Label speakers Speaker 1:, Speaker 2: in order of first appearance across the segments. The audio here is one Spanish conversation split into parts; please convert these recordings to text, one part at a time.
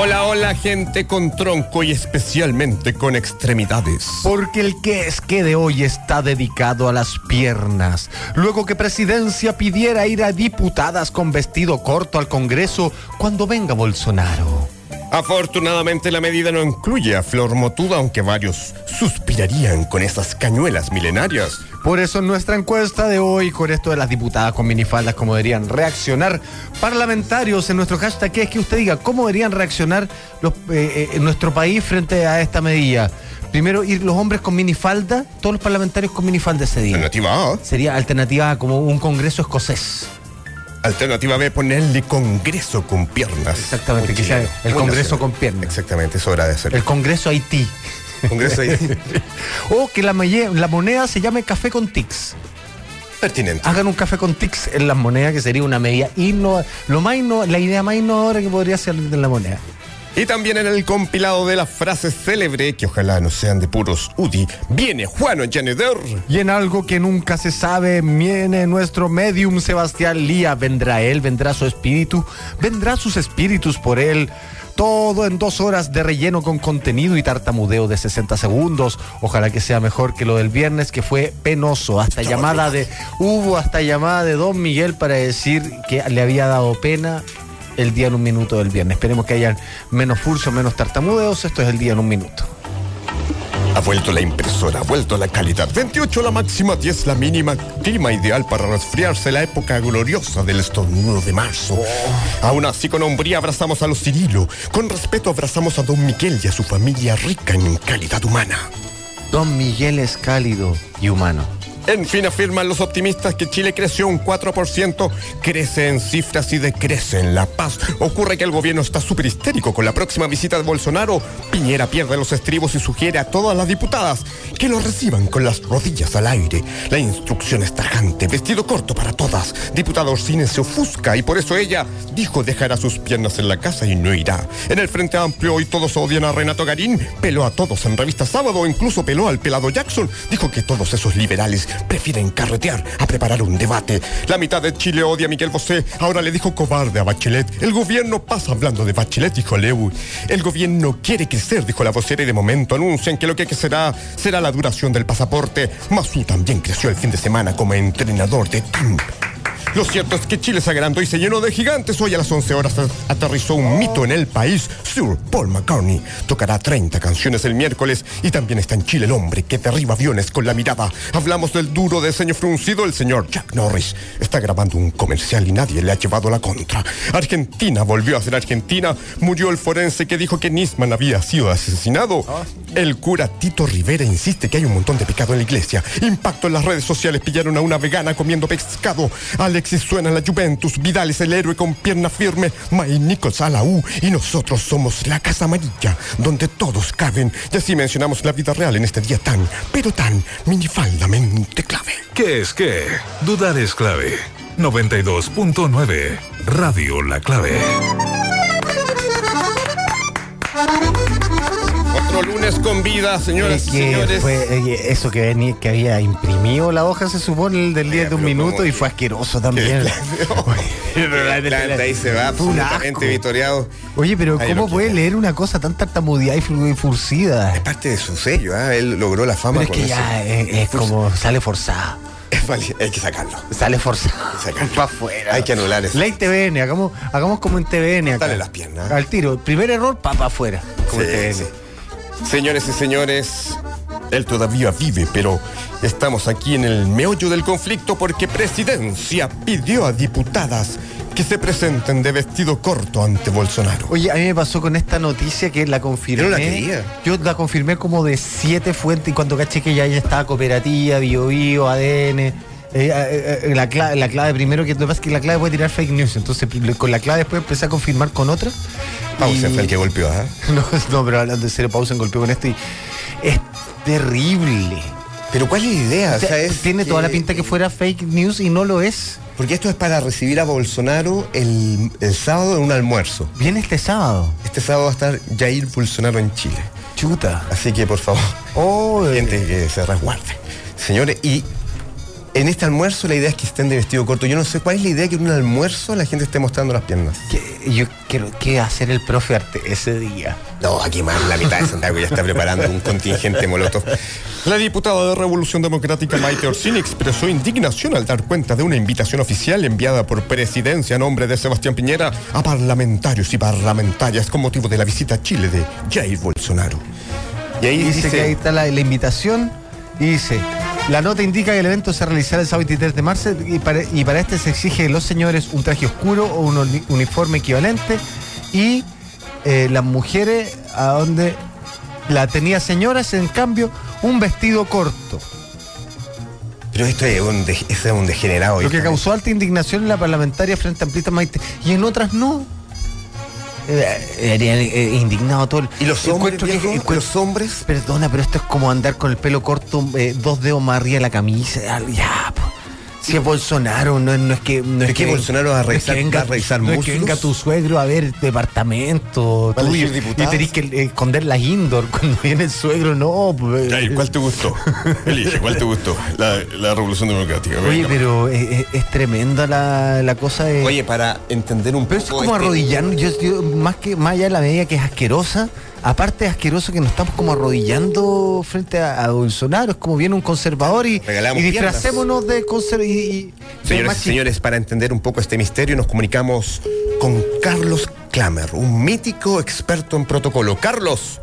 Speaker 1: Hola, hola, gente con tronco y especialmente con extremidades.
Speaker 2: Porque el que es que de hoy está dedicado a las piernas. Luego que Presidencia pidiera ir a diputadas con vestido corto al Congreso cuando venga Bolsonaro.
Speaker 1: Afortunadamente la medida no incluye a Flor Motuda, aunque varios suspirarían con esas cañuelas milenarias.
Speaker 2: Por eso en nuestra encuesta de hoy, con esto de las diputadas con minifaldas, cómo deberían reaccionar parlamentarios en nuestro hashtag, que es que usted diga cómo deberían reaccionar los, eh, eh, en nuestro país frente a esta medida. Primero, ir los hombres con minifalda, todos los parlamentarios con minifalda ese día.
Speaker 1: Alternativa A.
Speaker 2: Sería alternativa a como un congreso escocés.
Speaker 1: Alternativa B, ponerle congreso con piernas.
Speaker 2: Exactamente, que sea
Speaker 1: Chileno.
Speaker 2: el
Speaker 1: Muy
Speaker 2: congreso
Speaker 1: nacional.
Speaker 2: con piernas.
Speaker 1: Exactamente, es hora de hacer
Speaker 2: El congreso Haití.
Speaker 1: congreso ahí.
Speaker 2: O que la, malle- la moneda se llame café con tics.
Speaker 1: pertinente.
Speaker 2: hagan un café con tics en las monedas, que sería una medida innova, lo más inno- la idea más innovadora que podría salir de la moneda.
Speaker 1: Y también en el compilado de las frases célebre, que ojalá no sean de puros UDI, viene Juan Janeder.
Speaker 2: Y en algo que nunca se sabe, viene nuestro medium Sebastián Lía. Vendrá él, vendrá su espíritu, vendrá sus espíritus por él. Todo en dos horas de relleno con contenido y tartamudeo de 60 segundos. Ojalá que sea mejor que lo del viernes, que fue penoso. Hasta llamada de. Hubo hasta llamada de Don Miguel para decir que le había dado pena el día en un minuto del viernes. Esperemos que hayan menos furcio, menos tartamudeos. Esto es el día en un minuto.
Speaker 1: Ha vuelto la impresora, ha vuelto la calidad. 28 la máxima, 10 la mínima. Clima ideal para resfriarse la época gloriosa del estornudo de marzo. Aún así, con hombría abrazamos a los Cirilo. Con respeto abrazamos a don Miguel y a su familia rica en calidad humana.
Speaker 2: Don Miguel es cálido y humano.
Speaker 1: En fin, afirman los optimistas que Chile creció un 4%, crece en cifras y decrece en La Paz. Ocurre que el gobierno está súper histérico con la próxima visita de Bolsonaro. Piñera pierde los estribos y sugiere a todas las diputadas que lo reciban con las rodillas al aire. La instrucción es tajante, vestido corto para todas. Diputado Orsine se ofusca y por eso ella dijo dejará sus piernas en la casa y no irá. En el Frente Amplio hoy todos odian a Renato Garín, peló a todos en Revista Sábado, incluso peló al pelado Jackson. Dijo que todos esos liberales prefieren carretear a preparar un debate. La mitad de Chile odia a Miguel Bosé, ahora le dijo cobarde a Bachelet. El gobierno pasa hablando de Bachelet, dijo Leu. El gobierno quiere crecer, dijo la vocera, y de momento anuncian que lo que será será la duración del pasaporte. Masu también creció el fin de semana como entrenador de TAMP. Lo cierto es que Chile se agrandó y se llenó de gigantes. Hoy a las 11 horas a- aterrizó un mito en el país. Sir Paul McCartney tocará 30 canciones el miércoles y también está en Chile el hombre que derriba aviones con la mirada. Hablamos del duro de ceño fruncido, el señor Jack Norris. Está grabando un comercial y nadie le ha llevado la contra. Argentina volvió a ser Argentina. Murió el forense que dijo que Nisman había sido asesinado.
Speaker 2: Ah.
Speaker 1: El cura Tito Rivera insiste que hay un montón de pecado en la iglesia. Impacto en las redes sociales pillaron a una vegana comiendo pescado. Alexis suena en la Juventus. Vidal es el héroe con pierna firme. Mike Nichols a la U. Y nosotros somos la Casa Amarilla, donde todos caben. Y así mencionamos la vida real en este día tan, pero tan minifaldamente clave.
Speaker 3: ¿Qué es qué? Dudar es clave. 92.9 Radio La Clave.
Speaker 1: Otro lunes con vida, señoras
Speaker 2: Es
Speaker 1: y
Speaker 2: que
Speaker 1: señores.
Speaker 2: fue, eh, eso que, venía, que había imprimido la hoja, se supone, el del día de un
Speaker 1: pero
Speaker 2: minuto
Speaker 1: ¿cómo
Speaker 2: y
Speaker 1: que-
Speaker 2: fue asqueroso también.
Speaker 1: Atlanta ahí se va
Speaker 2: Fue un
Speaker 1: absolutamente
Speaker 2: asco.
Speaker 1: vitoreado.
Speaker 2: Oye, pero
Speaker 1: Ahí
Speaker 2: ¿cómo
Speaker 1: lo
Speaker 2: puede
Speaker 1: quita.
Speaker 2: leer una cosa tan tartamudeada y fur- y furcida?
Speaker 1: Parte de su sello, ¿ah? él logró la fama
Speaker 2: Pero es
Speaker 1: con
Speaker 2: que ya
Speaker 1: eso. Pues,
Speaker 2: es, es como sale forzada.
Speaker 1: Es vali- Hay que sacarlo.
Speaker 2: Sale forzada.
Speaker 1: Sacarlo.
Speaker 2: Pa' afuera.
Speaker 1: Hay que anular eso.
Speaker 2: Ley TVN, hagamos, hagamos como en TVN acá.
Speaker 1: Dale las piernas.
Speaker 2: Al tiro. Primer error, pa' pa' afuera. Como
Speaker 1: Sí,
Speaker 2: en TVN.
Speaker 1: sí. Señores y señores, él todavía vive, pero estamos aquí en el meollo del conflicto porque Presidencia pidió a diputadas que se presenten de vestido corto ante Bolsonaro.
Speaker 2: Oye, a mí me pasó con esta noticia que la confirmé.
Speaker 1: Yo no la creía.
Speaker 2: Yo la confirmé como de siete fuentes y cuando caché que ya, ya estaba cooperativa, BioBio, ADN. eh, eh, eh, la, clave, la clave primero que lo que pasa es que la clave puede tirar fake news entonces pri- con la clave después empecé a confirmar con otra
Speaker 1: Pausen
Speaker 2: y-
Speaker 1: fue el que golpeó, ¿ah?
Speaker 2: no, no, pero hablando de serio Pausen golpeó con esto y es terrible
Speaker 1: Pero ¿cuál es la idea?
Speaker 2: O sea, tiene toda la pinta que fuera fake news y no lo es
Speaker 1: Porque esto es para recibir a Bolsonaro el, el sábado en un almuerzo.
Speaker 2: viene este sábado
Speaker 1: Este sábado va a estar Jair Bolsonaro en Chile.
Speaker 2: chuta
Speaker 1: Así que por favor,
Speaker 2: oh, eh,
Speaker 1: gente que se resguarde. Señores, y En este almuerzo la idea es que estén de vestido corto. Yo no sé cuál es la idea que en un almuerzo la gente esté mostrando las piernas.
Speaker 2: ¿Qué, yo quiero que hacer el profe arte ese día.
Speaker 1: No, aquí más la mitad de Santiago ya está preparando un contingente molotov. La diputada de Revolución Democrática Maite Orsini expresó indignación al dar cuenta de una invitación oficial enviada por presidencia a nombre de Sebastián Piñera a parlamentarios y parlamentarias con motivo de la visita a Chile de Jair Bolsonaro. Y ahí
Speaker 2: Dice,
Speaker 1: dice,
Speaker 2: que ahí está la, la invitación y dice, la nota indica que el evento se realizará el sábado 23 de marzo y para, y para este se exige de los señores un traje oscuro o un uni- uniforme equivalente y eh, las mujeres, a donde la tenía señoras, en cambio, un vestido corto.
Speaker 1: pero esto es un, de- ese es un degenerado.
Speaker 2: Lo que
Speaker 1: hija.
Speaker 2: causó alta indignación en la parlamentaria frente a Amplista Maite. Y en otras no. Eh, eh, eh, indignado todo el...
Speaker 1: ¿Y los hombres,
Speaker 2: Encuentro que-
Speaker 1: viejo?
Speaker 2: encuentro-
Speaker 1: los hombres?
Speaker 2: Perdona, pero esto es como andar con el pelo corto, eh, dos dedos más arriba de la camisa. ah, Ya, po. Si es Bolsonaro, no, es- no es que. No
Speaker 1: ¿Pero qué Bolsonaro va a revisar- va a revisar
Speaker 2: no es que
Speaker 1: muslos?
Speaker 2: venga tu suegro a ver departamento
Speaker 1: ¿Va a
Speaker 2: tuyo.
Speaker 1: elegir
Speaker 2: Y
Speaker 1: diputados?
Speaker 2: tenés que eh, esconder las indoor cuando viene el suegro, no. po, eh.
Speaker 4: Jair, ¿cuál te gustó? Elige, ¿cuál te gustó? La, la Revolución Democrática.
Speaker 2: Oye,
Speaker 4: venga.
Speaker 2: pero eh, eh, es tremenda la, la cosa de.
Speaker 1: pues. Oye, para entender un
Speaker 2: Pero eso
Speaker 1: poco...
Speaker 2: es como
Speaker 1: este-
Speaker 2: arrodillarnos, yo, yo- más que más allá de la medida que es asquerosa, aparte es asqueroso que nos estamos como arrodillando frente a, a Bolsonaro, es como viene un conservador y,
Speaker 1: Regalamos
Speaker 2: y disfracémonos de conservador y, y- de
Speaker 1: Señoras y
Speaker 2: machi-
Speaker 1: señores, para entender un poco este misterio, nos comunicamos con Carlos Klamer, un mítico experto en protocolo. Carlos,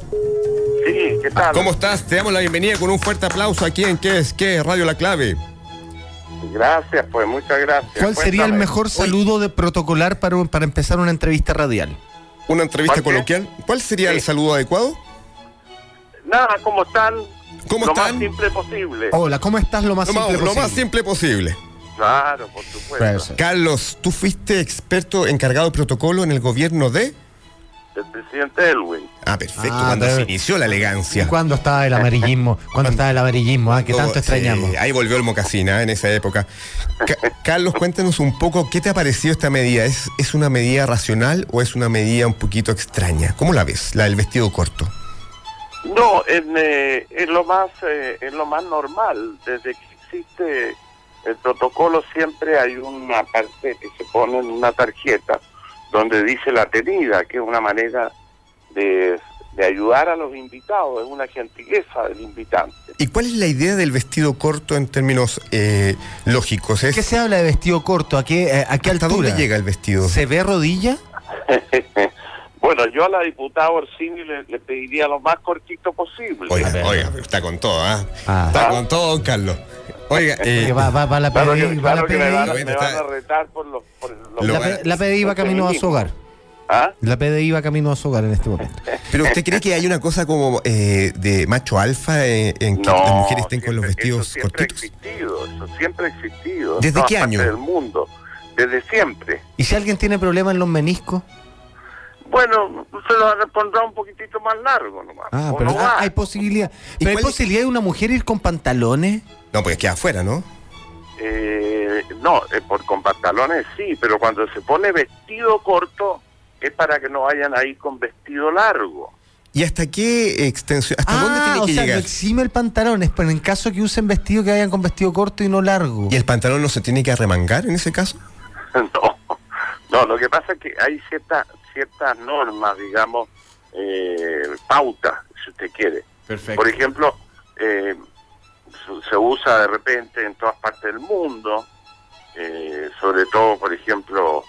Speaker 5: Sí, ¿qué tal?
Speaker 1: ¿cómo estás? Te damos la bienvenida con un fuerte aplauso aquí en ¿Qué es qué? Radio La Clave.
Speaker 5: Gracias, pues, muchas gracias.
Speaker 2: ¿Cuál sería el
Speaker 5: Cuéntame.
Speaker 2: mejor saludo de protocolar para, para empezar una entrevista radial?
Speaker 1: Una entrevista
Speaker 5: ¿Cuál qué?
Speaker 1: coloquial. ¿Cuál sería
Speaker 5: Sí.
Speaker 1: el saludo adecuado?
Speaker 5: Nada, ¿cómo están?
Speaker 1: ¿Cómo
Speaker 5: lo
Speaker 1: están?
Speaker 5: más simple posible.
Speaker 2: Hola, ¿cómo estás? Lo más
Speaker 1: Lo más,
Speaker 2: simple
Speaker 1: lo
Speaker 2: posible.
Speaker 1: más simple posible.
Speaker 5: Claro, por supuesto.
Speaker 2: Pues,
Speaker 1: Carlos, tú fuiste experto encargado de protocolo en el gobierno de...
Speaker 5: El presidente Elwin.
Speaker 1: Ah, perfecto,
Speaker 2: Ah,
Speaker 1: cuando se
Speaker 2: pero-
Speaker 1: inició la elegancia.
Speaker 2: ¿Cuándo estaba el amarillismo? ¿Cuándo estaba el amarillismo? Ah, que
Speaker 1: Todo,
Speaker 2: tanto extrañamos.
Speaker 1: Oh, sí, ahí volvió el mocasina en esa época. Ca- Carlos, cuéntanos un poco qué te ha parecido esta medida. ¿Es, ¿Es una medida racional o es una medida un poquito extraña? ¿Cómo la ves? La del vestido corto.
Speaker 5: No, en, eh, es lo más eh, es lo más normal. Desde que existe el protocolo siempre hay una parte que se pone en una tarjeta donde dice la tenida, que es una manera de, de ayudar a los invitados, es una gentileza del invitante.
Speaker 1: ¿Y cuál es la idea del vestido corto en términos eh, lógicos?
Speaker 2: ¿Qué
Speaker 1: ¿Es
Speaker 2: se habla de vestido corto? ¿A qué, eh, a qué
Speaker 1: hasta
Speaker 2: altura?
Speaker 1: dónde llega el vestido? Eh,
Speaker 2: ¿Se ve rodilla?
Speaker 5: Bueno, yo a la diputada Orsini le, le pediría lo más cortito posible.
Speaker 1: Oiga,
Speaker 2: A ver.
Speaker 1: oiga, pero está con todo, ¿ah?
Speaker 2: Ah.
Speaker 1: Está con todo, don Carlos. Oiga, eh,
Speaker 2: Porque va, va- va la
Speaker 5: Claro
Speaker 2: PDI,
Speaker 5: que,
Speaker 2: va la
Speaker 5: claro que me, van, a-
Speaker 2: PDI.
Speaker 5: me
Speaker 1: Está-
Speaker 5: van a retar por los... Por los
Speaker 1: Lo-
Speaker 2: La, P- la PDI va camino a su hogar.
Speaker 5: ¿Ah?
Speaker 2: La PDI va camino a su hogar en este momento.
Speaker 1: ¿pero usted cree que hay una cosa como eh, de macho alfa eh, en que las mujeres estén con los
Speaker 5: siempre-
Speaker 1: vestidos
Speaker 5: eso siempre
Speaker 1: cortitos?
Speaker 5: Ha existido, eso siempre ha existido. en
Speaker 1: ¿Desde
Speaker 5: todas
Speaker 1: qué
Speaker 5: partes
Speaker 1: año?
Speaker 5: del mundo, desde siempre.
Speaker 2: ¿Y si alguien tiene problemas en los meniscos?
Speaker 5: Bueno, se lo pondrá un poquitito más largo nomás.
Speaker 2: Ah,
Speaker 5: o
Speaker 2: pero
Speaker 5: no
Speaker 2: ah,
Speaker 5: va.
Speaker 2: hay posibilidad. ¿Pero hay
Speaker 1: cuál-
Speaker 2: posibilidad de una mujer ir con pantalones?
Speaker 1: No, porque queda afuera, ¿no?
Speaker 5: Eh, no, eh, por con pantalones sí, pero cuando se pone vestido corto es para que no vayan ahí con vestido largo.
Speaker 1: ¿Y hasta qué extensión? ¿Hasta dónde
Speaker 2: Ah,
Speaker 1: tiene
Speaker 2: o
Speaker 1: que
Speaker 2: sea,
Speaker 1: llegar?
Speaker 2: no exime el pantalón. Es pero en caso que usen vestido que vayan con vestido corto y no largo.
Speaker 1: ¿Y el pantalón no se tiene que arremangar en ese caso?
Speaker 5: No, no, lo que pasa es que hay ciertas ciertas normas, digamos, eh, pautas, si usted quiere.
Speaker 1: Perfecto.
Speaker 5: Por ejemplo, eh, su- se usa de repente en todas partes del mundo, eh, sobre todo, por ejemplo,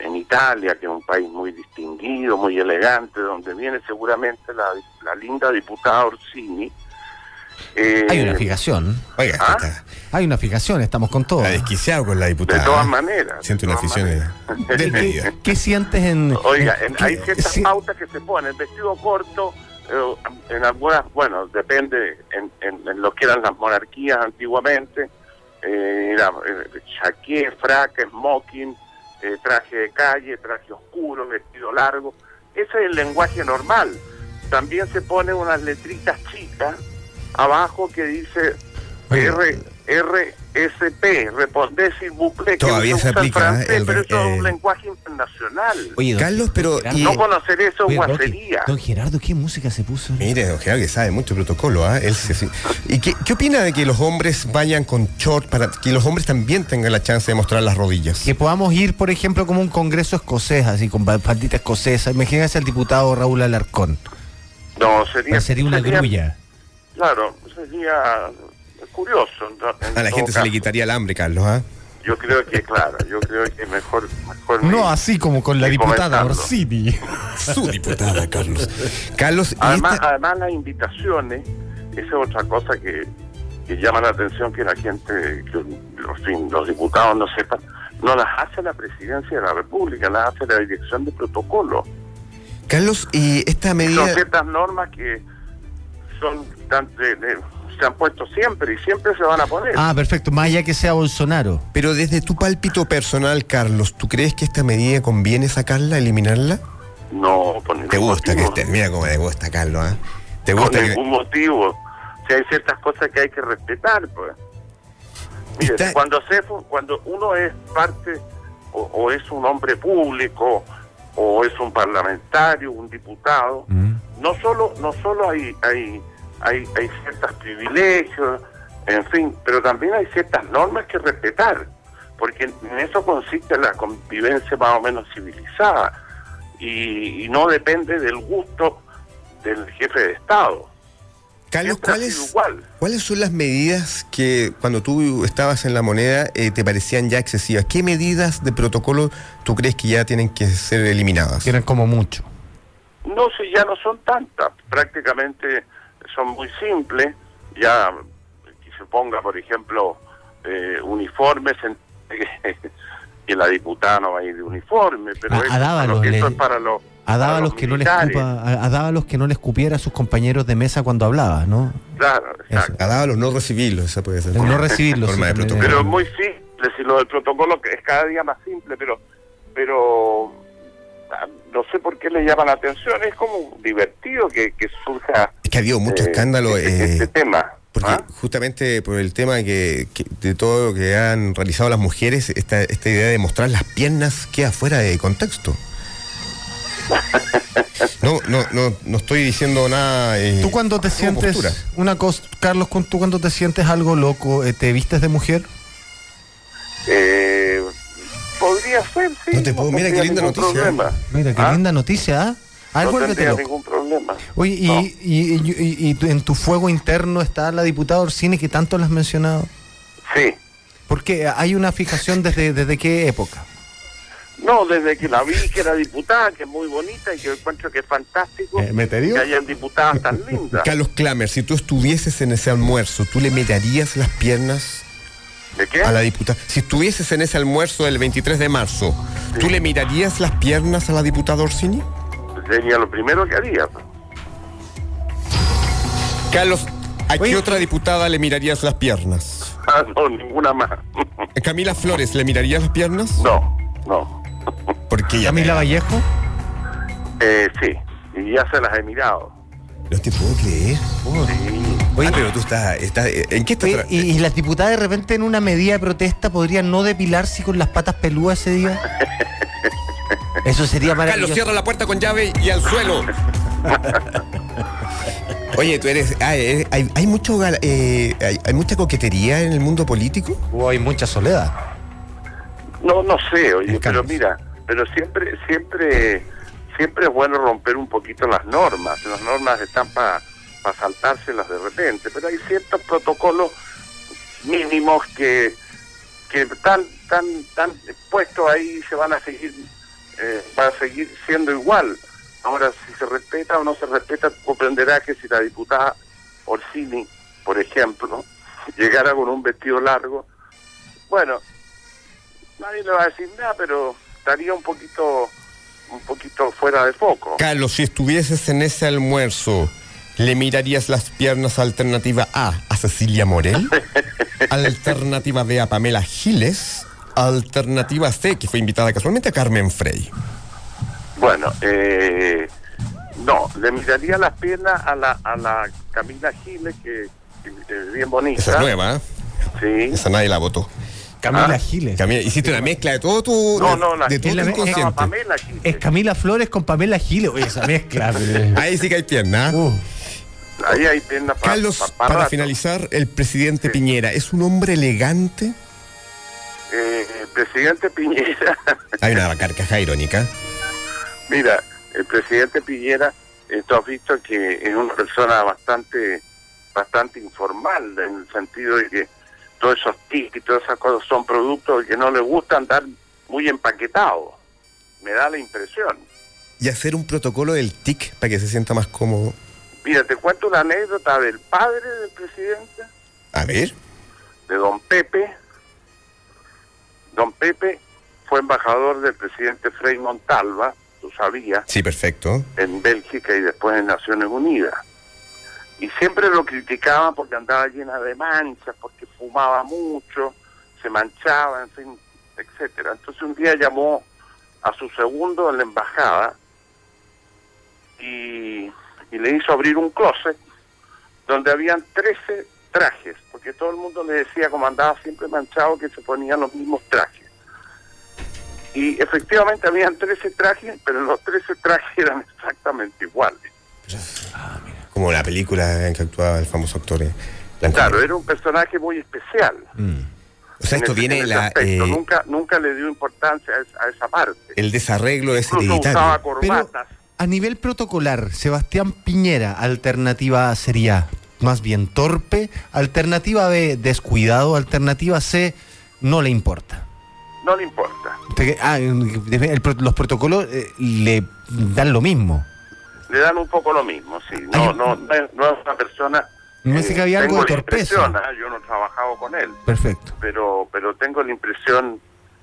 Speaker 5: en Italia, que es un país muy distinguido, muy elegante, donde viene seguramente la, la linda diputada Orsini. Eh,
Speaker 2: Hay una fijación.
Speaker 1: Oiga,
Speaker 5: ¿Ah?
Speaker 1: está,
Speaker 2: Hay una fijación, estamos con todo.
Speaker 1: está desquiciado con la
Speaker 5: de
Speaker 1: diputada.
Speaker 5: todas
Speaker 1: ¿eh?
Speaker 5: maneras. de
Speaker 1: Siento una
Speaker 5: todas
Speaker 1: afición
Speaker 5: maneras.
Speaker 1: eh, desmedida.
Speaker 2: ¿Qué, qué sientes en.?
Speaker 5: Oiga, en- hay
Speaker 2: qué-
Speaker 5: ciertas
Speaker 2: si-
Speaker 5: pautas que se ponen, vestido corto, eh, en algunas, bueno, depende en, en- en lo que eran las monarquías antiguamente, eh, era eh, chaqué, frac, smoking, eh, traje de calle, traje oscuro, vestido largo. Ese es el lenguaje normal. También se ponen unas letritas chicas abajo que dice
Speaker 2: Oye,
Speaker 5: R, RSP, responder sin bucle,
Speaker 6: Todavía
Speaker 5: que
Speaker 6: se
Speaker 5: usa el
Speaker 6: aplica,
Speaker 5: francés,
Speaker 6: ¿eh? El
Speaker 5: pero
Speaker 6: re-
Speaker 5: eso es
Speaker 6: eh.
Speaker 5: un lenguaje internacional.
Speaker 6: Oye, don-
Speaker 1: Carlos, pero-
Speaker 6: Gerardo,
Speaker 1: y-
Speaker 5: no conocer eso es
Speaker 6: oye, don Ge-
Speaker 5: guacería.
Speaker 6: Don Gerardo, ¿qué música se puso?
Speaker 1: Mire, don Gerardo, que sabe mucho protocolo, ¿ah? Él se- sí. ¿Y qué, qué opina de que los hombres vayan con short para que los hombres también tengan la chance de mostrar las rodillas?
Speaker 2: Que podamos ir, por ejemplo, como un congreso escocés, así con ba- bandita escocesa. Imagínense al diputado Raúl Alarcón.
Speaker 5: No, sería,
Speaker 6: Sería una
Speaker 5: sería-
Speaker 6: grulla.
Speaker 5: Claro, sería curioso. en to- en
Speaker 1: A la
Speaker 5: todo
Speaker 1: gente se le
Speaker 5: caso.
Speaker 1: quitaría el hambre, Carlos, ¿ah?
Speaker 5: Yo creo que, claro, yo creo que mejor... mejor
Speaker 7: No
Speaker 5: ni-
Speaker 7: así como con la
Speaker 5: ni
Speaker 7: diputada
Speaker 5: comentarlo.
Speaker 7: Orsini.
Speaker 1: Su diputada, Carlos. Carlos, y
Speaker 5: Además,
Speaker 1: esta-
Speaker 5: además las invitaciones, esa es otra cosa que, que llama la atención que la gente, que los, fin, los diputados no sepan, no las hace la presidencia de la República, las hace la dirección de protocolo.
Speaker 1: Carlos, y esta
Speaker 5: Son
Speaker 1: medida.
Speaker 5: ciertas normas que son tan, de- de- se han puesto siempre y siempre se van a poner.
Speaker 2: Ah, perfecto. Más allá que sea Bolsonaro.
Speaker 1: Pero desde tu pálpito personal, Carlos, ¿tú crees que esta medida conviene sacarla, eliminarla?
Speaker 5: no, por ningún
Speaker 1: Te gusta que
Speaker 5: motivo.
Speaker 1: estés, mira cómo te gusta, Carlos, ¿ah? Te
Speaker 5: Por
Speaker 1: gusta que.
Speaker 5: ningún motivo. O sea, hay ciertas cosas que hay que respetar, pues. Mire,
Speaker 1: Está-
Speaker 5: cuando, se, fu- cuando uno es parte, o, o es un hombre público, o es un parlamentario, un diputado,
Speaker 1: Mm.
Speaker 5: no solo no solo hay, hay, hay, hay ciertos privilegios, en fin, pero también hay ciertas normas que respetar, porque en eso consiste la convivencia más o menos civilizada, y, y no depende del gusto del jefe de Estado.
Speaker 1: Carlos,
Speaker 5: Siempre ha
Speaker 1: ¿cuáles,
Speaker 5: sido igual.
Speaker 1: ¿cuáles son las medidas que cuando tú estabas en la moneda eh, te parecían ya excesivas? ¿Qué medidas de protocolo tú crees que ya tienen que ser eliminadas?
Speaker 2: Que eran como mucho.
Speaker 5: No sé, ya no son tantas, prácticamente son muy simples, ya que se ponga, por ejemplo, eh, uniformes, en, que la diputada no va a ir de uniforme, pero
Speaker 2: A-
Speaker 5: es-
Speaker 2: a Dávalos
Speaker 5: lo que
Speaker 2: le-
Speaker 5: eso es para los,
Speaker 2: A
Speaker 5: para
Speaker 2: Dávalos
Speaker 5: los
Speaker 2: que no le
Speaker 5: militares.
Speaker 2: escupa, a, a Dávalos que no le escupiera a sus compañeros de mesa cuando hablaba, ¿no?
Speaker 5: Claro, exacto.
Speaker 1: A Dávalos no recibirlos, esa puede ser.
Speaker 2: No recibirlos.
Speaker 1: Forma de
Speaker 2: sí, también.
Speaker 1: protocolo.
Speaker 5: Pero es muy simple, si lo del protocolo que es cada día más simple, pero pero ah, no sé por qué le llama la atención, es como divertido que, que surja
Speaker 1: Es que ha habido mucho
Speaker 5: eh,
Speaker 1: escándalo.
Speaker 5: este,
Speaker 1: eh,
Speaker 5: este tema.
Speaker 1: Porque
Speaker 5: ¿ah?
Speaker 1: justamente por el tema que, que- de todo lo que han realizado las mujeres, esta, esta idea de mostrar las piernas queda fuera de contexto. No, no, no, no estoy diciendo nada. eh,
Speaker 2: Tú cuando te
Speaker 1: como
Speaker 2: sientes
Speaker 1: postura.
Speaker 2: una cosa, Carlos, con- tú cuando te sientes algo loco, eh, ¿te vistes de mujer?
Speaker 5: Eh, podría ser, sí.
Speaker 1: No te puedo- mira qué
Speaker 5: tendría
Speaker 1: linda
Speaker 5: ningún
Speaker 1: noticia.
Speaker 5: Problema.
Speaker 2: Mira, qué
Speaker 5: ¿Ah?
Speaker 2: linda noticia, ¿ah? A ver,
Speaker 5: no
Speaker 2: vuélvete
Speaker 5: tendría
Speaker 2: loco.
Speaker 5: ningún problema.
Speaker 2: Oye, y,
Speaker 5: No.
Speaker 2: y- y- y- y tu- en tu fuego interno está la diputada Orsini que tanto la has mencionado.
Speaker 5: Sí.
Speaker 2: Porque hay una fijación desde, desde qué época.
Speaker 5: No, desde que la vi que era diputada, que es muy bonita y que encuentro que es fantástico
Speaker 7: Eh, ¿me te digo?
Speaker 5: que hayan diputadas tan lindas.
Speaker 1: Carlos Klamer, si tú estuvieses en ese almuerzo, ¿tú le mirarías las piernas
Speaker 5: ¿De qué?
Speaker 1: a la diputada? Si estuvieses en ese almuerzo del 23 de marzo, ¿tú le mirarías las piernas a la diputada Orsini?
Speaker 5: Sería lo primero que haría. pues.
Speaker 1: Carlos, ¿a qué
Speaker 2: Oye.
Speaker 1: otra diputada le mirarías las piernas? Eh,
Speaker 5: Ah, no, ninguna más.
Speaker 1: Camila Flores, ¿le mirarías las piernas?
Speaker 5: no, no.
Speaker 1: Porque ya
Speaker 2: Camila Vallejo.
Speaker 5: Eh, sí, y ya se las he mirado.
Speaker 1: No te puedo creer.
Speaker 5: Sí.
Speaker 1: Ah, pero tú estás, estás- ¿en qué estás?
Speaker 2: Oye,
Speaker 1: tra-
Speaker 2: y, y las diputadas de repente en una medida de protesta podrían no depilarse con las patas peludas ese día. Eso sería
Speaker 1: Carlos,
Speaker 2: maravilloso.
Speaker 1: cierra la puerta con llave y al suelo. Oye, tú eres. ah, eh, hay, hay mucho, gala- eh, hay, hay mucha coquetería en el mundo político.
Speaker 5: Oh,
Speaker 2: Uy, hay mucha soledad.
Speaker 5: No, no sé, oye, pero
Speaker 1: Carlos.
Speaker 5: mira, pero siempre, siempre, siempre es bueno romper un poquito las normas. Las normas están para saltárselas de repente, pero hay ciertos protocolos mínimos que que están tan tan puestos ahí y se van a seguir eh, va a seguir siendo igual. Ahora si se respeta o no se respeta, comprenderá que si la diputada Orsini, por ejemplo, llegara con un vestido largo, bueno, nadie le va a decir nada, pero estaría un poquito un poquito fuera de foco.
Speaker 1: Carlos, si estuvieses en ese almuerzo, ¿le mirarías las piernas alternativa A a Cecilia Morel? alternativa B a Pamela Giles. Alternativa C, que fue invitada casualmente a Carmen Frey.
Speaker 5: Bueno, eh, no, le miraría las piernas a la a la Camila Giles que, que es bien bonita.
Speaker 1: Esa es nueva. ¿eh?
Speaker 5: Ah, Sí.
Speaker 1: Esa nadie la votó.
Speaker 2: Camila
Speaker 5: Ah.
Speaker 2: Giles.
Speaker 1: Camila, hiciste una mezcla de todo tu.
Speaker 5: No, no, la
Speaker 1: de todo
Speaker 5: Giles
Speaker 1: tu
Speaker 5: no,
Speaker 1: inconsciente.
Speaker 5: Pamela Giles.
Speaker 2: Es Camila Flores con Pamela Giles. Oye, esa mezcla. pero-
Speaker 1: Ahí sí que hay pierna. ¿ah?
Speaker 2: Uh.
Speaker 5: Ahí hay tienda pa-
Speaker 1: Carlos,
Speaker 5: pa- pa-
Speaker 1: para
Speaker 5: rato.
Speaker 1: finalizar, el presidente Piñera, ¿es un hombre elegante?
Speaker 5: Eh, el presidente Piñera,
Speaker 1: Hay una carcajada irónica.
Speaker 5: mira, el presidente Piñera, eh, tú has visto que es una persona bastante bastante informal, en el sentido de que todos esos tics y todas esas cosas son productos que no le gustan andar muy empaquetados. Me da la impresión.
Speaker 1: Y hacer un protocolo del TIC para que se sienta más cómodo.
Speaker 5: Mira, te cuento una anécdota del padre del presidente,
Speaker 1: A ver.
Speaker 5: de don Pepe. Don Pepe fue embajador del presidente Frei Montalva, tú sabías,
Speaker 1: Sí, perfecto.
Speaker 5: en Bélgica y después en Naciones Unidas. Y siempre lo criticaban porque andaba llena de manchas, porque fumaba mucho, se manchaba, en fin, etcétera. Entonces un día llamó a su segundo en la embajada y, y le hizo abrir un closet donde habían 13 trajes, porque todo el mundo le decía, como andaba siempre manchado, que se ponían los mismos trajes. Y efectivamente habían 13 trajes, pero los 13 trajes eran exactamente iguales.
Speaker 1: Como la película en que actuaba el famoso actor. eh, Blanco
Speaker 5: Claro,
Speaker 1: Negro.
Speaker 5: era un personaje muy especial.
Speaker 1: Mm. O sea,
Speaker 5: en
Speaker 1: esto
Speaker 5: ese-
Speaker 1: viene
Speaker 5: en ese
Speaker 1: la,
Speaker 5: aspecto.
Speaker 1: eh,
Speaker 5: nunca, nunca le dio importancia a esa, a esa parte.
Speaker 1: el desarreglo de ese
Speaker 5: Incluso usaba
Speaker 1: hereditario.
Speaker 2: Pero
Speaker 5: corbatas.
Speaker 2: a nivel protocolar, Sebastián Piñera, alternativa sería más bien torpe, alternativa B, descuidado, alternativa C, no le importa.
Speaker 5: No le importa.
Speaker 2: Porque, ah, el pro- los protocolos eh, le dan lo mismo.
Speaker 5: Le dan un poco lo mismo, sí.
Speaker 2: Hay
Speaker 5: No,
Speaker 2: un-
Speaker 5: no, no, es, no es una persona...
Speaker 2: Me parece que había
Speaker 5: Eh, tengo
Speaker 2: algo de
Speaker 5: la
Speaker 2: torpeza.
Speaker 5: impresión, ah, Yo no he trabajado con él,
Speaker 2: Perfecto.
Speaker 5: pero pero tengo la impresión...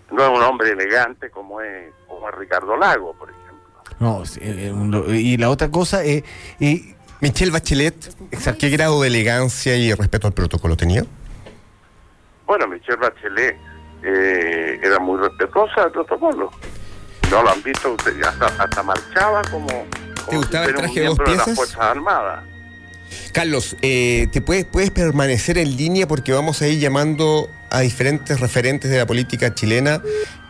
Speaker 5: No es un hombre elegante como es, como es Ricardo Lago, por ejemplo.
Speaker 2: No, sí, eh, un- lo- y la otra cosa es... eh,
Speaker 1: Michelle Bachelet, ¿qué grado de elegancia y respeto al protocolo tenía?
Speaker 5: Bueno, Michelle Bachelet eh, era muy respetuosa del protocolo. No lo han visto ustedes, hasta, hasta marchaba como, como
Speaker 1: gustaba el
Speaker 5: fuera un
Speaker 1: traje de dos
Speaker 5: miembro
Speaker 1: piezas?
Speaker 5: las Fuerzas Armadas.
Speaker 1: Carlos, eh, ¿te puedes, puedes permanecer en línea porque vamos a ir llamando a diferentes referentes de la política chilena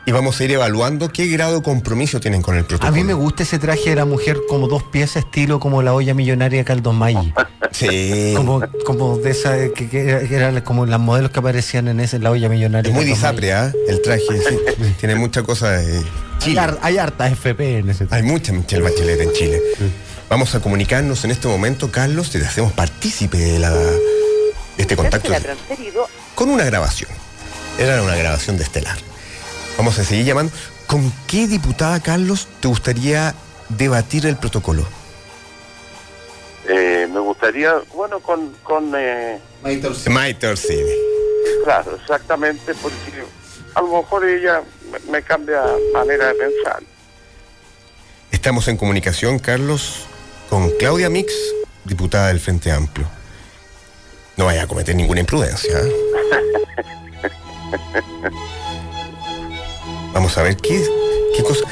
Speaker 1: y vamos a ir evaluando qué grado de compromiso tienen con el protocolo?
Speaker 2: a mí me gusta ese traje de la mujer como dos piezas, estilo como la olla millonaria Caldón Maggi.
Speaker 5: Eh,
Speaker 1: Sí.
Speaker 2: Como, como de esa eh, que, que era- que era como las modelos que aparecían en ese, en la olla millonaria.
Speaker 1: Es muy
Speaker 2: Caldón Maggi.
Speaker 1: disapre, ¿ah? El traje, sí. Tiene mucha cosa. eh,
Speaker 2: Hay, har- hay harta FP en ese
Speaker 1: Hay mucha Michelle Bachelet en Chile. Vamos a comunicarnos en este momento, Carlos, y te hacemos partícipe de, la, de este contacto con una grabación. Era una grabación de Estelar. Vamos a seguir llamando. ¿Con qué diputada, Carlos, te gustaría debatir el protocolo?
Speaker 5: Eh, me gustaría, bueno, con, con eh,
Speaker 1: Maite Orsini.
Speaker 5: claro, exactamente, porque a lo mejor ella me, me cambia manera de pensar.
Speaker 1: Estamos en comunicación, Carlos, con Claudia Mix, diputada del Frente Amplio. No vaya a cometer ninguna imprudencia. ¿eh? Vamos a ver qué, qué cosa.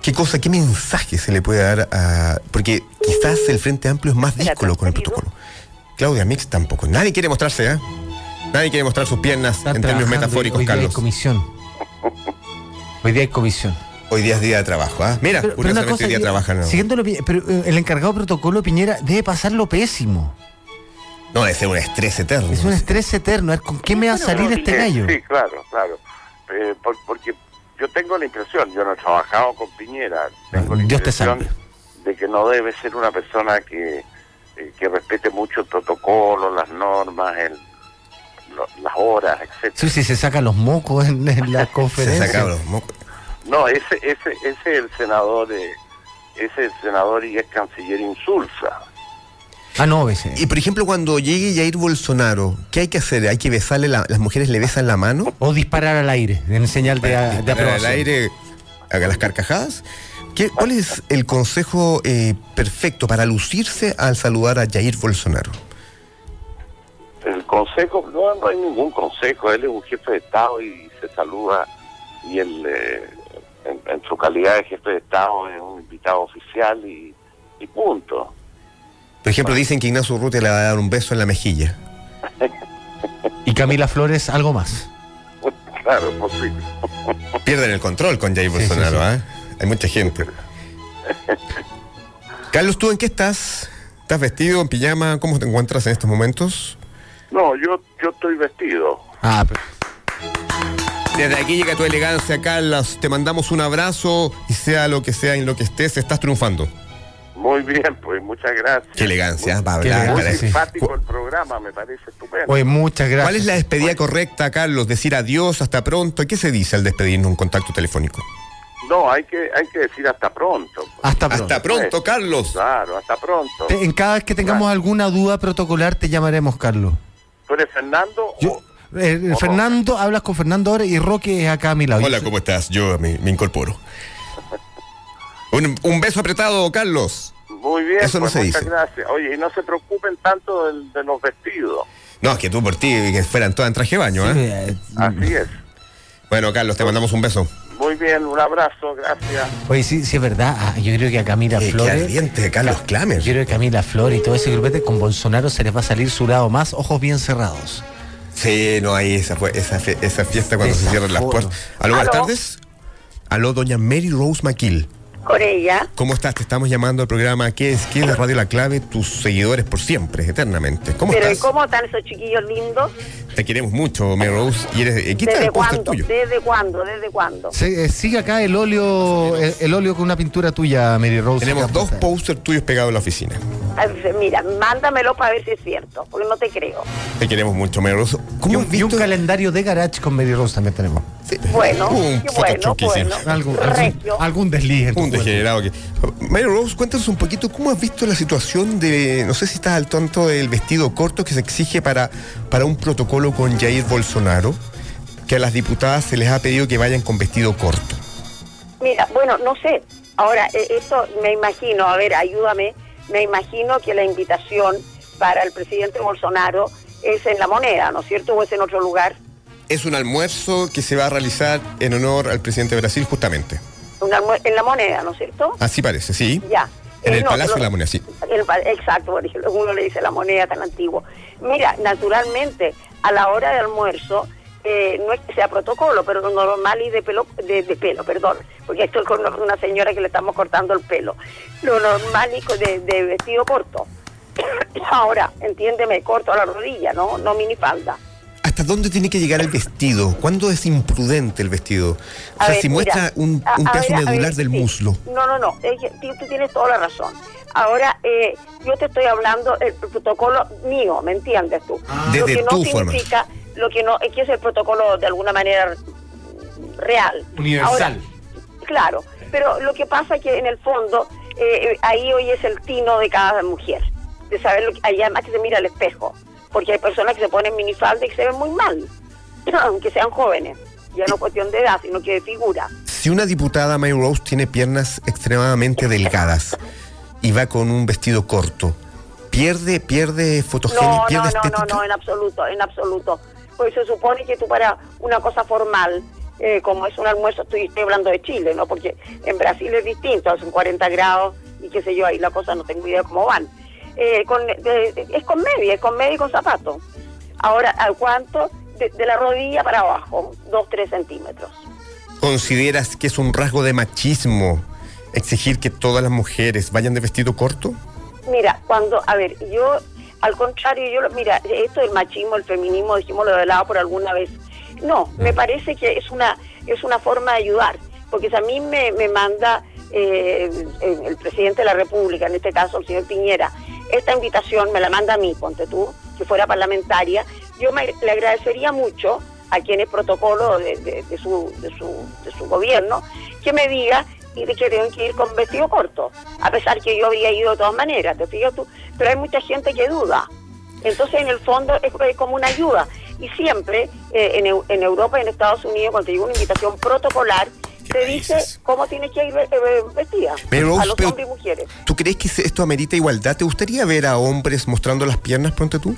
Speaker 1: ¿Qué cosa, qué mensaje se le puede dar a.? Porque quizás el Frente Amplio es más díscolo con el protocolo. Claudia Mix tampoco. Nadie quiere mostrarse, ¿ah? Nadie quiere mostrar sus piernas en términos metafóricos,
Speaker 2: hoy Día
Speaker 1: Carlos.
Speaker 2: hay comisión. Hoy día hay comisión.
Speaker 1: Hoy día es día de trabajo, ¿ah? Mira, curiosamente hoy día
Speaker 2: yo-
Speaker 1: trabajan. ¿no?
Speaker 2: siguiendo lo pi- pero, eh, el encargado de protocolo Piñera debe pasar lo pésimo.
Speaker 1: No, debe ser un estrés eterno.
Speaker 2: Es un estrés eterno. A ver, ¿Con qué me va a salir este
Speaker 5: Eh,
Speaker 2: gallo?
Speaker 5: Sí, claro, claro. Eh, por- porque yo tengo la impresión, yo no he trabajado con Piñera, tengo la
Speaker 2: Dios te
Speaker 5: impresión
Speaker 2: salve.
Speaker 5: de que no debe ser una persona que, eh, que respete mucho el protocolo, las normas, el, lo- las horas, etcétera.
Speaker 2: Sí, sí, se saca los mocos en, en las
Speaker 1: Se
Speaker 2: conferencias.
Speaker 1: sacaron los mocos.
Speaker 5: No, ese, ese, ese es el senador, eh, ese es el senador y es canciller insulsa.
Speaker 2: Ah, no, ese.
Speaker 1: Y por ejemplo, cuando llegue Jair Bolsonaro, ¿qué hay que hacer? ¿Hay que besarle la- las mujeres le besan la mano?
Speaker 2: O disparar al aire, en señal de, de
Speaker 1: Disparar al
Speaker 2: aprobación.
Speaker 1: aire a las carcajadas? ¿Qué- ¿Cuál es el consejo eh, perfecto para lucirse al saludar a Jair Bolsonaro?
Speaker 5: El consejo, no, no hay ningún consejo, él es un jefe de Estado y se saluda y él eh, en, en su calidad de jefe de Estado es un invitado oficial y, y punto.
Speaker 1: Por ejemplo, dicen que Ignacio Urrutia le va a dar un beso en la mejilla.
Speaker 2: Y Camila Flores, algo más.
Speaker 5: Claro, posible.
Speaker 1: Pierden el control con Jair Bolsonaro, ¿eh? Hay mucha gente. Carlos, ¿tú en qué estás? ¿Estás vestido, en pijama? ¿Cómo te encuentras en estos momentos?
Speaker 5: No, yo, yo estoy vestido.
Speaker 2: Ah, pero-
Speaker 1: Desde aquí llega tu elegancia, Carlos. Te mandamos un abrazo y sea lo que sea en lo que estés, estás triunfando.
Speaker 5: Muy bien, pues muchas gracias.
Speaker 1: Qué elegancia,
Speaker 5: Muy-
Speaker 1: va a
Speaker 2: Qué
Speaker 1: hablar.
Speaker 5: Muy
Speaker 2: elegancia,
Speaker 1: para-
Speaker 5: simpático el programa, me parece estupendo.
Speaker 2: oye, muchas gracias.
Speaker 1: ¿Cuál es la despedida correcta, Carlos? Decir adiós, hasta pronto. ¿Qué se dice al despedirnos un contacto telefónico?
Speaker 5: No, hay que, hay que decir hasta pronto. pues.
Speaker 2: Hasta pronto.
Speaker 1: Hasta pronto, Carlos.
Speaker 5: Claro, hasta pronto.
Speaker 2: Te- en cada vez que tengamos
Speaker 5: Claro.
Speaker 2: alguna duda protocolar, te llamaremos, Carlos.
Speaker 5: ¿Tú eres Fernando?
Speaker 2: Yo-
Speaker 5: o-
Speaker 2: eh, eh,
Speaker 5: o
Speaker 2: Fernando, hablas con Fernando ahora y Roque es acá a mi lado.
Speaker 1: Hola, ¿cómo estás? Yo me, me incorporo. Un, un beso apretado, Carlos.
Speaker 5: Muy bien,
Speaker 1: Eso no
Speaker 5: pues
Speaker 1: se
Speaker 5: muchas
Speaker 1: dice.
Speaker 5: gracias. Oye, y no se preocupen tanto del- de, los vestidos.
Speaker 1: No, es que tú por ti, que fueran todas en traje de baño, ¿eh?
Speaker 2: Eh,
Speaker 5: Así es.
Speaker 1: Bueno, Carlos, te mandamos un beso.
Speaker 5: Muy bien, un abrazo, gracias.
Speaker 6: Oye, sí, sí es verdad. Ah, yo creo que a Camila
Speaker 1: Eh, qué
Speaker 6: Flores.
Speaker 1: ardiente, Carlos Clamer.
Speaker 6: Yo creo que a Camila Flores y todo ese grupete con Bolsonaro se les va a salir su lado más, ojos bien cerrados.
Speaker 1: Sí, no, ahí esa, fue- esa, fie- esa fiesta cuando se
Speaker 6: Esa
Speaker 1: cierran las
Speaker 6: foto.
Speaker 1: puertas. Aló, buenas
Speaker 8: Aló.
Speaker 1: tardes. Aló, doña Mary Rose McKill.
Speaker 8: con ella.
Speaker 1: ¿Cómo estás? Te estamos llamando al programa ¿Qué es, qué es la Radio La Clave? Tus seguidores por siempre, eternamente. ¿Cómo
Speaker 8: Pero ¿y
Speaker 1: estás?
Speaker 8: cómo están esos chiquillos lindos?
Speaker 1: Te queremos mucho, Mary Rose. Y eres eh, quita
Speaker 8: ¿Desde
Speaker 1: el póster
Speaker 8: cuándo?
Speaker 1: tuyo.
Speaker 8: ¿Desde cuándo? ¿Desde cuándo?
Speaker 2: se- eh, sigue acá el óleo el, el óleo con una pintura tuya, Mary Rose.
Speaker 1: Tenemos
Speaker 2: Acá,
Speaker 1: dos
Speaker 2: puta.
Speaker 1: posters tuyos pegados en la oficina.
Speaker 8: Ah, Mira, mándamelo para ver si es cierto, porque no te creo.
Speaker 1: Te queremos mucho, Mary Rose.
Speaker 2: Y
Speaker 1: ¿Cómo
Speaker 2: un,
Speaker 1: has
Speaker 2: y un
Speaker 1: visto?
Speaker 2: calendario de garage con Mary Rose también tenemos.
Speaker 8: Bueno,
Speaker 1: Hubo un
Speaker 8: qué bueno,
Speaker 1: Photoshop que
Speaker 8: bueno.
Speaker 1: hicieron.
Speaker 2: Algún, algún,
Speaker 8: Regio.
Speaker 2: algún desliz. en tu
Speaker 1: Un
Speaker 2: cuerpo.
Speaker 1: degenerado que. Mary Rose, cuéntanos un poquito cómo has visto la situación de. No sé si estás al tanto del vestido corto que se exige para, para un protocolo con Jair Bolsonaro, que a las diputadas se les ha pedido que vayan con vestido corto.
Speaker 8: Mira, bueno, no sé. Ahora, eh, esto me imagino, a ver, ayúdame, me imagino que la invitación para el presidente Bolsonaro es en la moneda, ¿no es cierto? O es en otro lugar.
Speaker 1: Es un almuerzo que se va a realizar en honor al presidente de Brasil, justamente.
Speaker 8: Un almue- en la moneda, ¿no es cierto?
Speaker 1: Así parece, sí.
Speaker 8: Ya.
Speaker 1: En
Speaker 8: Eh,
Speaker 1: el
Speaker 8: no,
Speaker 1: Palacio
Speaker 8: pero-
Speaker 1: de la Moneda, sí.
Speaker 8: El pa- exacto, por ejemplo, uno le dice la moneda tan antigua. Mira, naturalmente, a la hora de almuerzo, eh, no es que sea protocolo, pero lo normal y de pelo, de, de pelo, perdón, porque esto es con una señora que le estamos cortando el pelo. Lo normal y co- de, de vestido corto. Ahora, entiéndeme, corto a la rodilla, ¿no? No minifalda.
Speaker 1: ¿Hasta dónde tiene que llegar el vestido? ¿Cuándo es imprudente el vestido? O
Speaker 8: A
Speaker 1: sea,
Speaker 8: ver,
Speaker 1: si
Speaker 8: mira,
Speaker 1: muestra un,
Speaker 8: a-
Speaker 1: un
Speaker 8: a
Speaker 1: pedazo
Speaker 8: ver, a ver,
Speaker 1: medular del
Speaker 8: sí.
Speaker 1: muslo.
Speaker 8: No, no, no, es que tú, tú tienes toda la razón. Ahora, eh, yo te estoy hablando el protocolo mío, ¿me entiendes tú? lo
Speaker 1: Desde
Speaker 8: que no
Speaker 1: tu forma.
Speaker 8: significa, lo que no, es que es el protocolo de alguna manera real.
Speaker 7: Universal.
Speaker 8: Ahora, claro, pero lo que pasa es que en el fondo, eh, ahí hoy es el tino de cada mujer, de saber lo que, allá más que se mira al espejo, porque hay personas que se ponen minifalda y que se ven muy mal, aunque sean jóvenes. Ya no es cuestión de edad, sino que de figura.
Speaker 1: Si una diputada May Rose tiene piernas extremadamente delgadas y va con un vestido corto, pierde, pierde fotogenia,
Speaker 8: No, no,
Speaker 1: pierde
Speaker 8: no, no,
Speaker 1: estética.
Speaker 8: no, en absoluto, en absoluto. Pues se supone que tú para una cosa formal, eh, como es un almuerzo, estoy, estoy hablando de Chile, ¿no? Porque en Brasil es distinto, hacen 40 grados y qué sé yo, ahí la cosa no tengo idea cómo van. Eh, con, de- de- es con media, es con media y con zapato. Ahora, ¿al cuánto? De, de la rodilla para abajo, 2-3 centímetros.
Speaker 1: ¿Consideras que es un rasgo de machismo exigir que todas las mujeres vayan de vestido corto?
Speaker 8: Mira, cuando, a ver, yo, al contrario, yo, lo- mira, esto del machismo, el feminismo, dijimoslo de lado por alguna vez. No, me parece que es una, es una forma de ayudar, porque si a mí me, me manda eh, el, el presidente de la República, en este caso el señor Piñera, esta invitación me la manda a mí, ponte tú, que fuera parlamentaria, yo me- le agradecería mucho a quien es protocolo de, de- de su, de, su, de su gobierno, que me diga y de que tengo que ir con vestido corto, a pesar que yo había ido de todas maneras, te fijas tú, pero hay mucha gente que duda. Entonces, en el fondo, es, es como una ayuda. Y siempre, eh, en, Eu- en Europa y en Estados Unidos, cuando te llega una invitación protocolar,
Speaker 1: ¿Qué
Speaker 8: te
Speaker 1: países?
Speaker 8: dice cómo tienes que ir eh, eh, vestida,
Speaker 1: Pero, Rose,
Speaker 8: a los
Speaker 1: pero-
Speaker 8: hombres y mujeres.
Speaker 1: ¿Tú crees que se- esto amerita igualdad? ¿Te gustaría ver a hombres mostrando las piernas, ponte tú?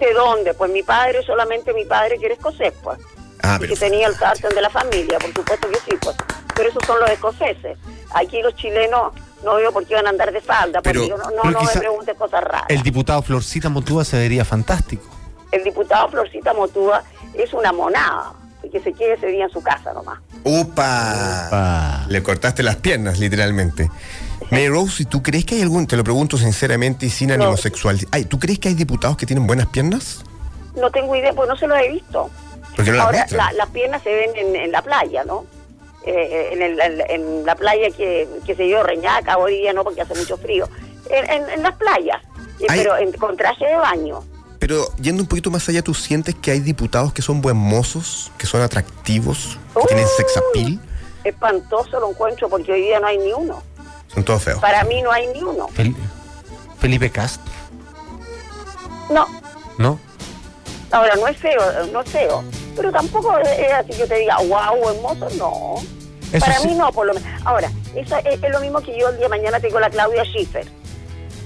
Speaker 8: ¿De dónde? Pues mi padre, solamente mi padre que era escocés, pues.
Speaker 1: Ah,
Speaker 8: y
Speaker 1: pero-
Speaker 8: que tenía el sartén de la familia, por supuesto que sí, pues. Pero esos son los escoceses. Aquí los chilenos no veo por qué van a andar de falda, porque
Speaker 1: Pero-
Speaker 8: yo no, no,
Speaker 2: pero
Speaker 8: no me
Speaker 2: quizá-
Speaker 8: preguntes cosas raras.
Speaker 2: El diputado Florcita Montúa se vería fantástico.
Speaker 8: el diputado Florcita Motúa es una monada, que se quede ese día en su casa nomás.
Speaker 1: ¡Upa! Le cortaste las piernas, literalmente. Mary Rose, ¿y ¿tú crees que hay algún, te lo pregunto sinceramente y sin ánimo
Speaker 8: No.
Speaker 1: sexual, ay, ¿tú crees que hay diputados que tienen buenas piernas?
Speaker 8: No tengo idea, pues no se los he visto.
Speaker 1: Porque no las
Speaker 8: Ahora,
Speaker 1: muestran.
Speaker 8: la- las piernas se ven en, en la playa, ¿no? Eh, en, el- en- en la playa que, que se dio Reñaca, hoy día no, porque hace mucho frío. En, en- en las playas, eh,
Speaker 1: Ay.
Speaker 8: pero en, con traje de baño.
Speaker 1: Pero yendo un poquito más allá, ¿tú sientes que hay diputados que son buen mozos, que son atractivos, que tienen
Speaker 8: Uh.
Speaker 1: sex appeal?
Speaker 8: Espantoso lo encuentro porque hoy día no hay ni uno.
Speaker 1: Son todos feos.
Speaker 8: Para mí no hay ni uno.
Speaker 6: Fel- Felipe Cast,
Speaker 8: No,
Speaker 6: ¿no?
Speaker 8: ahora no es feo, no es feo. Pero tampoco es así que yo te diga, wow, hermoso, no.
Speaker 6: Eso
Speaker 8: Para
Speaker 6: sí.
Speaker 8: mí no, por lo menos. Ahora, eso es, es lo mismo que yo el día de mañana tengo la Claudia Schiffer,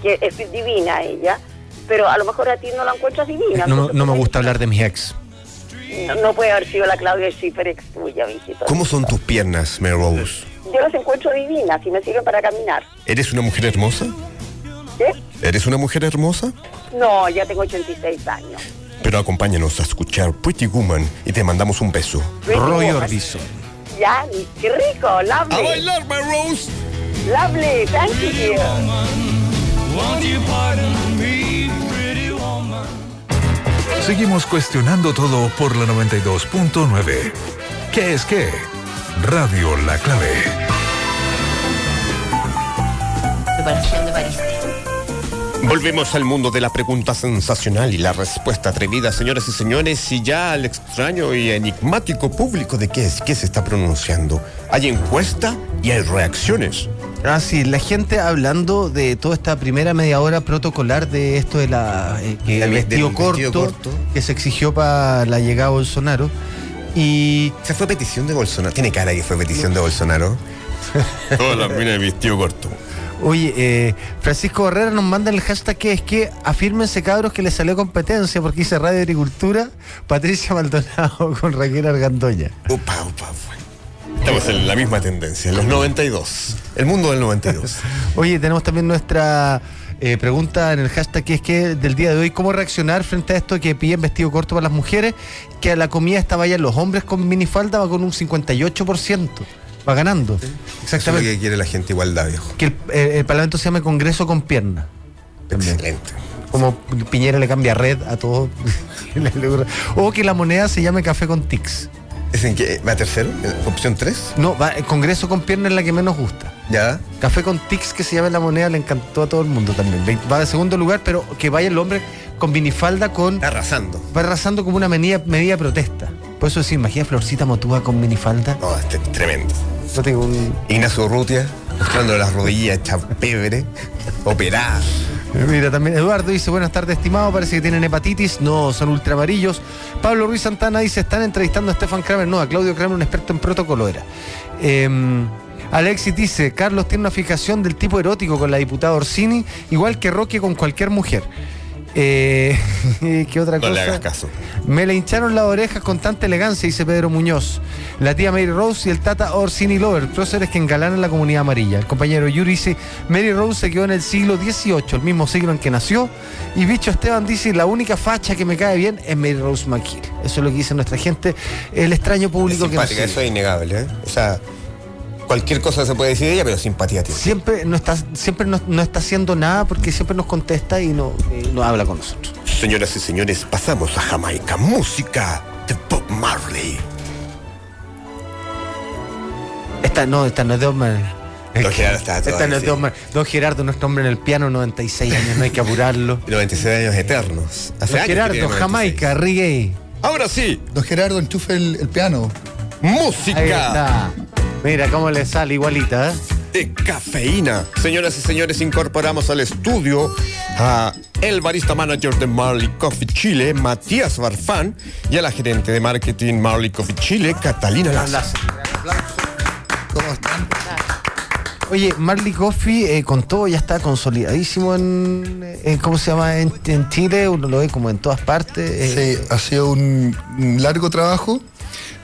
Speaker 8: que es divina ella, pero a lo mejor a ti no la encuentras divina.
Speaker 6: No, me-
Speaker 8: Entonces,
Speaker 6: no me
Speaker 8: pues,
Speaker 6: gusta hablar de mis ex.
Speaker 8: No, no puede haber sido la Claudia Schiffer ex tuya, mijito.
Speaker 1: ¿Cómo son tus piernas, Mary Rose?
Speaker 8: Yo las encuentro divinas y me sirven para caminar.
Speaker 1: ¿Eres una mujer hermosa?
Speaker 8: ¿Qué?
Speaker 1: ¿Eres una mujer hermosa?
Speaker 8: No, ya tengo 86 años.
Speaker 1: Pero acompáñanos a escuchar Pretty Woman y te mandamos un beso.
Speaker 6: Roy
Speaker 8: Woman.
Speaker 6: Orbison.
Speaker 8: Ya, ni- qué rico,
Speaker 1: ¡A
Speaker 8: lovely.
Speaker 1: bailar, Mary Rose!
Speaker 8: Lovely, thank you.
Speaker 3: Seguimos cuestionando todo por la 92.9. ¿Qué es qué? Radio La Clave.
Speaker 9: Preparación de París.
Speaker 1: Volvemos al mundo de la pregunta sensacional y la respuesta atrevida, señoras y señores, y ya al extraño y enigmático público de qué es, qué se está pronunciando. Hay encuesta y hay reacciones.
Speaker 2: Ah, sí, la gente hablando de toda esta primera media hora protocolar de esto de la eh, que
Speaker 1: Del
Speaker 2: el
Speaker 1: ve-
Speaker 2: vestido,
Speaker 1: del
Speaker 2: corto,
Speaker 1: vestido corto.
Speaker 2: que se exigió para la llegada de Bolsonaro. Y
Speaker 1: ¿Se fue petición de Bolsonaro? Tiene cara que fue petición de Bolsonaro.
Speaker 4: Todas las minas de vestido corto.
Speaker 2: oye, eh, Francisco Herrera nos manda el hashtag que es que afírmense cabros que le salió competencia porque hice Radio Agricultura, Patricia Maldonado con Raquel Argandoña.
Speaker 1: Upa, upa, upa. Estamos en la misma tendencia, los 92. El mundo del 92.
Speaker 2: Oye, tenemos también nuestra eh, pregunta en el hashtag que es que del día de hoy, ¿cómo reaccionar frente a esto de que piden vestido corto para las mujeres? Que a la comida esta vayan los hombres con minifalda va con un 58%, va ganando.
Speaker 1: Exactamente.
Speaker 2: Exactamente.
Speaker 1: lo que quiere la gente igualdad, viejo.
Speaker 2: Que el, eh, el Parlamento se llame Congreso con pierna. También.
Speaker 1: Excelente.
Speaker 2: Como Piñera le cambia red a todos. o que la moneda se llame café con tics.
Speaker 1: ¿Es en qué? ¿Va tercero? ¿Opción 3?
Speaker 2: No, va, el Congreso con pierna es la que menos gusta.
Speaker 1: ¿Ya?
Speaker 2: Café con Tix, que se llama la moneda, le encantó a todo el mundo también. Ve- Va de segundo lugar, pero que vaya el hombre con minifalda, con,
Speaker 1: Está arrasando.
Speaker 2: va arrasando como una medida, medida de protesta. Por eso sí, imagina Florcita Motúa con minifalda.
Speaker 1: No, este es tremendo.
Speaker 2: No tengo un...
Speaker 1: Ignacio Urrutia, mostrando las rodillas hechas pebre, operada.
Speaker 2: Eh, Mira, también Eduardo dice, buenas tardes, estimado, parece que tienen hepatitis. No, son ultramarillos. Pablo Ruiz Santana dice, están entrevistando a Stefan Kramer. No, a Claudio Kramer, un experto en protocolo era. Em, Alexis dice, Carlos tiene una fijación del tipo erótico con la diputada Orsini, igual que Roque con cualquier mujer. Eh, ¿Qué otra
Speaker 1: No
Speaker 2: cosa?
Speaker 1: le hagas caso.
Speaker 2: Me le hincharon las orejas con tanta elegancia, dice Pedro Muñoz. La tía Mary Rose y el tata Orsini Lover, próceres que engalanan la comunidad amarilla. El compañero Yuri dice, Mary Rose se quedó en el siglo XVIII, el mismo siglo en que nació. Y Bicho Esteban dice, la única facha que me cae bien es Mary Rose McKill. Eso es lo que dice nuestra gente, el extraño
Speaker 1: Es
Speaker 2: público que nos
Speaker 1: simpática,
Speaker 2: sigue.
Speaker 1: eso es innegable. ¿eh? O sea, cualquier cosa se puede decir de ella, pero simpatía tiene.
Speaker 2: Siempre, no está, siempre no, no está haciendo nada porque siempre nos contesta y no, y Eh, no habla con nosotros.
Speaker 1: Señoras y señores, pasamos a Jamaica. Música de Bob Marley.
Speaker 2: Esta no, esta no es de Osman.
Speaker 1: Don Gerardo está
Speaker 2: Esta
Speaker 1: todo
Speaker 2: Este no es de
Speaker 1: ahí, sí.
Speaker 2: Osman. Don Gerardo, nuestro hombre en el piano, 96 años, no hay que apurarlo.
Speaker 1: 96 años eternos. Hace
Speaker 2: Don
Speaker 1: años que
Speaker 2: Gerardo,
Speaker 1: tiene 96.
Speaker 2: Jamaica, reggae.
Speaker 1: Ahora sí,
Speaker 10: Don Gerardo, enchufe el, el piano.
Speaker 2: Ahí
Speaker 1: música.
Speaker 2: está. Mira cómo le sale igualita, ¿eh?
Speaker 1: de cafeína. Señoras y señores, incorporamos al estudio a el barista manager de Marley Coffee Chile, Matías Barfán, y a la gerente de marketing Marley Coffee Chile, Catalina Lazo.
Speaker 10: ¿Cómo están?
Speaker 2: Oye, Marley Coffee eh, con todo ya está consolidadísimo en, en- ¿cómo se llama? En, en Chile, uno lo ve como en todas partes. eh.
Speaker 10: Sí, ha sido un, un largo trabajo,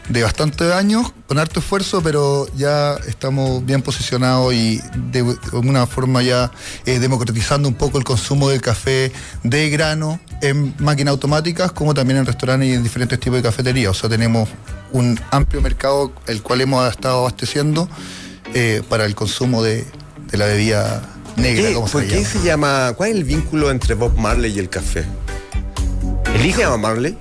Speaker 10: de bastantes años, con harto esfuerzo, pero ya estamos bien posicionados y de alguna forma ya eh, democratizando un poco el consumo del café de grano en máquinas automáticas, como también en restaurantes y en diferentes tipos de cafeterías. O sea, tenemos un amplio mercado el cual hemos estado abasteciendo eh, para el consumo de, de la bebida negra,
Speaker 1: ¿Qué-
Speaker 10: como se
Speaker 1: ¿Por
Speaker 10: le
Speaker 1: qué
Speaker 10: llama.
Speaker 1: se llama? ¿Cuál es el vínculo entre Bob Marley y el café? ¿El hijo? ¿Se llama Marley?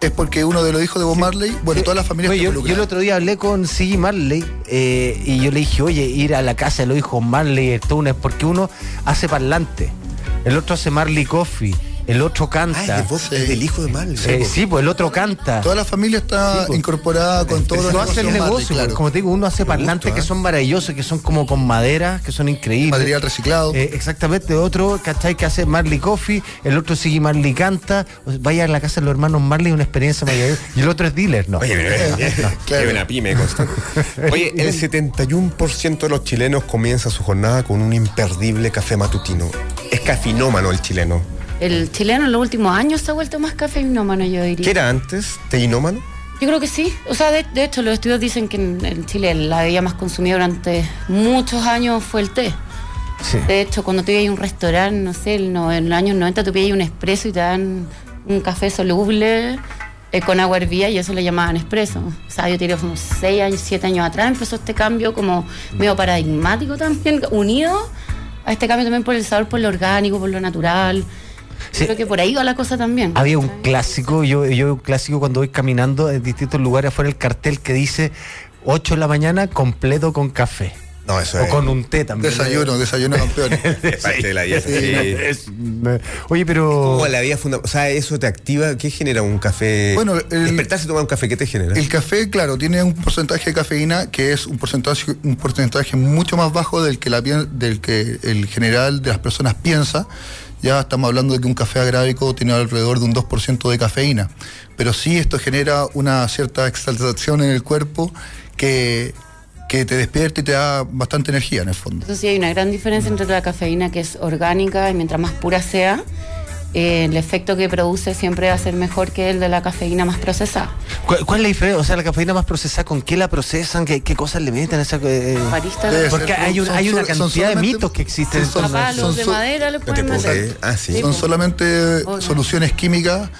Speaker 10: Es porque uno de los hijos de Bob Marley, bueno, toda la familia
Speaker 2: Oye,
Speaker 10: está
Speaker 2: yo, yo el
Speaker 10: involucrada.
Speaker 2: otro día hablé con C.G. Marley eh, y yo le dije, oye, ir a la casa de los hijos Marley es todo una- porque uno hace parlante, el otro hace Marley Coffee, el otro
Speaker 1: Ah, es, de
Speaker 2: canta.
Speaker 1: Bob,
Speaker 10: Sí.
Speaker 1: es del hijo de Marley.
Speaker 2: Eh, sí, pues el otro canta.
Speaker 10: Toda la familia está incorporada con todos los
Speaker 2: Uno hace el
Speaker 10: negocios Marley,
Speaker 2: negocio,
Speaker 10: claro.
Speaker 2: como te digo, uno hace parlantes
Speaker 10: ¿eh?
Speaker 2: que son maravillosos, que son como con madera, que son increíbles.
Speaker 10: material reciclado.
Speaker 2: Eh, exactamente, otro, ¿cachai? Que hace Marley Coffee, el otro sigue Marley Canta, o sea, vaya a la casa de los hermanos Marley, una experiencia maravillosa. Y el otro es dealer, ¿no?
Speaker 1: Oye,
Speaker 10: eh,
Speaker 1: eh, mira, mira, mira.
Speaker 10: claro.
Speaker 1: Qué buena pyme, consta. Oye, el 71% de los chilenos comienza su jornada con un imperdible café matutino. Es cafinómano el chileno.
Speaker 9: El chileno en los últimos años se ha vuelto más cafeinómano, yo diría.
Speaker 1: ¿Qué era antes? ¿Teinómano?
Speaker 9: Yo creo que sí. O sea, de, de hecho, los estudios dicen que en, en Chile la bebida más consumida durante muchos años fue el té. De hecho, cuando tú ibas a un restaurante, no sé, el no- en los años 90 tú pedías un espresso y te dan un café soluble eh, con agua hervía y eso le llamaban espresso. O sea, yo te diría como 6 años, 7 años atrás empezó este cambio como medio paradigmático también, unido a este cambio también por el sabor, por lo orgánico, por lo natural.
Speaker 2: Sí.
Speaker 9: Creo que por ahí va la cosa también.
Speaker 2: Había un clásico, yo, yo un clásico cuando voy caminando en distintos lugares afuera el cartel que dice 8 de la mañana completo con café.
Speaker 1: No, eso
Speaker 2: O con un té también.
Speaker 10: Desayuno, desayuno campeón.
Speaker 1: es parte de la vida. sí.
Speaker 2: Es- me- Oye, pero.
Speaker 1: ¿Cómo la vida funda- O sea, eso te activa. ¿Qué genera un café?
Speaker 10: Bueno, el-
Speaker 1: Despertarse y tomar un café, ¿qué te genera?
Speaker 10: El café, claro, tiene un porcentaje de cafeína que es un porcentaje, un porcentaje mucho más bajo del que, la, pien- del que el general de las personas piensa. Ya estamos hablando de que un café agrárico tiene alrededor de un 2% de cafeína. Pero sí esto genera una cierta exaltación en el cuerpo que, que te despierta y te da bastante energía en el fondo.
Speaker 9: Eso sí, hay una gran diferencia entre la cafeína que es orgánica y mientras más pura sea, eh, el efecto que produce siempre va a ser mejor que el de la cafeína más procesada.
Speaker 2: ¿Cuál, cuál es la diferencia? O sea, la cafeína más procesada, ¿con qué la procesan? ¿Qué, qué cosas le meten a esa.? eh?
Speaker 9: Barista,
Speaker 10: Debe
Speaker 2: Porque
Speaker 10: ser,
Speaker 2: hay un-
Speaker 10: son
Speaker 2: hay una
Speaker 10: solo- son
Speaker 2: cantidad de
Speaker 10: solamente-
Speaker 2: mitos que existen
Speaker 10: son-
Speaker 2: en torno a
Speaker 9: palos
Speaker 2: eso.
Speaker 10: son-
Speaker 9: de
Speaker 10: son-
Speaker 9: madera le
Speaker 1: No te
Speaker 9: pueden
Speaker 1: puedo
Speaker 9: meter.
Speaker 1: creer. Ah, sí.
Speaker 9: Sí.
Speaker 10: Son
Speaker 9: pues.
Speaker 10: solamente
Speaker 9: Obvio.
Speaker 10: soluciones químicas,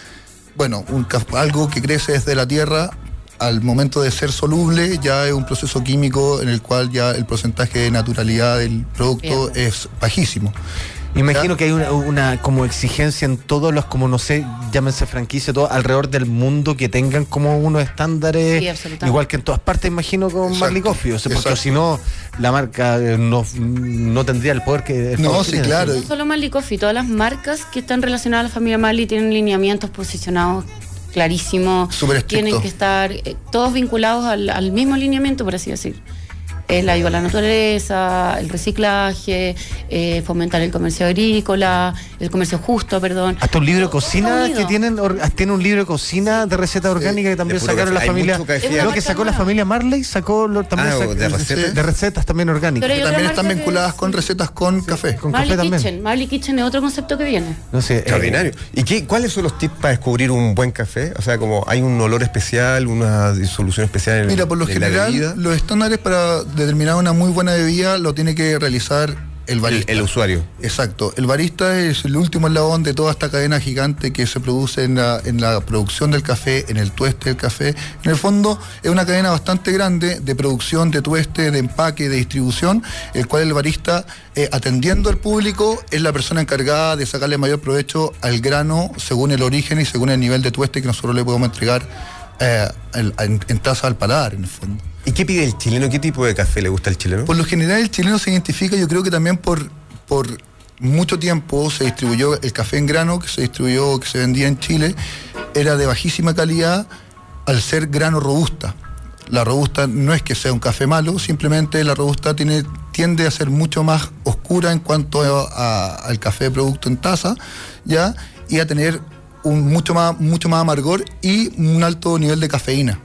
Speaker 10: bueno, un ca- algo que crece desde la tierra, al momento de ser soluble ya es un proceso químico en el cual ya el porcentaje de naturalidad del producto
Speaker 9: Bien.
Speaker 10: es bajísimo.
Speaker 2: Imagino que hay una, una como exigencia en todos los, como no sé, llámense franquicia, todo alrededor del mundo que tengan como unos estándares,
Speaker 9: Sí, absolutamente.
Speaker 2: igual que en todas partes, imagino, con
Speaker 10: Exacto,
Speaker 2: Marley Coffee, o sea, porque
Speaker 10: exacto.
Speaker 2: si no, la marca eh, no, no tendría el poder que... el
Speaker 10: No,
Speaker 2: poder que
Speaker 10: sí,
Speaker 2: tiene.
Speaker 10: claro.
Speaker 9: No solo Marley Coffee, todas las marcas que están relacionadas a la familia Marley tienen lineamientos posicionados clarísimos.
Speaker 10: Súper estricto.
Speaker 9: Tienen que estar eh, todos vinculados al, al mismo lineamiento, por así decir. Es la ayuda a la naturaleza, el reciclaje, eh, fomentar el comercio agrícola, el comercio justo, perdón.
Speaker 2: Hasta un libro de cocina
Speaker 9: Unido.
Speaker 2: que tienen, or- ah, tiene un libro de cocina de receta orgánica que también
Speaker 1: de puro
Speaker 2: sacaron
Speaker 1: café.
Speaker 2: la
Speaker 1: Hay
Speaker 2: familia.
Speaker 1: mucho café.
Speaker 9: Es una
Speaker 2: Lo que
Speaker 9: marca
Speaker 2: sacó la
Speaker 9: nueva.
Speaker 2: familia Marley, sacó lo- también
Speaker 1: Ah,
Speaker 2: sac-
Speaker 1: de recetas.
Speaker 2: de recetas también orgánicas.
Speaker 9: Pero hay
Speaker 10: Que
Speaker 9: otra
Speaker 10: también están
Speaker 9: marca que
Speaker 10: vinculadas
Speaker 9: es-
Speaker 10: con recetas con café.
Speaker 2: Con café
Speaker 9: Marley
Speaker 2: también.
Speaker 9: Kitchen. Marley Kitchen es otro concepto que viene.
Speaker 2: No sé, eh,
Speaker 1: Extraordinario. ¿Y qué, cuáles son los tips para descubrir un buen café? O sea, como hay un olor especial, una disolución especial en
Speaker 10: Mira, por lo
Speaker 1: en la bebida?
Speaker 10: general, los estándares para determinar una muy buena bebida lo tiene que realizar el
Speaker 1: el,
Speaker 10: barista.
Speaker 1: el usuario.
Speaker 10: Exacto. El barista es el último eslabón de toda esta cadena gigante que se produce en la, en la producción del café, en el tueste del café. En el fondo es una cadena bastante grande de producción, de tueste, de empaque, de distribución, el cual el barista, eh, atendiendo al público, es la persona encargada de sacarle mayor provecho al grano según el origen y según el nivel de tueste que nosotros le podemos entregar eh, al- en, en taza al paladar, en el fondo.
Speaker 1: ¿Y qué pide el chileno? ¿Qué tipo de café le gusta al chileno?
Speaker 10: Por lo general el chileno se identifica, yo creo que también por, por mucho tiempo se distribuyó el café en grano, que se distribuyó, que se vendía en Chile, era de bajísima calidad al ser grano robusta. La robusta no es que sea un café malo, simplemente la robusta tiene, tiende a ser mucho más oscura en cuanto a- a- al café de producto en taza, ¿ya? Y a tener un mucho más, mucho más amargor y un alto nivel de cafeína.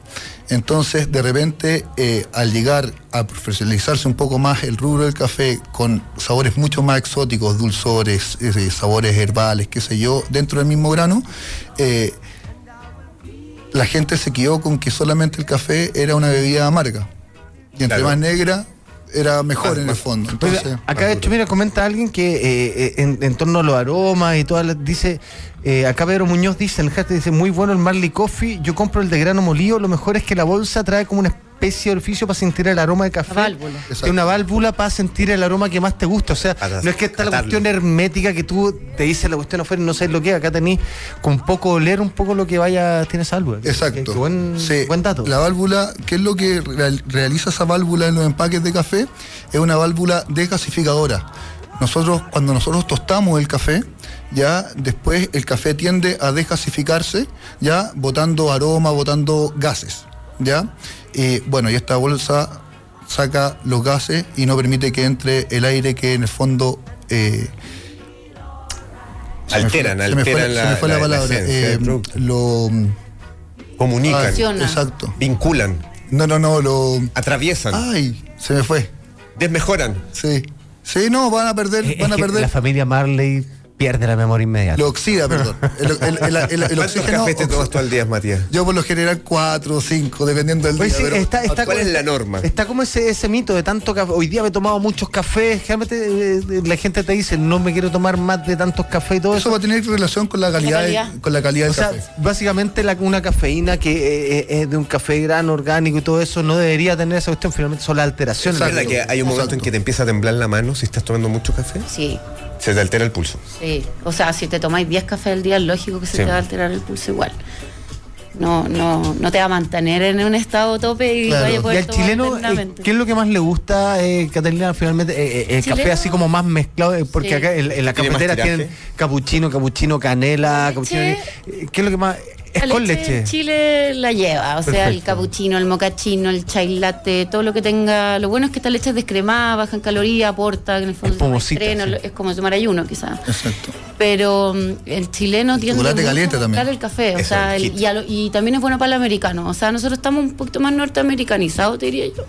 Speaker 10: Entonces, de repente, eh, al llegar a profesionalizarse un poco más el rubro del café con sabores mucho más exóticos, dulzores, eh, sabores herbales, qué sé yo, dentro del mismo grano, eh, la gente se quedó con que solamente el café era una bebida amarga. Y entre
Speaker 2: Claro.
Speaker 10: más negra, era mejor
Speaker 2: Ah,
Speaker 10: en el
Speaker 2: más-
Speaker 10: fondo.
Speaker 2: Oiga,
Speaker 10: Entonces,
Speaker 2: acá de hecho, mira, comenta alguien que eh, eh, en, en torno a los aromas y todas las- dice, eh, acá Pedro Muñoz dice, en el hashtag dice, muy bueno el Marley Coffee, yo compro el de grano molido, lo mejor es que la bolsa trae como una especie de orificio para sentir el aroma de café.
Speaker 9: válvula.
Speaker 2: Es una válvula para sentir el aroma que más te gusta. O sea, no es que está la cuestión hermética que tú te dices la cuestión afuera y no sabes lo que es. Acá tenés con poco oler un poco lo que vaya, tienes algo.
Speaker 10: Exacto.
Speaker 2: Qué buen, buen dato.
Speaker 10: La válvula, ¿qué es lo que real- realiza esa válvula en los empaques de café? Es una válvula desgasificadora. Nosotros, cuando nosotros tostamos el café, ya después el café tiende a desgasificarse, ya botando aroma, botando gases, ya. Eh, bueno, y esta bolsa saca los gases y no permite que entre el aire que en el fondo eh, se me fue-
Speaker 1: Alteran,
Speaker 10: se me fue la-
Speaker 1: alteran
Speaker 10: se me fue la
Speaker 1: la- la
Speaker 10: palabra.
Speaker 1: esencia del
Speaker 10: Eh,
Speaker 1: producto.
Speaker 10: lo mm,
Speaker 1: Comunican.
Speaker 9: Funciona.
Speaker 10: exacto.
Speaker 1: Vinculan.
Speaker 10: No, no, no, lo.
Speaker 1: Atraviesan.
Speaker 10: Ay, se me fue.
Speaker 1: Desmejoran. Eh,
Speaker 10: Sí. Sí, no, van a perder,
Speaker 2: Es- es
Speaker 10: van a
Speaker 2: que
Speaker 10: perder.
Speaker 2: La familia Marley pierde la memoria inmediata.
Speaker 10: Lo oxida, perdón. El, el- el- el- el
Speaker 1: ¿Cuántos
Speaker 10: oxígeno.
Speaker 1: cafés te tomas tú al día, Matías?
Speaker 10: Yo por lo general cuatro o cinco, dependiendo del
Speaker 2: Oye,
Speaker 10: día.
Speaker 2: Pues sí,
Speaker 10: pero-
Speaker 2: está, está
Speaker 1: ¿Cuál
Speaker 2: como-
Speaker 1: es la norma?
Speaker 2: Está como ese, ese mito de tanto café. Hoy día me he tomado muchos cafés. Generalmente eh, la gente te dice, no me quiero tomar más de tantos cafés y todo
Speaker 10: Eso
Speaker 2: eso.
Speaker 10: va a tener relación con la calidad, de-
Speaker 9: calidad.
Speaker 10: con la calidad
Speaker 2: O
Speaker 10: del
Speaker 2: sea,
Speaker 10: café.
Speaker 2: básicamente la- una cafeína que eh, eh, es de un café gran, orgánico y todo eso, no debería tener esa cuestión. Finalmente son las alteraciones.
Speaker 1: ¿Sabes la que hay un momento en
Speaker 10: Exacto.
Speaker 1: que te empieza a temblar la mano si estás tomando mucho café?
Speaker 9: Sí,
Speaker 1: Se te altera el pulso.
Speaker 9: sí. O sea, si te tomáis 10 cafés al día, es lógico que se
Speaker 1: Sí.
Speaker 9: te va a alterar el pulso igual. No, no, no te va a mantener en un estado tope y
Speaker 10: Claro.
Speaker 9: vaya a
Speaker 2: Y
Speaker 9: poder
Speaker 2: al
Speaker 9: tomar
Speaker 2: chileno, eh,
Speaker 9: eternamente.
Speaker 2: ¿qué es lo que más le gusta, eh, Catalina, finalmente? Eh, eh, el
Speaker 9: Chileno.
Speaker 2: café así como más mezclado, eh, porque
Speaker 9: Sí.
Speaker 2: acá en, en la
Speaker 1: ¿Tiene más
Speaker 2: cafetera
Speaker 1: tiraje?
Speaker 2: tienen capuchino, capuchino, canela,
Speaker 9: Leche. Ah,
Speaker 2: capuchino. eh, ¿Qué es lo que más? Es
Speaker 9: La
Speaker 2: con
Speaker 9: en
Speaker 2: leche.
Speaker 9: Chile la lleva, o sea, el
Speaker 2: Perfecto.
Speaker 9: capuchino, el mocachino, el chai latte, todo lo que tenga. Lo bueno es que esta leche es descremada, baja en calorías, aporta, en el fondo
Speaker 2: Es pomosita,
Speaker 9: estreno,
Speaker 2: sí.
Speaker 9: lo- es como tomar ayuno quizás.
Speaker 10: Exacto.
Speaker 9: Pero mm, el chileno tiene
Speaker 10: chocolate caliente también.
Speaker 9: el café, o
Speaker 1: Eso,
Speaker 9: sea,
Speaker 1: el
Speaker 9: el-
Speaker 1: hit.
Speaker 9: y, a lo- y también es bueno para el americano, o sea, nosotros estamos un poquito más norteamericanizados, te diría yo.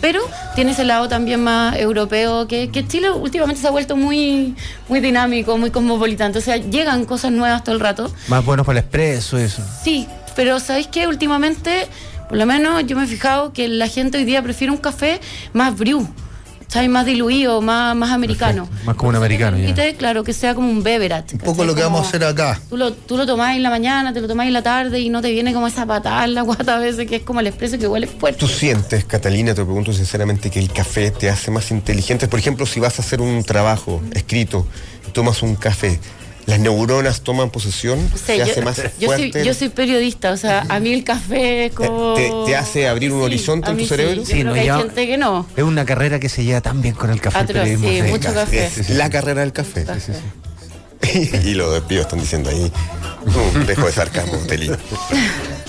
Speaker 9: Pero tiene ese lado también más europeo, que, que Chile últimamente se ha vuelto muy, muy dinámico, muy cosmopolitante, o sea, llegan cosas nuevas todo el rato.
Speaker 2: Más buenos para el expreso, eso.
Speaker 9: Sí, pero ¿sabéis qué? Últimamente, por lo menos yo me he fijado que la gente hoy día prefiere un café más brew, ¿sabes? Más diluido, más, más americano.
Speaker 2: Más como un
Speaker 9: Entonces,
Speaker 2: americano,
Speaker 9: que
Speaker 2: ya.
Speaker 9: permite, Claro, que sea como un beverat.
Speaker 10: Un poco lo que vamos a hacer acá.
Speaker 9: Tú lo, tú lo tomás en la mañana, te lo tomás en la tarde y no te viene como esa patada en la guata a veces que es como el expreso que huele fuerte.
Speaker 1: ¿Tú sientes, Catalina, te pregunto sinceramente, que el café te hace más inteligente? Por ejemplo, si vas a hacer un trabajo escrito, tomas un café, ¿las neuronas toman posesión?
Speaker 9: O sea,
Speaker 1: ¿Te
Speaker 9: yo,
Speaker 1: hace más
Speaker 9: yo soy,
Speaker 1: fuerte?
Speaker 9: yo soy periodista, o sea, a mí el café es como...
Speaker 1: ¿Te- te hace abrir
Speaker 9: Oh,
Speaker 1: un
Speaker 9: Sí,
Speaker 1: horizonte
Speaker 9: a
Speaker 1: en tu
Speaker 9: mí
Speaker 1: cerebro?
Speaker 9: Sí, yo creo
Speaker 2: no,
Speaker 9: que hay
Speaker 2: ya-
Speaker 9: gente que no.
Speaker 2: Es una carrera que se lleva tan bien con el café. el
Speaker 9: Atroz,
Speaker 2: periodismo,
Speaker 9: sí,
Speaker 2: sí.
Speaker 9: mucho café.
Speaker 1: Es la carrera del café. y los despidos están diciendo ahí. Un dejo de sarcasmo, Teli.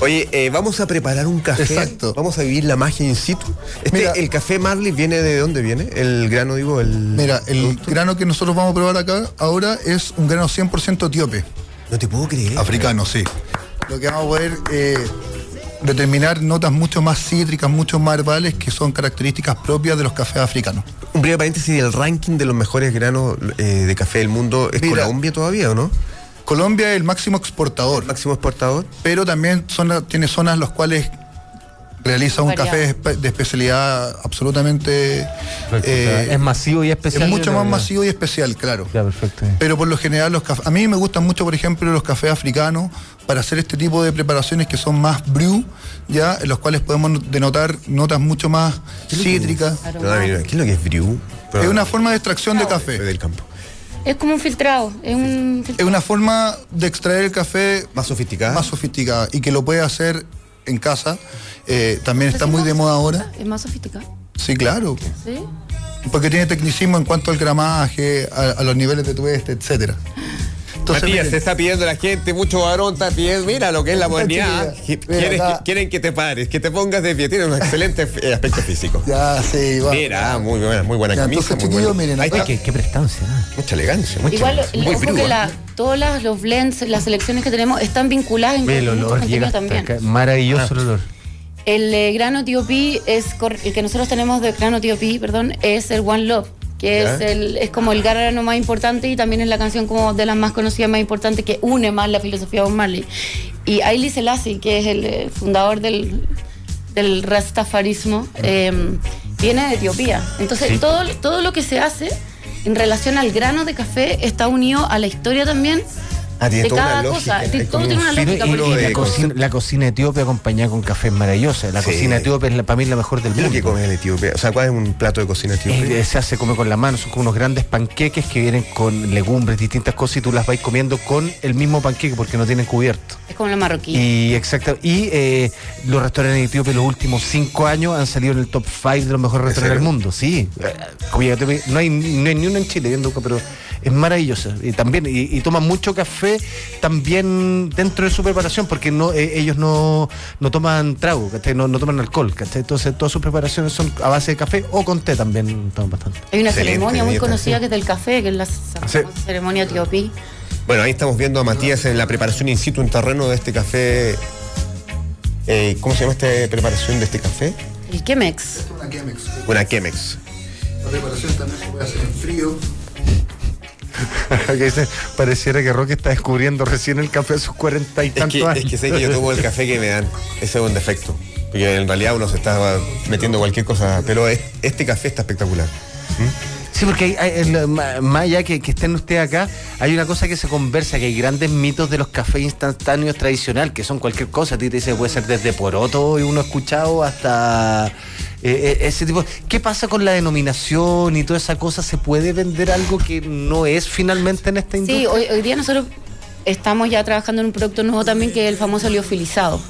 Speaker 1: Oye, eh, vamos a preparar un café.
Speaker 10: Exacto.
Speaker 1: Vamos a vivir la magia in situ. Este,
Speaker 10: Mira-
Speaker 1: el café Marley viene de dónde viene? El grano, digo, el.
Speaker 10: Mira, el grano que nosotros vamos a probar acá ahora es un grano 100% etíope.
Speaker 1: No te puedo creer.
Speaker 10: Africano, sí. Lo que vamos a poder eh, determinar notas mucho más cítricas, mucho más herbales, que son características propias de los cafés africanos.
Speaker 1: Un breve paréntesis del ranking de los mejores granos eh, de café del mundo. ¿Es
Speaker 10: Mira.
Speaker 1: Colombia todavía o no?
Speaker 10: Colombia es el máximo exportador,
Speaker 1: Máximo exportador.
Speaker 10: pero también zona- tiene zonas en las cuales realiza un
Speaker 9: Variado.
Speaker 10: café de espe- de especialidad absolutamente... eh,
Speaker 2: es masivo y especial.
Speaker 10: es mucho
Speaker 2: yo
Speaker 10: más
Speaker 2: creo.
Speaker 10: masivo y especial, claro.
Speaker 2: Ya, perfecto.
Speaker 10: Pero por lo general los cafés, a mí me gustan mucho, por ejemplo, los cafés africanos para hacer este tipo de preparaciones que son más brew, ya, en los cuales podemos denotar notas mucho más cítricas.
Speaker 9: Claro.
Speaker 1: No, mira, ¿Qué es lo que es brew? Ah,
Speaker 10: Es una forma de extracción de café.
Speaker 1: del campo.
Speaker 9: Es como un filtrado, es un
Speaker 10: Es
Speaker 9: filtrado.
Speaker 10: una forma de extraer el café
Speaker 1: Más sofisticada.
Speaker 10: más sofisticada y que lo puede hacer en casa. Eh, también está muy de moda ahora.
Speaker 9: Es más sofisticado,
Speaker 10: Sí, claro.
Speaker 9: ¿sí?
Speaker 10: Porque tiene tecnicismo en cuanto al gramaje, a, a los niveles de tueste, etcétera. Entonces,
Speaker 1: Matías,
Speaker 10: miren.
Speaker 1: se está pidiendo la gente, mucho varón está pidiendo, mira lo que es la modernidad.
Speaker 10: chiquilla.
Speaker 1: Qui-
Speaker 10: Mira,
Speaker 1: quieres
Speaker 10: acá.
Speaker 1: que- quieren que te pares, que te pongas de pie, tiene un excelente eh, aspecto físico.
Speaker 10: Ya, sí, va.
Speaker 1: Mira, ah, muy buena, muy buena
Speaker 10: Ya,
Speaker 1: camisa.
Speaker 10: entonces,
Speaker 1: muy
Speaker 10: chiquillos,
Speaker 1: buena-
Speaker 10: miren,
Speaker 1: Ahí
Speaker 10: acá-
Speaker 1: está,
Speaker 2: Qué, qué prestancia. ¿no?
Speaker 1: Mucha elegancia, mucha
Speaker 9: Igual,
Speaker 1: elegancia,
Speaker 9: ojo
Speaker 1: muy ¿eh?
Speaker 9: que
Speaker 1: brúa.
Speaker 9: la- todas las, los blends, las selecciones que tenemos están vinculadas en
Speaker 2: El
Speaker 9: con mucho
Speaker 2: olor
Speaker 9: contenido
Speaker 2: llega hasta acá. Maravilloso el olor.
Speaker 9: El eh, grano tiopí es cor- el que nosotros tenemos de grano tiopí, perdón, es el One Love, que
Speaker 1: Ya.
Speaker 9: es el es como el grano más importante y también es la canción como de las más conocidas, más importantes que une más la filosofía de Bob Marley. Y Haile Selassie, que es el eh, fundador del, del rastafarismo, eh, viene de Etiopía. Entonces,
Speaker 11: Sí.
Speaker 9: todo, todo lo que se hace en relación al grano de café está unido a la historia también
Speaker 2: Ah, tiene
Speaker 9: de
Speaker 2: toda una
Speaker 9: cada
Speaker 2: lógica,
Speaker 9: cosa.
Speaker 2: hay
Speaker 9: Ti- Todo
Speaker 2: como
Speaker 9: tiene
Speaker 2: un
Speaker 9: una
Speaker 2: filo
Speaker 9: lógica.
Speaker 2: y- y
Speaker 9: porque-
Speaker 2: la, cocina, la cocina etíope acompañada con café es maravillosa. La
Speaker 12: Sí.
Speaker 2: cocina etíope es la- para mí la mejor del
Speaker 12: ¿Qué es
Speaker 2: mundo.
Speaker 12: lo que come el etíope? O sea, ¿cuál es un plato de cocina etíope?
Speaker 2: Eh, se hace come con la mano, son como unos grandes panqueques que vienen con legumbres, distintas cosas y tú las vais comiendo con el mismo panqueque porque no tienen cubierto.
Speaker 9: Es como la marroquí.
Speaker 2: Y exacto, y eh, los restaurantes etíopes los últimos cinco años han salido en el top 5 de los mejores restaurantes del mundo, sí. Eh, comida etíope, no hay, no hay ni uno en Chile, yo nunca, pero es maravillosa. Y también, y, y toman mucho café también dentro de su preparación, porque no, eh, ellos no, no toman trago, ¿cachai? no, no toman alcohol, ¿cachai? Entonces todas sus preparaciones son a base de café o con té también toman bastante.
Speaker 9: Hay una
Speaker 2: Excelente
Speaker 9: ceremonia muy
Speaker 2: dieta,
Speaker 9: conocida
Speaker 2: sí.
Speaker 9: que es del café, que es la ceremonia etiopí.
Speaker 1: Bueno, ahí estamos viendo a Matías en la preparación in situ en terreno de este café. eh, ¿Cómo se llama esta preparación de este café?
Speaker 9: El Chemex.
Speaker 1: Una Chemex.
Speaker 10: La preparación también se puede hacer en frío.
Speaker 2: Que dice, pareciera que Roque está descubriendo recién el café a sus cuarenta y
Speaker 1: Es
Speaker 2: tantos
Speaker 1: que,
Speaker 2: años.
Speaker 1: es que sé que yo tomo el café que me dan. Ese es un defecto. Porque en realidad uno se está metiendo cualquier cosa. Pero es- este café está espectacular.
Speaker 2: Sí, porque hay- hay- el- ma- más allá que, que estén ustedes acá, hay una cosa que se conversa, que hay grandes mitos de los cafés instantáneos tradicional, que son cualquier cosa, a ti te dice, puede ser desde poroto y uno ha escuchado hasta eh, eh, ese tipo. ¿Qué pasa con la denominación y toda esa cosa? ¿Se puede vender algo que no es finalmente en esta industria?
Speaker 9: Sí, hoy, hoy día nosotros estamos ya trabajando en un producto nuevo también que es el famoso liofilizado,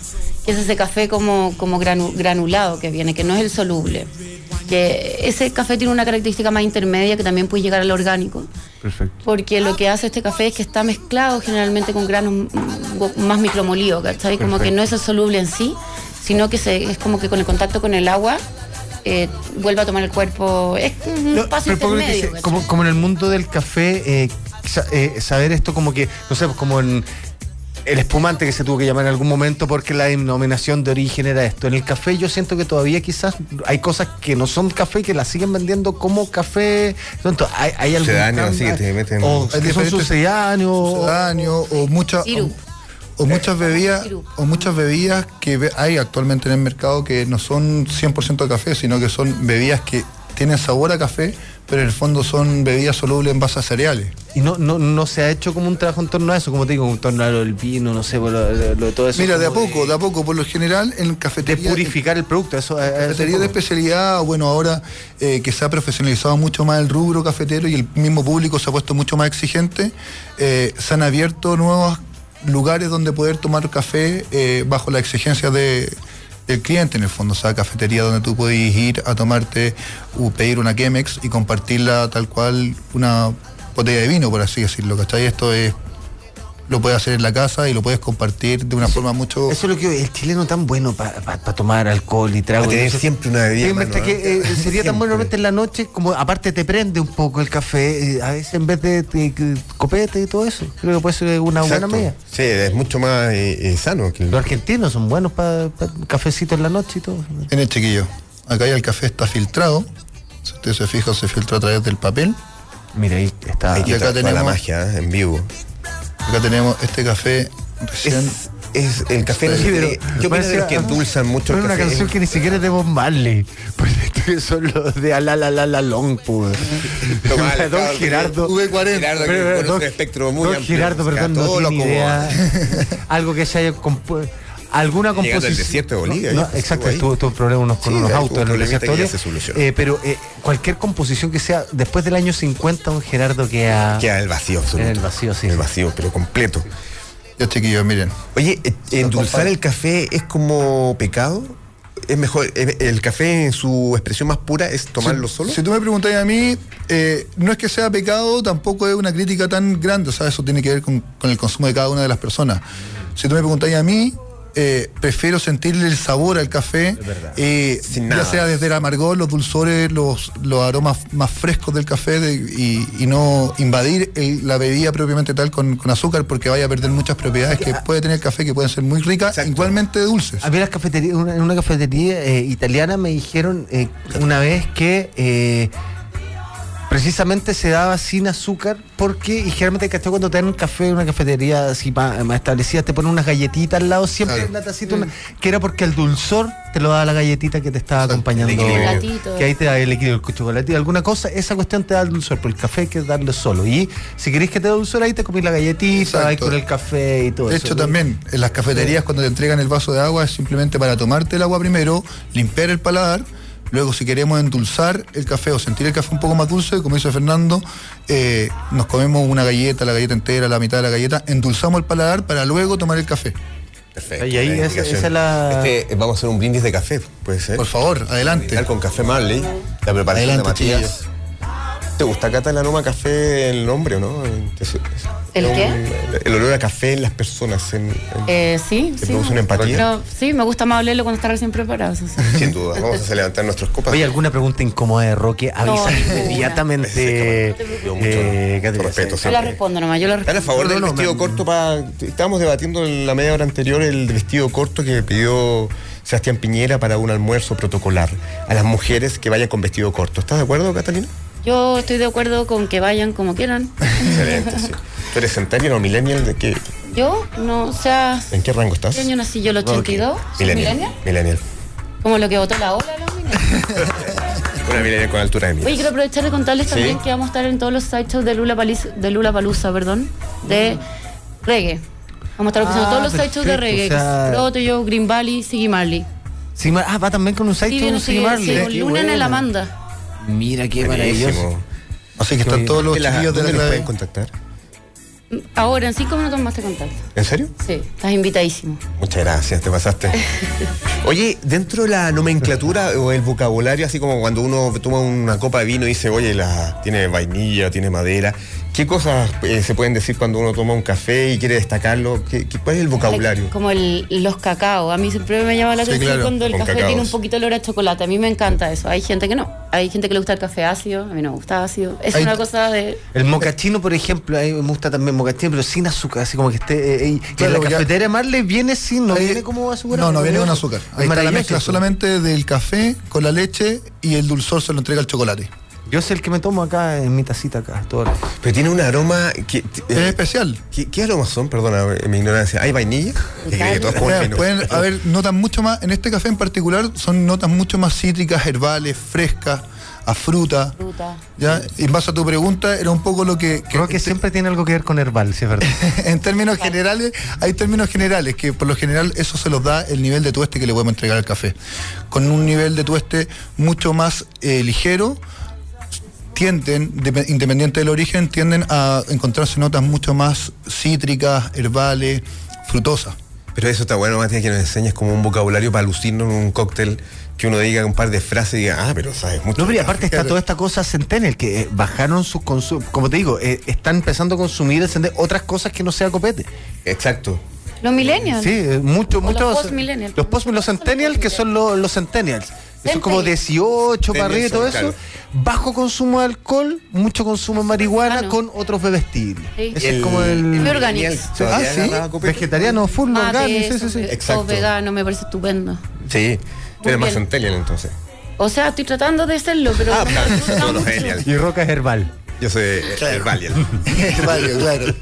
Speaker 9: que es ese café como, como granu- granulado que viene, que no es el soluble. Que ese café tiene una característica más intermedia que también puede llegar al orgánico,
Speaker 2: Perfecto.
Speaker 9: porque lo que hace este café es que está mezclado generalmente con granos mm, go- más micromolidos, ¿cachai? Como que
Speaker 13: Perfecto.
Speaker 9: no es el soluble en sí, sino que se, es como que con el contacto con el agua eh, vuelve a tomar el cuerpo. Es un
Speaker 2: No,
Speaker 9: paso
Speaker 2: pero poco que
Speaker 9: intermedio.
Speaker 2: se-
Speaker 9: ¿cachai?
Speaker 2: como, como en el mundo del café, eh, sa- eh, saber esto como que, no sé, pues como en el espumante que se tuvo que llamar en algún momento porque la denominación de origen era esto. En el café yo siento que todavía quizás hay cosas que no son café que las siguen vendiendo como café. Entonces, hay, hay algún
Speaker 1: Sucedáneo,
Speaker 2: cambio-
Speaker 1: así que te meten-
Speaker 2: o
Speaker 10: Hay
Speaker 2: que son
Speaker 10: diferentes-
Speaker 2: sucedáneos.
Speaker 10: sucedáneos, o muchas o, o muchas bebidas o muchas bebidas que ve- hay actualmente en el mercado que no son 100% de café, sino que son bebidas que tienen sabor a café, pero en el fondo son bebidas solubles en base a cereales.
Speaker 2: Y no, no, no se ha hecho como un trabajo en torno a eso, como te digo, en torno a lo del vino, no sé, por lo, lo- lo- todo eso.
Speaker 10: Mira, de a
Speaker 2: como
Speaker 10: poco, de, a poco, por lo general en
Speaker 2: de
Speaker 10: cafeterías
Speaker 2: purificar el producto, eso, eh, eso
Speaker 10: cafetería de
Speaker 2: como-
Speaker 10: especialidad, bueno, ahora eh, que se ha profesionalizado mucho más el rubro cafetero y el mismo público se ha puesto mucho más exigente, eh, se han abierto nuevos lugares donde poder tomar café eh, bajo la exigencia de- del cliente en el fondo, o sea, cafetería donde tú podés ir a tomarte o pedir una Chemex y compartirla tal cual una botella de vino, por así decirlo, ¿cachai? Esto es, lo puedes hacer en la casa y lo puedes compartir de una forma mucho...
Speaker 2: Eso es lo que el chileno tan bueno para tomar alcohol y trago.
Speaker 10: Pa' tener
Speaker 1: siempre una
Speaker 10: bebida, mano,
Speaker 2: que, eh, sería tan bueno realmente en la noche, como aparte te prende un poco el café, eh, a veces en vez de, de- de copete y todo eso. Creo que puede ser una buena
Speaker 1: Exacto.
Speaker 2: medida.
Speaker 1: Sí, es mucho más eh, eh, sano que el-
Speaker 2: Los argentinos son buenos para cafecito en la noche y todo.
Speaker 10: En el chiquillo, acá ya el café está filtrado. Si usted se fija, se filtra a través del papel.
Speaker 2: Mira, ahí está.
Speaker 1: Ahí está toda la magia, ¿eh? en vivo.
Speaker 10: Acá tenemos este café recién.
Speaker 1: Es, el café.
Speaker 10: Sí, pero-
Speaker 1: yo
Speaker 10: parece-
Speaker 1: pienso que los que endulzan mucho
Speaker 2: Pero
Speaker 1: el
Speaker 2: es una
Speaker 1: café.
Speaker 2: canción que ni siquiera es de Bob Marley. Pues esto que son los de Ala La La La Long, pues.
Speaker 1: Lo mal,
Speaker 2: Don
Speaker 1: claro,
Speaker 2: Gerardo.
Speaker 1: V40. Gerardo que
Speaker 2: Pero,
Speaker 1: conoce
Speaker 2: don-
Speaker 1: un espectro muy
Speaker 2: don
Speaker 1: amplio,
Speaker 2: Gerardo,
Speaker 1: o sea,
Speaker 2: perdón, no
Speaker 1: todo lo
Speaker 2: tiene idea.
Speaker 1: acomoda.
Speaker 2: Algo que se haya compuesto. Alguna
Speaker 1: Llegando
Speaker 2: composición.
Speaker 1: al desierto de Bolivia,
Speaker 2: No,
Speaker 1: yo pensé
Speaker 2: exacto,
Speaker 1: ahí.
Speaker 2: estuvo, tuvo problemas unos- con
Speaker 1: Sí,
Speaker 2: unos
Speaker 1: ahí
Speaker 2: autos
Speaker 1: hubo
Speaker 2: en el desierto.
Speaker 1: problemas que ya
Speaker 2: de Bolivia.
Speaker 1: se solucionó.
Speaker 2: Eh, pero eh, cualquier composición que sea después del año 50, don Gerardo queda.
Speaker 1: Queda el vacío absoluto.
Speaker 2: el vacío, sí.
Speaker 1: El vacío, pero completo.
Speaker 10: Los chiquillos, miren.
Speaker 1: Oye, eh, ¿endulzar el café es como pecado? Es mejor, eh, el café en su expresión más pura es tomarlo
Speaker 10: si,
Speaker 1: solo.
Speaker 10: Si tú me preguntáis a mí, eh, no es que sea pecado, tampoco es una crítica tan grande. O sea, eso tiene que ver con, con el consumo de cada una de las personas. Si tú me preguntáis a mí, eh, prefiero sentirle el sabor al café, eh,
Speaker 1: Sin
Speaker 10: ya
Speaker 1: nada.
Speaker 10: sea desde el amargor, los dulzores, los, los aromas más frescos del café de- y, y no invadir el- la bebida propiamente tal con, con azúcar porque vaya a perder muchas propiedades
Speaker 1: Ah.
Speaker 10: que puede tener el café que pueden ser muy ricas, igualmente dulces.
Speaker 2: A mí las cafeterías, una- en una cafetería eh, italiana me dijeron eh, una vez que eh, precisamente se daba sin azúcar porque, y generalmente ¿cachai? cuando te dan un café en una cafetería así más, más establecida, te ponen unas galletitas al lado, siempre
Speaker 10: Claro.
Speaker 2: una tacita,
Speaker 9: Mm.
Speaker 2: una- que era porque el dulzor te lo daba la galletita que te estaba
Speaker 10: Exacto.
Speaker 2: acompañando.
Speaker 9: El equilibrio.
Speaker 2: Que ahí te da el equilibrio, el chocolate, alguna cosa, esa cuestión te da el dulzor, pero el café hay que darle solo. Y si querés que te dé dulzor, ahí te comís la galletita,
Speaker 10: Exacto.
Speaker 2: ahí
Speaker 10: Eh.
Speaker 2: con el café y todo
Speaker 10: De
Speaker 2: eso.
Speaker 10: hecho, también en las cafeterías cuando te entregan el vaso de agua es simplemente para tomarte el agua primero, limpiar el paladar, luego si queremos endulzar el café o sentir el café un poco más dulce, como dice Fernando, eh, nos comemos una galleta, la galleta entera, la mitad de la galleta, endulzamos el paladar para luego tomar el café.
Speaker 1: Perfecto.
Speaker 2: Y ahí
Speaker 1: buena
Speaker 2: esa-
Speaker 1: indicación.
Speaker 2: esa es la-
Speaker 1: Este, eh, vamos a hacer un brindis de café, puede ser.
Speaker 10: Por favor, adelante.
Speaker 1: Brindar con café Marley, la preparación
Speaker 10: Adelante,
Speaker 1: de Matías.
Speaker 10: chicas.
Speaker 1: ¿Te gusta Cata el aroma a café el nombre o no? Es- es-
Speaker 9: ¿El
Speaker 1: es un-
Speaker 9: qué?
Speaker 1: El olor a café en las personas. En, en-
Speaker 9: Eh, sí,
Speaker 1: ¿Te
Speaker 9: sí.
Speaker 1: produce una empatía?
Speaker 9: Pero sí, me gusta más olerlo cuando está recién preparado. eso sí.
Speaker 1: Sin duda. Vamos a hacer levantar nuestras copas.
Speaker 2: Oye, alguna pregunta incómoda de Roque, avisa
Speaker 9: No, ninguna.
Speaker 2: inmediatamente.
Speaker 1: Yo mucho,
Speaker 2: eh, Catherine.
Speaker 1: con respeto
Speaker 9: Yo la
Speaker 1: siempre.
Speaker 9: respondo nomás, yo la
Speaker 1: ¿Están a
Speaker 9: respondo.
Speaker 1: favor
Speaker 10: No,
Speaker 1: del
Speaker 10: no,
Speaker 1: vestido
Speaker 10: me-
Speaker 1: corto? Pa... Estábamos debatiendo en la media hora anterior el vestido corto que pidió Sebastián Piñera para un almuerzo protocolar a las mujeres que vayan con vestido corto. ¿Estás de acuerdo, Catalina?
Speaker 9: Yo estoy de acuerdo con que vayan como quieran.
Speaker 1: Excelente, sí. ¿Tú eres centenario o millennial? ¿De qué,
Speaker 9: Yo, no, o sea,
Speaker 1: ¿En qué rango estás?
Speaker 9: ¿qué año nací yo? ¿El 82? ¿Soy
Speaker 1: Millennial.
Speaker 9: millennial?
Speaker 1: Millennial.
Speaker 9: Como lo que votó la ola, los millennials.
Speaker 1: Una millennial con altura de mí.
Speaker 9: Oye, quiero aprovechar de contarles
Speaker 1: Sí.
Speaker 9: también que vamos a estar en todos los sideshows de Lula Palusa, de Lula Palusa, perdón, de reggae. Vamos a estar ofreciendo
Speaker 2: Ah,
Speaker 9: todos los sideshows de
Speaker 2: perfecto,
Speaker 9: reggae.
Speaker 2: o sea-
Speaker 9: Proto, yo, Green Valley, Siggy Marley.
Speaker 2: Sí, Mar- ah, va también con un site
Speaker 9: Sí, viene
Speaker 2: sí,
Speaker 9: Siggy
Speaker 2: Marley.
Speaker 9: Marley.
Speaker 2: Qué
Speaker 9: Luna en el
Speaker 2: buena.
Speaker 9: Amanda.
Speaker 6: Mira qué maravilloso.
Speaker 10: Así que están todos los
Speaker 1: ¿Dónde las-
Speaker 10: chiquillos de
Speaker 1: dónde nos
Speaker 10: la
Speaker 1: pueden contactar?
Speaker 9: Ahora, en cinco minutos más te contacto.
Speaker 1: ¿En serio?
Speaker 9: Sí, estás invitadísimo.
Speaker 1: Muchas gracias, te pasaste. Oye, dentro de la nomenclatura o el vocabulario, así como cuando uno toma una copa de vino y dice, oye, la, tiene vainilla, tiene madera, ¿qué cosas eh, se pueden decir cuando uno toma un café y quiere destacarlo? ¿Qué, qué- cuál es el vocabulario?
Speaker 9: Como el- los cacao. A mí siempre me llama la
Speaker 1: Sí,
Speaker 9: atención
Speaker 1: claro,
Speaker 9: cuando el
Speaker 1: con
Speaker 9: café
Speaker 1: cacaos.
Speaker 9: tiene un poquito olor a chocolate. A mí me encanta eso. Hay gente que no. Hay gente que le gusta el café ácido. A mí no me gusta ácido. Es
Speaker 10: Hay-
Speaker 9: una cosa de.
Speaker 2: El mocachino, por ejemplo, a mí me gusta también mocachino, pero sin azúcar, así como que esté. eh, eh, que
Speaker 10: Claro,
Speaker 2: la
Speaker 10: porque-
Speaker 2: cafetera de Marley viene sin, no
Speaker 10: Ahí-
Speaker 2: viene como azúcar.
Speaker 10: No, no viene con
Speaker 2: maravilloso.
Speaker 10: azúcar.
Speaker 2: Es
Speaker 10: Ahí está la
Speaker 2: maravilloso
Speaker 10: mezcla
Speaker 2: eso.
Speaker 10: solamente del café con la leche y el dulzor se lo entrega el chocolate.
Speaker 2: Yo sé el que me tomo acá en mi tacita acá. Todo el-
Speaker 1: Pero tiene un aroma que...
Speaker 10: Es
Speaker 1: eh,
Speaker 10: especial.
Speaker 1: ¿Qué, qué aromas son? Perdona eh, mi ignorancia. ¿Hay vainilla? Que cree que todos comen
Speaker 10: Pueden,
Speaker 1: vino.
Speaker 10: pueden haber notas mucho más, en este café en particular, son notas mucho más cítricas, herbales, frescas, a fruta.
Speaker 9: Fruta.
Speaker 10: ¿ya? Y en base a tu pregunta, era un poco lo que... que- este
Speaker 2: Creo que siempre tiene algo que ver con herbal, si es verdad.
Speaker 10: En términos generales, hay términos generales que por lo general eso se los da el nivel de tueste que le podemos entregar al café. Con un nivel de tueste mucho más eh, ligero, tienden, depe- independiente del origen, tienden a encontrarse notas mucho más cítricas, herbales, frutosas.
Speaker 1: Pero eso está bueno, Matías, que nos enseñes como un vocabulario para lucirnos en un cóctel, que uno diga un par de frases y diga, ah, pero sabes mucho.
Speaker 2: No, pero y
Speaker 1: de
Speaker 2: aparte está toda esta cosa Centennial, que eh, bajaron sus consumos. Como te digo, eh, están empezando a consumir el Centennial otras cosas que no sea copete.
Speaker 1: café". Exacto.
Speaker 9: Los millennials.
Speaker 2: Sí, eh, mucho,
Speaker 9: O los
Speaker 2: muchos.
Speaker 9: post-millennials.
Speaker 2: Los post los centennials, que son los, los centennials. Que son como 18 para arriba y todo eso.
Speaker 1: Centennials,
Speaker 2: Bajo consumo de alcohol, mucho consumo de marihuana
Speaker 9: Sano.
Speaker 2: con otros bebestibles.
Speaker 9: Sí.
Speaker 2: Ese es como el.
Speaker 9: Muy orgánico.
Speaker 1: millennial
Speaker 2: Ah,
Speaker 1: todavía
Speaker 2: sí.
Speaker 1: agarraba copete.
Speaker 2: Vegetariano, full
Speaker 9: Ah,
Speaker 2: orgánico. Sí, sí, sí.
Speaker 1: Exacto.
Speaker 9: Exacto. eh, vegano, me parece estupendo.
Speaker 1: Sí. Tiene más
Speaker 9: bien.
Speaker 1: centennial entonces.
Speaker 9: O sea, estoy tratando de serlo, pero. no
Speaker 1: Ah,
Speaker 9: me
Speaker 1: claro,
Speaker 9: gusta
Speaker 1: todos los
Speaker 9: mucho.
Speaker 1: genial.
Speaker 2: Y roca es herbal.
Speaker 1: Yo soy eh, el Valiant.
Speaker 10: Vale, claro.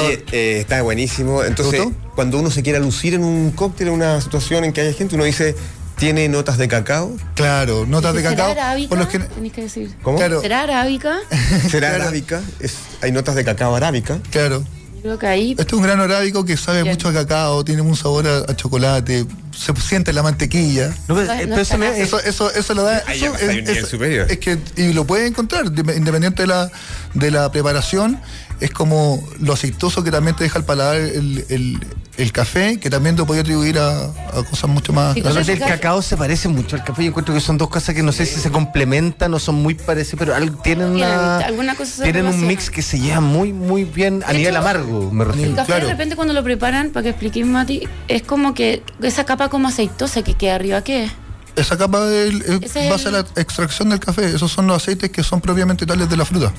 Speaker 1: Oye, eh, está buenísimo. Entonces,
Speaker 10: ¿Fruto?
Speaker 1: cuando uno se quiera lucir en un cóctel, en una situación en que haya gente, uno dice, ¿tiene notas de cacao?
Speaker 10: Claro, notas de
Speaker 9: ¿Será
Speaker 10: cacao.
Speaker 9: arábica?
Speaker 10: Por lo gen-
Speaker 9: Tenés que decir.
Speaker 1: ¿Cómo?
Speaker 10: Claro.
Speaker 9: ¿Será arábica?
Speaker 1: ¿Será
Speaker 10: Claro.
Speaker 1: arábica? Es- ¿Hay notas de cacao arábica?
Speaker 10: Claro.
Speaker 9: Creo que ahí.
Speaker 10: Este es un grano arábico que sabe
Speaker 9: Bien.
Speaker 10: mucho a cacao, tiene un sabor a, a chocolate, se siente la mantequilla.
Speaker 2: No, pero,
Speaker 9: No,
Speaker 2: eh,
Speaker 9: no
Speaker 2: pero
Speaker 9: está
Speaker 2: eso me-
Speaker 9: nada.
Speaker 2: eh,
Speaker 10: Eso, eso, eso lo da.
Speaker 1: Ahí
Speaker 10: eso
Speaker 1: ya pasa, hay un nivel superior.
Speaker 10: Es que, y lo puede encontrar, de- independiente de la, de la preparación, es como lo aceitoso que también te deja el paladar el, el- el café, que también lo puede atribuir a, a cosas mucho más.
Speaker 9: Sí,
Speaker 2: Realmente el
Speaker 9: Entonces,
Speaker 2: cacao se parece mucho al café. Yo encuentro que son dos cosas que no sé si se complementan o son muy parecidas, pero algo- tienen una,
Speaker 9: Tienen- alguna cosa se
Speaker 2: tienen un
Speaker 9: relaciona.
Speaker 2: mix que se lleva muy, muy bien
Speaker 9: De
Speaker 2: a nivel
Speaker 9: hecho,
Speaker 2: amargo, me
Speaker 9: El
Speaker 2: refiero.
Speaker 9: café
Speaker 10: claro.
Speaker 9: de repente cuando lo preparan, para que expliques Mati, es como que esa capa como aceitosa que queda arriba, ¿qué es?
Speaker 10: Esa capa del, eh,
Speaker 9: Ese es
Speaker 10: va a ser
Speaker 9: el-
Speaker 10: la extracción del café, esos son los aceites que son propiamente tales de la fruta.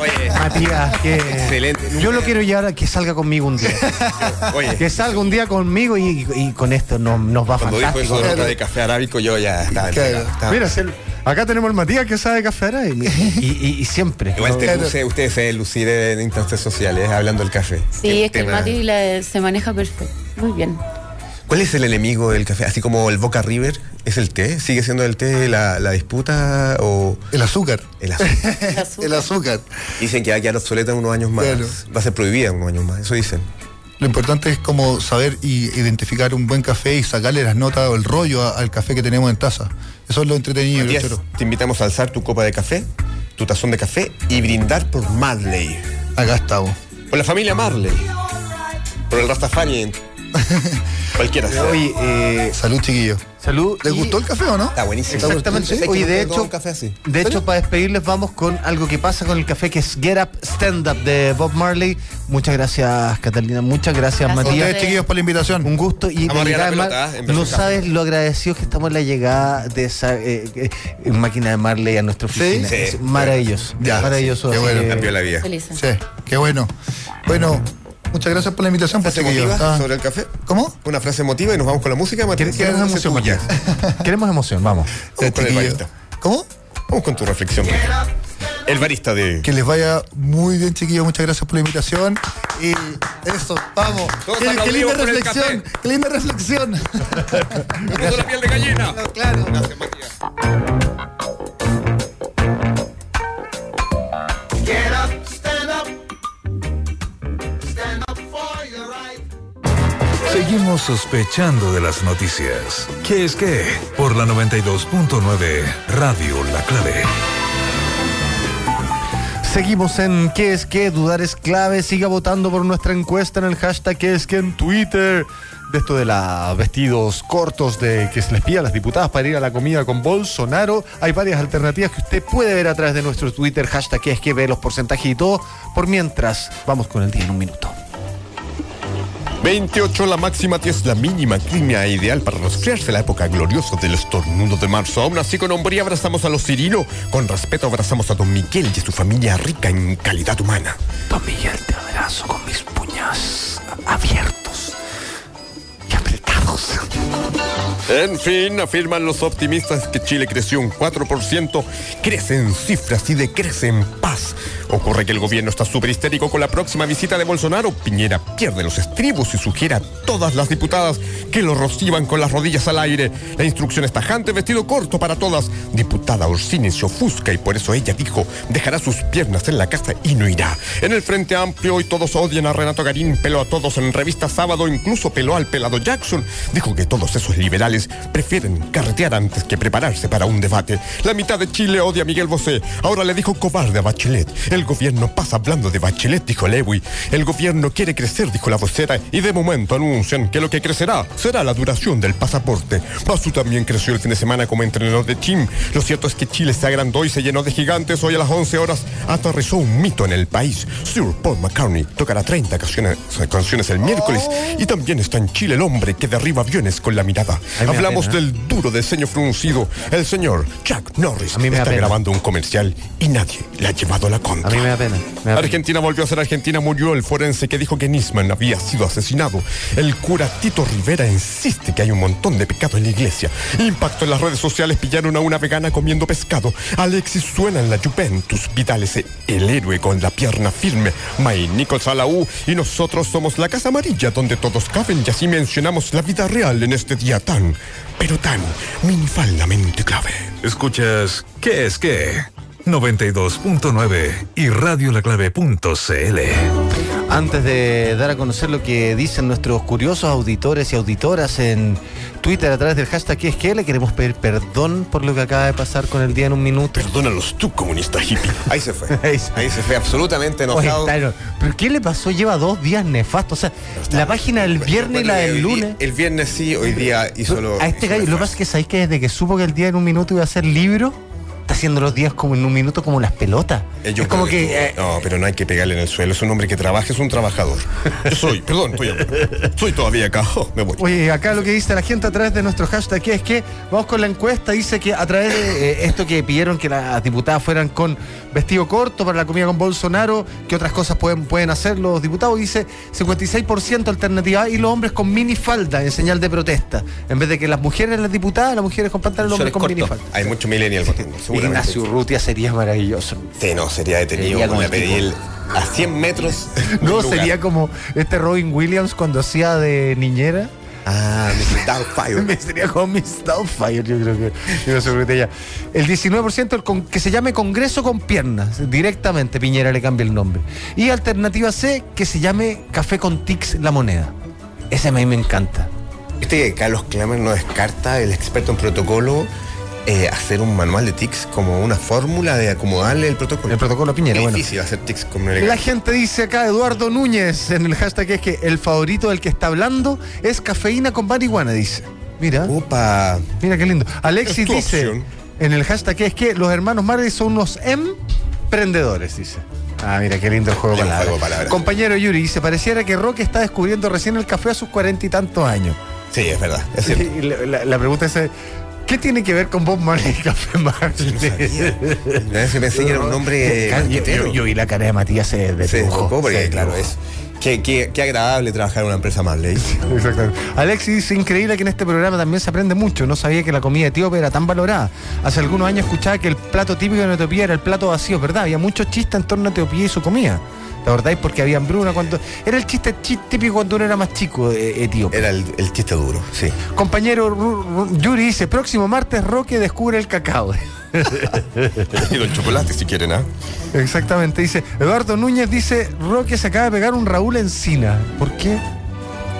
Speaker 1: Oye,
Speaker 2: Matías, que
Speaker 1: Excelente.
Speaker 2: yo lo quiero llevar a que salga conmigo un día. Que
Speaker 1: oye.
Speaker 2: salga un día conmigo y, y con esto nos, nos va
Speaker 1: Cuando dijo
Speaker 2: fantástico.
Speaker 1: eso de notas de café arábico, yo ya estaba...
Speaker 10: Claro.
Speaker 1: estaba-
Speaker 2: Mira, se, Acá tenemos el Matías que sabe café Araya,
Speaker 6: Y, y- y siempre.
Speaker 11: Igual te
Speaker 10: Claro.
Speaker 11: luce, ustedes se lucir en instancias sociales hablando del café.
Speaker 9: Sí, es que el
Speaker 11: Tema-
Speaker 9: Mati la- se maneja perfecto. Muy bien.
Speaker 11: ¿Cuál es el enemigo del café? Así como el Boca River, ¿es el té? ¿Sigue siendo el té la, la disputa o
Speaker 10: El azúcar.
Speaker 11: el azúcar?
Speaker 9: El azúcar.
Speaker 10: El azúcar.
Speaker 11: Dicen que va a quedar obsoleta en unos años más.
Speaker 10: Claro.
Speaker 11: Va a ser prohibida en unos años más, eso dicen.
Speaker 10: Lo importante es como saber y identificar un buen café y sacarle las notas o el rollo a- al café que tenemos en taza. Eso es lo entretenido.
Speaker 11: Matías,
Speaker 10: Luchero.
Speaker 11: te invitamos a alzar tu copa de café, tu tazón de café y brindar por Madley.
Speaker 10: Acá estamos.
Speaker 11: Por la familia Marley. Por el Rastafari. Cualquiera sea.
Speaker 6: Oye, eh,
Speaker 10: Salud, chiquillos.
Speaker 6: salud.
Speaker 10: ¿Les
Speaker 6: y-
Speaker 10: gustó el café o no?
Speaker 11: Está buenísimo.
Speaker 6: Exactamente.
Speaker 11: Es que
Speaker 6: Oye,
Speaker 11: nunca
Speaker 6: de
Speaker 11: he tomado
Speaker 6: hecho-
Speaker 11: un café así.
Speaker 6: De hecho, para despedirles vamos con algo que pasa con el café, que es Get Up Stand Up de Bob Marley. Muchas gracias, Catalina. Muchas gracias,
Speaker 9: Gracias.
Speaker 6: Matías.
Speaker 10: Ustedes, chiquillos, por la invitación.
Speaker 6: Un gusto y
Speaker 11: Vamos
Speaker 6: de
Speaker 11: arriba
Speaker 6: llegada
Speaker 11: la
Speaker 6: de Mar-
Speaker 11: pelota, ¿eh? En
Speaker 6: no
Speaker 11: versión
Speaker 6: sabes lo agradecidos que estamos en la llegada de esa eh, eh, eh, máquina de Marley a nuestra oficina.
Speaker 11: Sí,
Speaker 6: Es maravilloso.
Speaker 10: Ya,
Speaker 6: maravilloso. Eh,
Speaker 10: sí, qué
Speaker 6: así
Speaker 10: bueno.
Speaker 6: que-
Speaker 11: Cambió la vida.
Speaker 9: Feliz.
Speaker 10: Sí, qué bueno. Bueno, muchas gracias por la invitación, pues,
Speaker 11: ¿Frase
Speaker 10: chiquillos.
Speaker 11: emotiva
Speaker 10: Ah,
Speaker 11: sobre el café?
Speaker 10: ¿Cómo?
Speaker 11: Una frase emotiva y nos vamos con la música. Matías,
Speaker 6: ¿Quieres
Speaker 11: ¿quieres
Speaker 6: emoción,
Speaker 11: tuya?
Speaker 6: Matías? Queremos emoción, vamos. Este,
Speaker 11: Vamos
Speaker 10: Ya,
Speaker 11: con el
Speaker 10: chiquillos.
Speaker 11: barista.
Speaker 10: ¿Cómo?
Speaker 11: Vamos con tu reflexión. El barista de...
Speaker 10: Que les vaya muy bien, chiquillos. Muchas gracias por la invitación. Y eso, vamos.
Speaker 11: Todos
Speaker 10: Qué, qué linda
Speaker 11: aplaudimos por el
Speaker 10: reflexión.
Speaker 11: café.
Speaker 10: Qué linda reflexión.
Speaker 11: la piel de gallina!
Speaker 10: claro.
Speaker 11: Gracias, Matías.
Speaker 3: Seguimos sospechando de las noticias. ¿Qué es qué? Por la 92.9 Radio La Clave.
Speaker 2: Seguimos en ¿Qué es qué? Dudar es clave. Siga votando por nuestra encuesta en el hashtag ¿Qué es qué? en Twitter. De esto de la vestidos cortos de que se les pide a las diputadas para ir a la comida con Bolsonaro. Hay varias alternativas que usted puede ver a través de nuestro Twitter, hashtag ¿Qué es qué? Ve los porcentajes y todo. Por mientras, vamos con el 10 en un minuto.
Speaker 1: 28 la máxima, 10 la mínima, clima ideal para resfriarse la época gloriosa del estornudo de marzo. Aún así, con hombría abrazamos a los Cirilo, con respeto abrazamos a don Miguel y a su familia rica en calidad humana.
Speaker 6: Don Miguel, te abrazo con mis puños abiertos y apretados.
Speaker 1: En fin, afirman los optimistas que Chile creció un 4%, crecen cifras y decrece en paz. Ocurre que el gobierno está súper histérico con la próxima visita de Bolsonaro. Piñera pierde los estribos y sugiere a todas las diputadas que lo reciban con las rodillas al aire. La instrucción es tajante, vestido corto para todas. Diputada Orsini se ofusca y por eso ella dijo, dejará sus piernas en la casa y no irá. En el Frente Amplio hoy todos odian a Renato Garín, peló a todos en Revista Sábado, incluso peló al pelado Jackson. Dijo que todos esos liberales prefieren carretear antes que prepararse para un debate. La mitad de Chile odia a Miguel Bosé. Ahora le dijo cobarde a Bachelet. El gobierno pasa hablando de Bachelet, dijo Lewy. El gobierno quiere crecer, dijo la vocera, y de momento anuncian que lo que crecerá será la duración del pasaporte. Basu también creció el fin de semana como entrenador de Chim. Lo cierto es que Chile se agrandó y se llenó de gigantes. Hoy a las 11 horas aterrizó un mito en el país. Sir Paul McCartney tocará 30 canciones, canciones el miércoles. Y también está en Chile el hombre que derriba aviones con la mirada. Hablamos
Speaker 2: ¿eh?
Speaker 1: del duro de ceño fruncido. El señor Chuck Norris
Speaker 2: mí me da
Speaker 1: está
Speaker 2: pena.
Speaker 1: grabando un comercial y nadie le ha llevado la contra.
Speaker 2: A mí me da pena. me da pena.
Speaker 1: Argentina volvió a ser Argentina, murió el forense que dijo que Nisman había sido asesinado. El cura Tito Rivera insiste que hay un montón de pecado en la iglesia. Impacto en las redes sociales, pillaron a una vegana comiendo pescado. Alexis suena en la Juventus, Vidal es el héroe con la pierna firme. May Nichols a la U y nosotros somos la Casa Amarilla donde todos caben y así mencionamos la vida real en este día tan, pero tan minifaldamente clave.
Speaker 3: Escuchas ¿Qué es qué? 92.9 y radiolaclave.cl.
Speaker 6: Antes de dar a conocer lo que dicen nuestros curiosos auditores y auditoras en Twitter a través del hashtag que es que le queremos pedir perdón por lo que acaba de pasar con el día en un minuto.
Speaker 1: Perdónalos tú, comunista hippie.
Speaker 11: Ahí se fue.
Speaker 6: Ahí se-
Speaker 11: Ahí se fue absolutamente
Speaker 6: Oye,
Speaker 11: enojado.
Speaker 6: Tyron, ¿pero qué le pasó? Lleva dos días nefastos. O sea, la página del viernes y la del
Speaker 11: Hoy día-
Speaker 6: lunes.
Speaker 11: El viernes sí, hoy día hizo lo.
Speaker 6: A este
Speaker 11: hizo
Speaker 6: gallo, lo que
Speaker 11: esfuerzo.
Speaker 6: pasa es que sabéis que desde que supo que el día en un minuto iba a ser libro, está
Speaker 2: haciendo los días como en un minuto como las pelotas.
Speaker 1: Eh, yo
Speaker 2: es como
Speaker 1: creo
Speaker 2: que...
Speaker 1: que-
Speaker 2: eh,
Speaker 1: No, pero no hay que pegarle en el suelo. Es un hombre que trabaja, es un trabajador. Yo soy, perdón, estoy, soy todavía acá. Oh, me voy.
Speaker 2: Oye, acá lo que dice la gente a través de nuestro hashtag es que vamos con la encuesta, dice que a través de eh, esto que pidieron que las diputadas fueran con vestido corto para la comida con Bolsonaro, que otras cosas pueden, pueden hacer los diputados, dice 56% alternativa A y los hombres con minifalda en señal de protesta, en vez de que las mujeres las diputadas, las mujeres con pantalón, los hombres con minifalda.
Speaker 1: Hay mucho millennial votando, seguramente.
Speaker 2: Ignacio Urrutia sería maravilloso.
Speaker 1: Sí, no, sería detenido
Speaker 2: Sería
Speaker 1: con la
Speaker 2: como el tipo.
Speaker 1: PDL a 100 metros. del
Speaker 2: No,
Speaker 1: lugar.
Speaker 2: sería como este Robin Williams cuando hacía de niñera.
Speaker 1: Ah, Mr. Doubtfire.
Speaker 2: Me sería con Miss Doubtfire, yo creo que. yo no sé por qué te llama. El 19% el con- que se llame Congreso con piernas. Directamente Piñera le cambia el nombre. Y alternativa C, que se llame Café con Tix la moneda. Ese a mí me encanta.
Speaker 1: Viste que Carlos Klamer no descarta, el experto en protocolo, eh, hacer un manual de tics como una fórmula de acomodarle el protocolo.
Speaker 2: El protocolo Piñera,
Speaker 1: es
Speaker 2: bueno.
Speaker 1: difícil hacer tics con una
Speaker 2: La
Speaker 1: elegancia.
Speaker 2: gente dice acá, Eduardo Núñez, en el hashtag es que el favorito del que está hablando es cafeína con marihuana, dice. Mira.
Speaker 1: Opa.
Speaker 2: Mira qué lindo. Alexis
Speaker 1: Es tu
Speaker 2: dice
Speaker 1: opción.
Speaker 2: en el hashtag es que los hermanos Marley son unos emprendedores, dice. Ah, mira qué lindo el juego de
Speaker 1: Lindo
Speaker 2: palabras.
Speaker 1: juego de palabras.
Speaker 2: Compañero Yuri dice, pareciera que Roque está descubriendo recién el café a sus cuarenta y tantos años.
Speaker 1: Sí, es verdad. Es cierto.
Speaker 2: Y la, la- la pregunta es, ¿qué tiene que ver con Bob Marley y Café Marley?
Speaker 1: La vez que pensé que era un nombre.
Speaker 2: yo,
Speaker 1: banquetero.
Speaker 2: yo- yo vi la cara de Matías se
Speaker 1: Se desbocó
Speaker 2: desdibujó.
Speaker 1: porque,
Speaker 2: Se
Speaker 1: claro,
Speaker 2: desdibujó.
Speaker 1: es. Qué, qué- qué agradable trabajar en una empresa más, ley.
Speaker 2: Exactamente. Alexis dice, increíble que en este programa también se aprende mucho. No sabía que la comida etíope era tan valorada. Hace algunos años escuchaba que el plato típico de Etiopía era el plato vacío, ¿verdad? Había muchos chistes en torno a Etiopía y su comida. ¿Te acordáis? Porque había hambruna cuando... Era el chiste chi- típico cuando uno era más chico, eh, etíope.
Speaker 1: Era el, el chiste duro, sí.
Speaker 2: Compañero Ru- Ru- Yuri dice, próximo martes Roque descubre el cacao.
Speaker 1: Y el chocolate, si quieren, ¿ah?
Speaker 2: Exactamente, dice. Eduardo Núñez dice, Roque se acaba de pegar un Raúl Encina. ¿Por qué?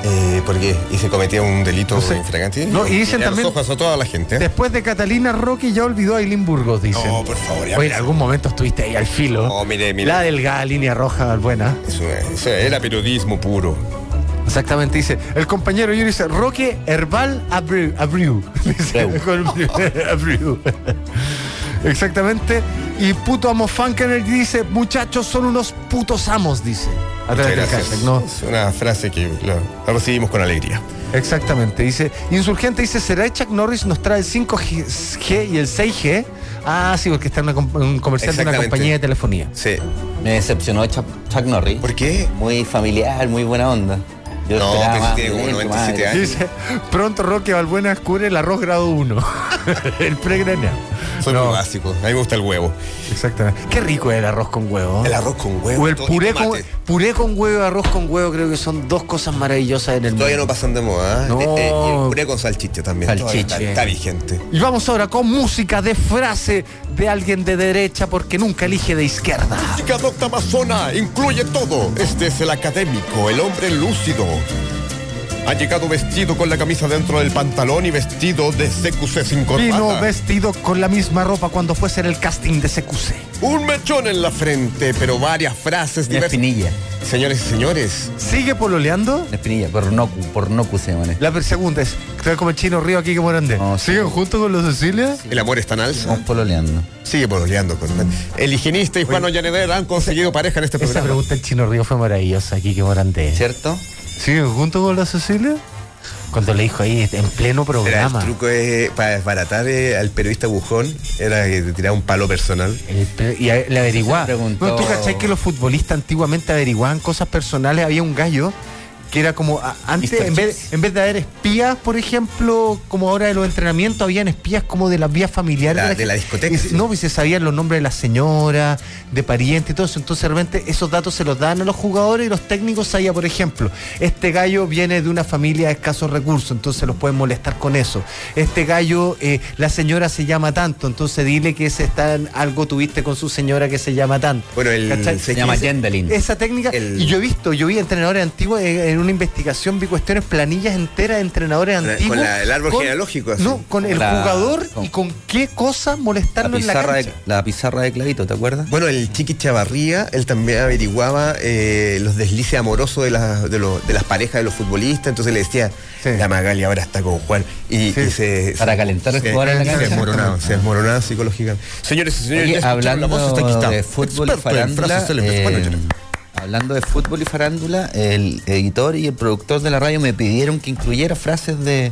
Speaker 1: Eh, ¿Por qué? ¿Y se cometía un delito
Speaker 2: No sé.
Speaker 1: infragante?
Speaker 2: No, y dicen
Speaker 1: Mirar los
Speaker 2: también-
Speaker 1: ojos a toda la gente. ¿eh?
Speaker 2: Después de Catalina, Roque ya olvidó a Aileen Burgos, dice.
Speaker 1: No, por favor, ya.
Speaker 2: Oye, en algún momento estuviste ahí al filo.
Speaker 1: No, Oh, mire, mire.
Speaker 2: La delgada línea roja, buena.
Speaker 1: Eso, eso era periodismo puro.
Speaker 2: Exactamente, dice. El compañero Yuri dice, Roque Herbal Abreu. Abreu. Dice, con- Abreu. Exactamente. Y puto amo Funkener dice, muchachos, son unos putos amos, dice. A
Speaker 1: Muchas
Speaker 2: través del
Speaker 1: gracias.
Speaker 2: hashtag, ¿no?
Speaker 1: Es una frase que la, la recibimos con alegría.
Speaker 2: Exactamente, dice. Insurgente dice, ¿será que Chuck Norris nos trae el 5G y el 6G? Ah, sí, porque está en una com- un comercial de una
Speaker 1: Exactamente.
Speaker 2: compañía de telefonía.
Speaker 1: Sí.
Speaker 14: Me decepcionó Chuck, Chuck Norris.
Speaker 1: ¿Por qué?
Speaker 14: Muy familiar, muy buena onda. Yo
Speaker 1: No,
Speaker 14: esperaba
Speaker 1: pero si
Speaker 14: más
Speaker 1: tiene como
Speaker 14: violento, más
Speaker 1: 97 años.
Speaker 2: Dice, pronto Roque Balbuena descubre el arroz grado 1. el pregreneado.
Speaker 1: Soy muy básico. A mí me gusta el huevo.
Speaker 2: Exactamente. Qué rico es el arroz con huevo.
Speaker 1: El arroz con huevo.
Speaker 2: O el
Speaker 1: todo-
Speaker 2: puré
Speaker 1: y tomate.
Speaker 2: con, puré con huevo, arroz con huevo, creo que son dos cosas maravillosas en el
Speaker 1: Todavía
Speaker 2: mundo.
Speaker 1: no pasan de moda. ¿eh?
Speaker 2: No.
Speaker 1: Eh, eh, y el puré con salchicha también.
Speaker 14: Salchicha.
Speaker 1: Todavía Está, está vigente.
Speaker 2: Y vamos ahora con música de frase de alguien de derecha porque nunca elige de izquierda.
Speaker 15: Chica Docta Amazona incluye todo. Este es el académico, el hombre lúcido. Ha llegado vestido con la camisa dentro del pantalón y vestido de CQC sin
Speaker 2: Vino
Speaker 15: corbata.
Speaker 2: vestido con la misma ropa cuando fue a hacer el casting de CQC.
Speaker 15: Un mechón en la frente, pero varias frases
Speaker 14: La
Speaker 15: diversas.
Speaker 14: espinilla.
Speaker 15: Señores y señores,
Speaker 2: ¿Sigue pololeando?
Speaker 14: La espinilla, por Noku, por Noku se llama.
Speaker 2: La per- segunda es, creo como el chino río aquí que morandé.
Speaker 14: No, sí.
Speaker 2: ¿Siguen juntos con los Cecilia?
Speaker 15: el amor está en alza.
Speaker 14: Estamos pololeando.
Speaker 15: Sigue pololeando con El higienista y Juan Ollaneder han conseguido pareja en este
Speaker 2: Esa
Speaker 15: programa.
Speaker 2: pregunta del chino río fue maravillosa aquí que morandé.
Speaker 14: ¿Cierto?
Speaker 2: ¿Siguen juntos con la Cecilia? Cuando le dijo ahí en pleno
Speaker 1: Era el
Speaker 2: programa.
Speaker 1: truco es, para desbaratar eh, al periodista Bujón era que te tiraba un palo personal.
Speaker 2: El pre- y a- le averiguaba.
Speaker 14: Se preguntó-
Speaker 2: No, tú cachai que los futbolistas antiguamente averiguaban cosas personales. Había un gallo que era como a- antes,
Speaker 14: Mr.
Speaker 2: en vez,
Speaker 14: Chips.
Speaker 2: en vez de haber espías, por ejemplo, como ahora de los entrenamientos, habían espías como de las vías familiares.
Speaker 1: La- de la
Speaker 2: gente.
Speaker 1: discoteca,
Speaker 2: Y se-
Speaker 1: sí.
Speaker 2: no, y se sabían los nombres de las señoras, de parientes y todo eso. Entonces, realmente, esos datos se los dan a los jugadores y los técnicos sabían, por ejemplo, este gallo viene de una familia de escasos recursos, entonces los pueden molestar con eso. Este gallo, eh, la señora se llama tanto, entonces dile que se está en- algo tuviste con su señora que se llama tanto.
Speaker 1: Bueno, el
Speaker 2: ¿Cachai?
Speaker 1: se
Speaker 14: llama Yendelin.
Speaker 2: Esa técnica,
Speaker 1: El-
Speaker 2: y yo he visto, yo vi entrenadores antiguos eh, en, en una investigación vi cuestiones, planillas enteras de entrenadores
Speaker 1: Con la-
Speaker 2: antiguos.
Speaker 1: con la- el árbol genealógico, así.
Speaker 2: No, con el
Speaker 14: La-
Speaker 2: jugador
Speaker 14: con-
Speaker 2: y con qué cosa
Speaker 14: La
Speaker 2: molestarlo en la
Speaker 14: pizarra,
Speaker 2: cancha.
Speaker 14: de, la pizarra de clavito, ¿te acuerdas?
Speaker 1: Bueno, el Chiqui Chavarría, él también averiguaba eh, los deslices amorosos de, las- de, los- de las parejas de los futbolistas, entonces le decía, la Magali ahora está con Juan. Y, y se,
Speaker 14: Para
Speaker 1: se-
Speaker 14: calentar el
Speaker 1: se-
Speaker 14: jugador en la
Speaker 1: Se
Speaker 14: cancha.
Speaker 1: desmoronaba, se desmoronaba psicológicamente. Señores y señores,
Speaker 14: Oye,
Speaker 1: ya escucharon
Speaker 14: hablando
Speaker 1: la voz hasta aquí está.
Speaker 14: de fútbol y
Speaker 1: Experto en
Speaker 14: farándula,
Speaker 1: frases célebres.
Speaker 14: eh,
Speaker 1: Bueno, Jared.
Speaker 14: hablando de fútbol y farándula, el editor y el productor de la radio me pidieron que incluyera frases de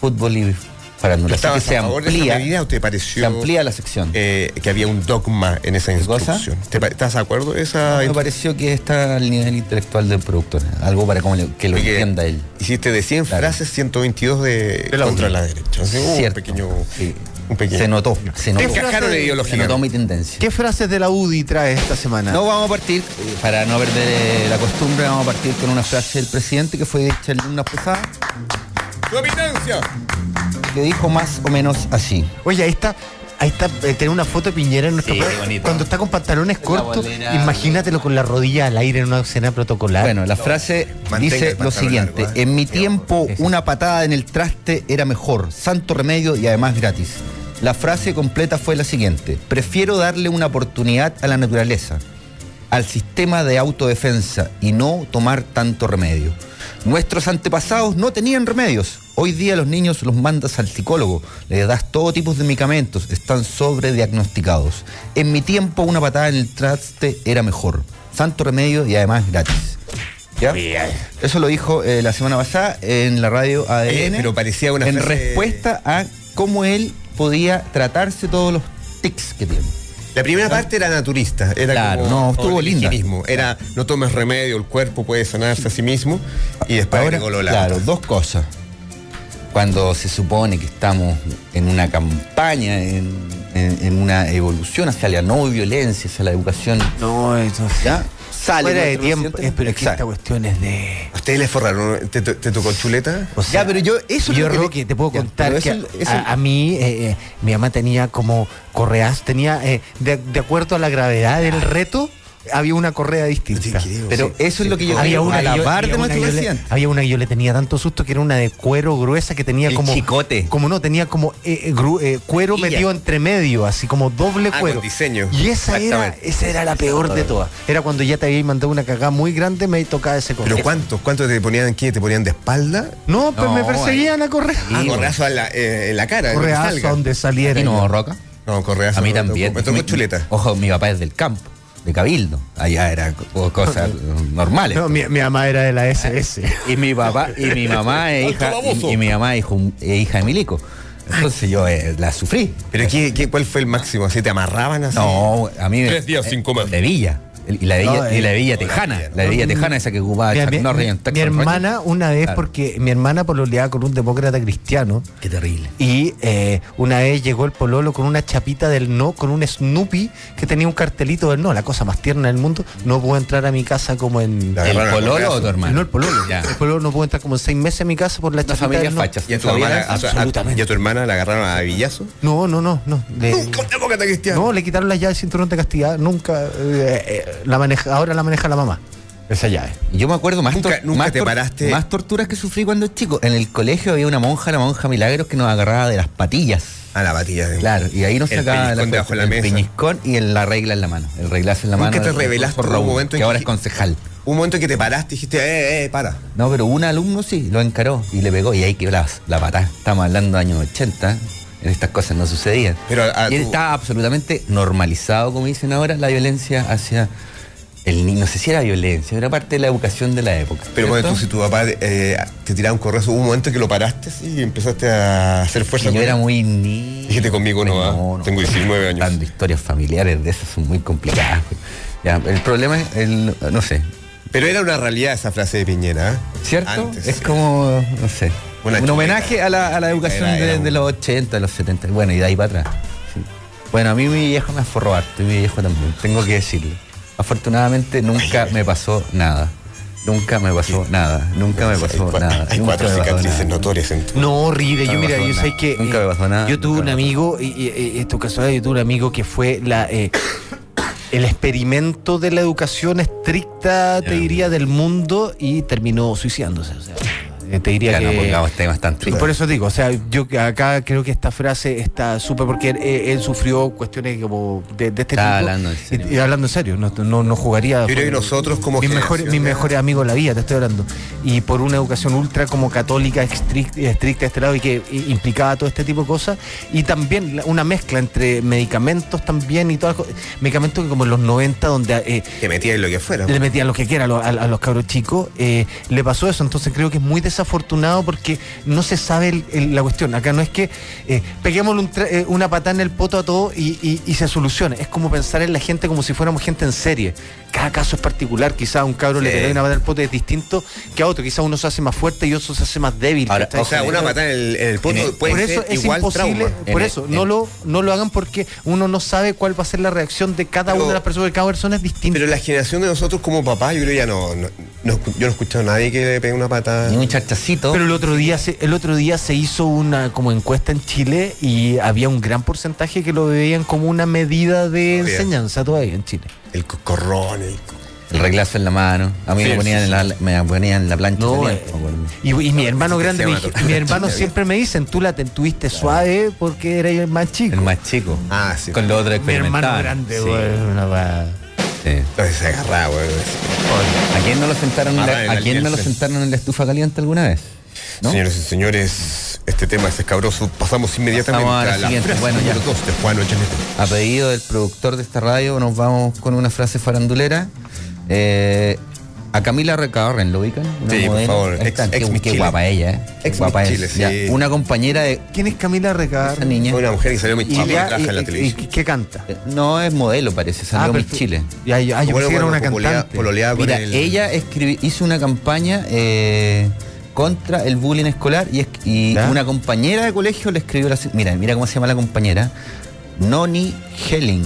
Speaker 14: fútbol y farándula. Así que
Speaker 1: ¿Estabas
Speaker 14: se
Speaker 1: a favor de esa
Speaker 14: amplía,
Speaker 1: medida o te pareció
Speaker 14: se amplía la sección.
Speaker 1: eh, que había un dogma en esa instrucción? ¿Te pa- ¿Estás de acuerdo? de Esa
Speaker 14: me pareció que está al nivel intelectual del productor, algo para como le- que lo
Speaker 1: Oye,
Speaker 14: entienda él.
Speaker 1: Hiciste de 100 frases 122 de, contra la derecha. Así, hubo un
Speaker 14: Cierto.
Speaker 1: pequeño, un pequeño.
Speaker 14: Se notó, se notó.
Speaker 1: Encajaron
Speaker 14: Se
Speaker 1: ideológicamente.
Speaker 14: notó mi tendencia.
Speaker 2: ¿Qué frases de la UDI trae esta semana?
Speaker 14: No, vamos a partir, eh, para no perder eh, la costumbre, vamos a partir con una frase del presidente que fue dicha en una posada,
Speaker 1: ¡Tu eminencia!
Speaker 14: que dijo más o menos así.
Speaker 2: Oye, ahí está, ahí está, eh, tener una foto de Piñera en nuestro
Speaker 14: Sí,
Speaker 2: país.
Speaker 14: bonito.
Speaker 2: Cuando está con pantalones cortos,
Speaker 14: bolera.
Speaker 2: imagínatelo con la rodilla al aire en una escena protocolar.
Speaker 14: Bueno, la frase
Speaker 2: Mantenga el
Speaker 14: dice lo
Speaker 2: pantalón
Speaker 14: siguiente.
Speaker 2: largo, ¿eh?
Speaker 14: En mi tiempo, una patada en el traste era mejor, santo remedio y además gratis. La frase completa fue la siguiente. Prefiero darle una oportunidad a la naturaleza, al sistema de autodefensa y no tomar tanto remedio. Nuestros antepasados no tenían remedios. Hoy día los niños los mandas al psicólogo, les das todo tipo de medicamentos, están sobrediagnosticados. En mi tiempo una patada en el traste era mejor. Santo remedio y además gratis. ¿Ya? Eso lo dijo eh, la semana pasada en la radio ADN.
Speaker 1: Eh, pero parecía una
Speaker 14: En
Speaker 1: frase-
Speaker 14: respuesta a cómo él podía tratarse todos los tics que tiene. Ah.
Speaker 1: La primera parte era naturista, era
Speaker 14: Claro,
Speaker 1: como-
Speaker 14: no,
Speaker 1: como
Speaker 14: estuvo
Speaker 1: el
Speaker 14: linda.
Speaker 1: higienismo, Era no tomes remedio, el cuerpo puede sanarse a sí mismo. Y después
Speaker 14: Ah, Ahora,
Speaker 1: agregó lo de la-
Speaker 14: claro, dos cosas. Cuando se supone que estamos en una campaña, en, en- en una evolución hacia la no violencia, hacia la educación.
Speaker 2: No, eso
Speaker 14: ¿Ya? Sale
Speaker 2: Fuera de
Speaker 14: nuestro
Speaker 2: tiempo,
Speaker 14: presidente.
Speaker 2: es, pero es que
Speaker 14: Exacto.
Speaker 2: esta cuestión es de...
Speaker 1: ¿A ustedes les forraron? ¿Te, te- te tocó chuleta?
Speaker 2: O sea,
Speaker 14: ya, pero yo, eso es
Speaker 2: yo
Speaker 14: lo que le-
Speaker 2: Roque, te puedo
Speaker 14: Ya,
Speaker 2: contar
Speaker 14: pero
Speaker 2: que
Speaker 14: eso-
Speaker 2: a-
Speaker 14: eso-
Speaker 2: a, a mí eh, eh, mi mamá tenía como correas, tenía eh, de, de acuerdo a la gravedad del reto había una correa distinta.
Speaker 14: Pero eso es lo que yo
Speaker 2: había
Speaker 14: digo,
Speaker 2: una que yo-
Speaker 14: alabar de
Speaker 2: había una
Speaker 14: nuestro
Speaker 2: que yo le-
Speaker 14: presidente.
Speaker 2: había una que yo le tenía tanto susto que era una de cuero gruesa que tenía
Speaker 14: El
Speaker 2: como
Speaker 14: chicote.
Speaker 2: como no tenía como eh, eh, gru- eh, cuero
Speaker 14: Hilla.
Speaker 2: metido entre medio así como doble
Speaker 1: Ah,
Speaker 2: cuero
Speaker 1: con diseño.
Speaker 2: y esa era
Speaker 1: Exactamente.
Speaker 2: esa era la peor de todas era cuando ya te habíais mandado una cagada muy grande me tocaba ese correo
Speaker 1: ¿Pero cuántos? ¿Cuántos te ponían? ¿Quién te ponían de espalda?
Speaker 2: no pues me perseguían a correa
Speaker 1: Ah, correazo en la, eh, en la cara. en lo que
Speaker 2: correazo
Speaker 1: salga.
Speaker 2: donde saliera.
Speaker 14: ¿Y no, Roca?
Speaker 1: No, correazo.
Speaker 14: A mí
Speaker 1: no, me
Speaker 14: también.
Speaker 1: tocó- Me tocó
Speaker 14: Mi-
Speaker 1: chuleta.
Speaker 14: Ojo, mi papá es del campo, de Cabildo. Allá era co- cosas normales. Ah,
Speaker 2: No, mi, mi mamá era de la SS.
Speaker 14: Y mi papá, y mi mamá es hija, y, y mi mamá es hijo- es hija de Milico. Entonces yo eh, la sufrí.
Speaker 1: ¿Pero qué, qué- cuál fue el máximo? ¿Así te amarraban así?
Speaker 14: No, a mí me- eh,
Speaker 1: Tres días sin comer.
Speaker 14: De Villa. El- Y la de Villa,
Speaker 2: No,
Speaker 14: y la de
Speaker 2: eh,
Speaker 14: Villa Tejana. La de Villa Tejana, esa que ocupaba
Speaker 2: Mira,
Speaker 14: Chuck
Speaker 2: mi,
Speaker 14: Norris
Speaker 2: mi-
Speaker 14: en
Speaker 2: mi
Speaker 14: Texas
Speaker 2: hermana
Speaker 14: Rangers.
Speaker 2: una vez,
Speaker 14: Claro.
Speaker 2: porque mi hermana pololeaba con un demócrata cristiano
Speaker 14: Qué terrible.
Speaker 2: y eh, una vez llegó el pololo con una chapita del no, con un Snoopy que tenía un cartelito del no, la cosa más tierna del mundo, no puedo entrar a mi casa como en...
Speaker 1: La
Speaker 14: ¿El
Speaker 1: agarraron a
Speaker 14: pololo
Speaker 1: correazo.
Speaker 14: o tu hermano?
Speaker 2: No, el pololo.
Speaker 14: Ya.
Speaker 2: El pololo no pudo entrar como en seis meses a mi casa por la
Speaker 14: Una
Speaker 2: chapita
Speaker 14: familia
Speaker 2: del no.
Speaker 14: facha.
Speaker 1: ¿Y a tu,
Speaker 14: ¿Sabías?
Speaker 1: hermana, a, tu- a-
Speaker 2: Absolutamente.
Speaker 1: y a tu hermana la agarraron a villazo?
Speaker 2: No, no, no, no. Le-
Speaker 1: ¡Nunca un demócrata cristiano!
Speaker 2: no, le quitaron las llaves del cinturón de castidad, nunca... eh, eh, la maneja, ahora la maneja la mamá. Esa llave.
Speaker 14: Y Yo me acuerdo más,
Speaker 1: Nunca-
Speaker 14: tor-
Speaker 1: nunca
Speaker 14: más
Speaker 1: te
Speaker 14: tor-
Speaker 1: paraste.
Speaker 14: más torturas que sufrí cuando chico. En el colegio había una monja, la monja Milagros, que nos agarraba de las patillas.
Speaker 1: A Ah, la batilla. de-
Speaker 14: Claro, y ahí nos
Speaker 1: El
Speaker 14: sacaba
Speaker 1: peñiscón debajo de la
Speaker 14: el
Speaker 1: mesa.
Speaker 14: peñiscón y el- la regla en la mano. El reglazo en la
Speaker 1: Nunca
Speaker 14: mano.
Speaker 1: te
Speaker 14: del-
Speaker 1: revelaste
Speaker 14: del
Speaker 1: en un
Speaker 14: Raúl,
Speaker 1: momento en
Speaker 14: que ahora
Speaker 1: que-
Speaker 14: es concejal.
Speaker 1: Un momento que te paraste y dijiste, eh, eh, para.
Speaker 14: No, pero un alumno sí, lo encaró y le pegó y ahí que la, la patada. Estamos hablando de años 80, ¿eh? en estas cosas no sucedían.
Speaker 1: Pero a- a
Speaker 14: y él
Speaker 1: tu-
Speaker 14: estaba absolutamente normalizado, como dicen ahora, la violencia hacia el niño. No sé si era violencia, era parte de la educación de la época.
Speaker 1: Pero bueno,
Speaker 14: ¿cierto?
Speaker 1: tú, si tu papá eh, te tiraba un correo, hubo un momento que lo paraste sí, y empezaste a hacer
Speaker 14: Y
Speaker 1: fuerza.
Speaker 14: yo
Speaker 1: con él.
Speaker 14: era muy niño.
Speaker 1: Dijiste, conmigo no va, tengo 19 años.
Speaker 14: Tanto historias familiares de esas son muy complicadas. Ya, el problema es, el, no sé,
Speaker 1: Pero era una realidad esa frase de Piñera. ¿eh?
Speaker 14: ¿cierto?
Speaker 1: Antes,
Speaker 14: es
Speaker 1: sí.
Speaker 14: como, no sé,
Speaker 1: Una
Speaker 14: un
Speaker 1: chuleta.
Speaker 14: homenaje a la, a la educación
Speaker 1: Era- era
Speaker 14: de,
Speaker 1: un-
Speaker 14: de los 80, de los 70, bueno, y de ahí para atrás. sí. Bueno, a mí mi viejo me forró harto y mi viejo también, tengo que decirlo. Afortunadamente nunca me pasó nada. Nunca me pasó nada, nunca me
Speaker 1: Hay
Speaker 14: pasó
Speaker 1: cua-
Speaker 14: nada.
Speaker 1: Hay
Speaker 14: nunca
Speaker 1: cuatro
Speaker 14: me pasó
Speaker 1: cicatrices
Speaker 14: nada.
Speaker 1: notorias en tu.
Speaker 2: Ah, No, horrible.
Speaker 14: Nunca
Speaker 2: Yo,
Speaker 14: me
Speaker 2: mira,
Speaker 14: pasó
Speaker 2: yo
Speaker 14: nada.
Speaker 2: sé que.
Speaker 14: Nunca me pasó nada,
Speaker 2: Yo tuve
Speaker 14: nunca
Speaker 2: un
Speaker 14: me pasó
Speaker 2: amigo, y, y- y esto casual, yo tuve un amigo que fue la. eh, el experimento de la educación estricta, te diría, del mundo y terminó suicidándose. o sea, eh, te diría
Speaker 14: Ya no
Speaker 2: que-
Speaker 14: pongamos temas tan
Speaker 2: y
Speaker 14: tristes.
Speaker 2: por eso digo, o sea, yo que acá creo que esta frase está súper porque él, él sufrió cuestiones como de, de este
Speaker 14: Está
Speaker 2: tipo.
Speaker 14: hablando en
Speaker 2: Y- Y, hablando en serio, no, no, no jugaría.
Speaker 11: Yo creo que
Speaker 2: con-
Speaker 11: nosotros como
Speaker 2: mis mejores,
Speaker 11: generación-
Speaker 2: mis mejores amigos de la vida, te estoy hablando. Y por una educación ultra como católica estricta, estricta a este lado y que i- implicaba todo este tipo de cosas. Y también la- una mezcla entre medicamentos también y todas las cosas. Medicamentos que como en los 90 donde eh,
Speaker 11: Que metía en lo que fuera.
Speaker 2: le metían lo que quiera a, lo- a- a los cabros chicos. eh, le pasó eso, entonces creo que es muy desafortunado porque no se sabe el- el- la cuestión. Acá no es que eh, peguémosle un tra- eh, una patada en el poto a todo y, y- y se solucione. Es como pensar en la gente como si fuéramos gente en serie. Cada caso es particular. Quizás a un cabro le
Speaker 11: Sí.
Speaker 2: pegue una patada en el poto es distinto que a otro. Quizás uno se hace más fuerte y otro se hace más débil.
Speaker 11: Ahora,
Speaker 2: ¿cachai?
Speaker 11: o sea, una patada en el, en el poto puede
Speaker 2: por eso
Speaker 11: ser
Speaker 2: es
Speaker 11: igual
Speaker 2: imposible,
Speaker 11: trauma.
Speaker 2: por eso no lo no lo hagan porque uno no sabe cuál va a ser la reacción de cada una de las personas, de cada persona es distinta.
Speaker 11: Pero la generación de nosotros como papás, yo creo ya no, no- no escu- yo no he escuchado a nadie que le pegue una patada.
Speaker 14: Ni un charchacito.
Speaker 2: Pero el otro día se, el otro día se hizo una como encuesta en Chile y había un gran porcentaje que lo veían como una medida
Speaker 14: Todavía.
Speaker 2: de enseñanza todavía en Chile.
Speaker 11: El corrón, el...
Speaker 14: El reglazo en la mano. A mí
Speaker 2: Sí,
Speaker 14: me, ponían
Speaker 2: sí,
Speaker 14: en la, me ponían en la plancha.
Speaker 2: No,
Speaker 14: caliente,
Speaker 2: eh,
Speaker 14: me acuerdo.
Speaker 2: Y, y mi hermano
Speaker 14: que
Speaker 2: grande,
Speaker 14: sea
Speaker 2: me
Speaker 14: una
Speaker 2: dij-
Speaker 14: tortura.
Speaker 2: mi hermano siempre me dicen, tú la ten- tuviste suave porque era el más chico.
Speaker 14: El más chico.
Speaker 11: Ah, sí.
Speaker 14: Con lo otro
Speaker 2: Mi hermano
Speaker 14: experimentaban.
Speaker 2: grande,
Speaker 14: Sí.
Speaker 2: güey, una weá.
Speaker 11: Entonces se agarraba, güey.
Speaker 14: ¿A quién no lo sentaron, en la-
Speaker 11: Agarraba el
Speaker 14: ¿a quién no lo
Speaker 11: alcance.
Speaker 14: sentaron en la estufa caliente alguna vez? ¿No?
Speaker 11: Señores y señores, este tema es escabroso. Pasamos inmediatamente
Speaker 14: Pasamos a la siguiente.
Speaker 11: frase
Speaker 14: Bueno,
Speaker 11: número
Speaker 14: ya.
Speaker 11: dos de Juan Ochanet.
Speaker 14: A pedido del productor de esta radio, nos vamos con una frase farandulera. Eh, a Camila Recabarren, ¿lo ubican? Una
Speaker 11: Sí, por
Speaker 14: modelo.
Speaker 11: favor,
Speaker 14: Ahí
Speaker 11: ex-
Speaker 14: está, qué,
Speaker 11: ex Miss
Speaker 14: qué
Speaker 11: Chile.
Speaker 14: guapa ella, ¿eh? Qué
Speaker 11: Ex
Speaker 14: guapa
Speaker 11: Miss
Speaker 14: es.
Speaker 11: Chile, sí.
Speaker 14: Ya, Una compañera de.
Speaker 2: ¿Quién es Camila Recar?
Speaker 14: Esa niña.
Speaker 11: Fue una mujer que salió en
Speaker 2: Y,
Speaker 11: Chile y
Speaker 2: ya-
Speaker 11: trabaja en la
Speaker 2: y- y-
Speaker 11: televisión.
Speaker 2: y- ¿Qué canta?
Speaker 14: Eh, No es modelo, parece, salió
Speaker 2: Ah,
Speaker 14: Miss
Speaker 2: perfecto.
Speaker 14: Chile.
Speaker 2: Ya, ya, ah, yo
Speaker 11: Bueno,
Speaker 2: pensé que era
Speaker 11: bueno,
Speaker 2: una
Speaker 11: pololea-
Speaker 2: cantante.
Speaker 11: pololeaba con
Speaker 14: Mira,
Speaker 11: el-
Speaker 14: ella escribi- hizo una campaña eh, contra el bullying escolar y, es- y
Speaker 2: ¿Ya?
Speaker 14: una compañera de colegio le escribió la si- Mira, mira cómo se llama la compañera. Noni Helling.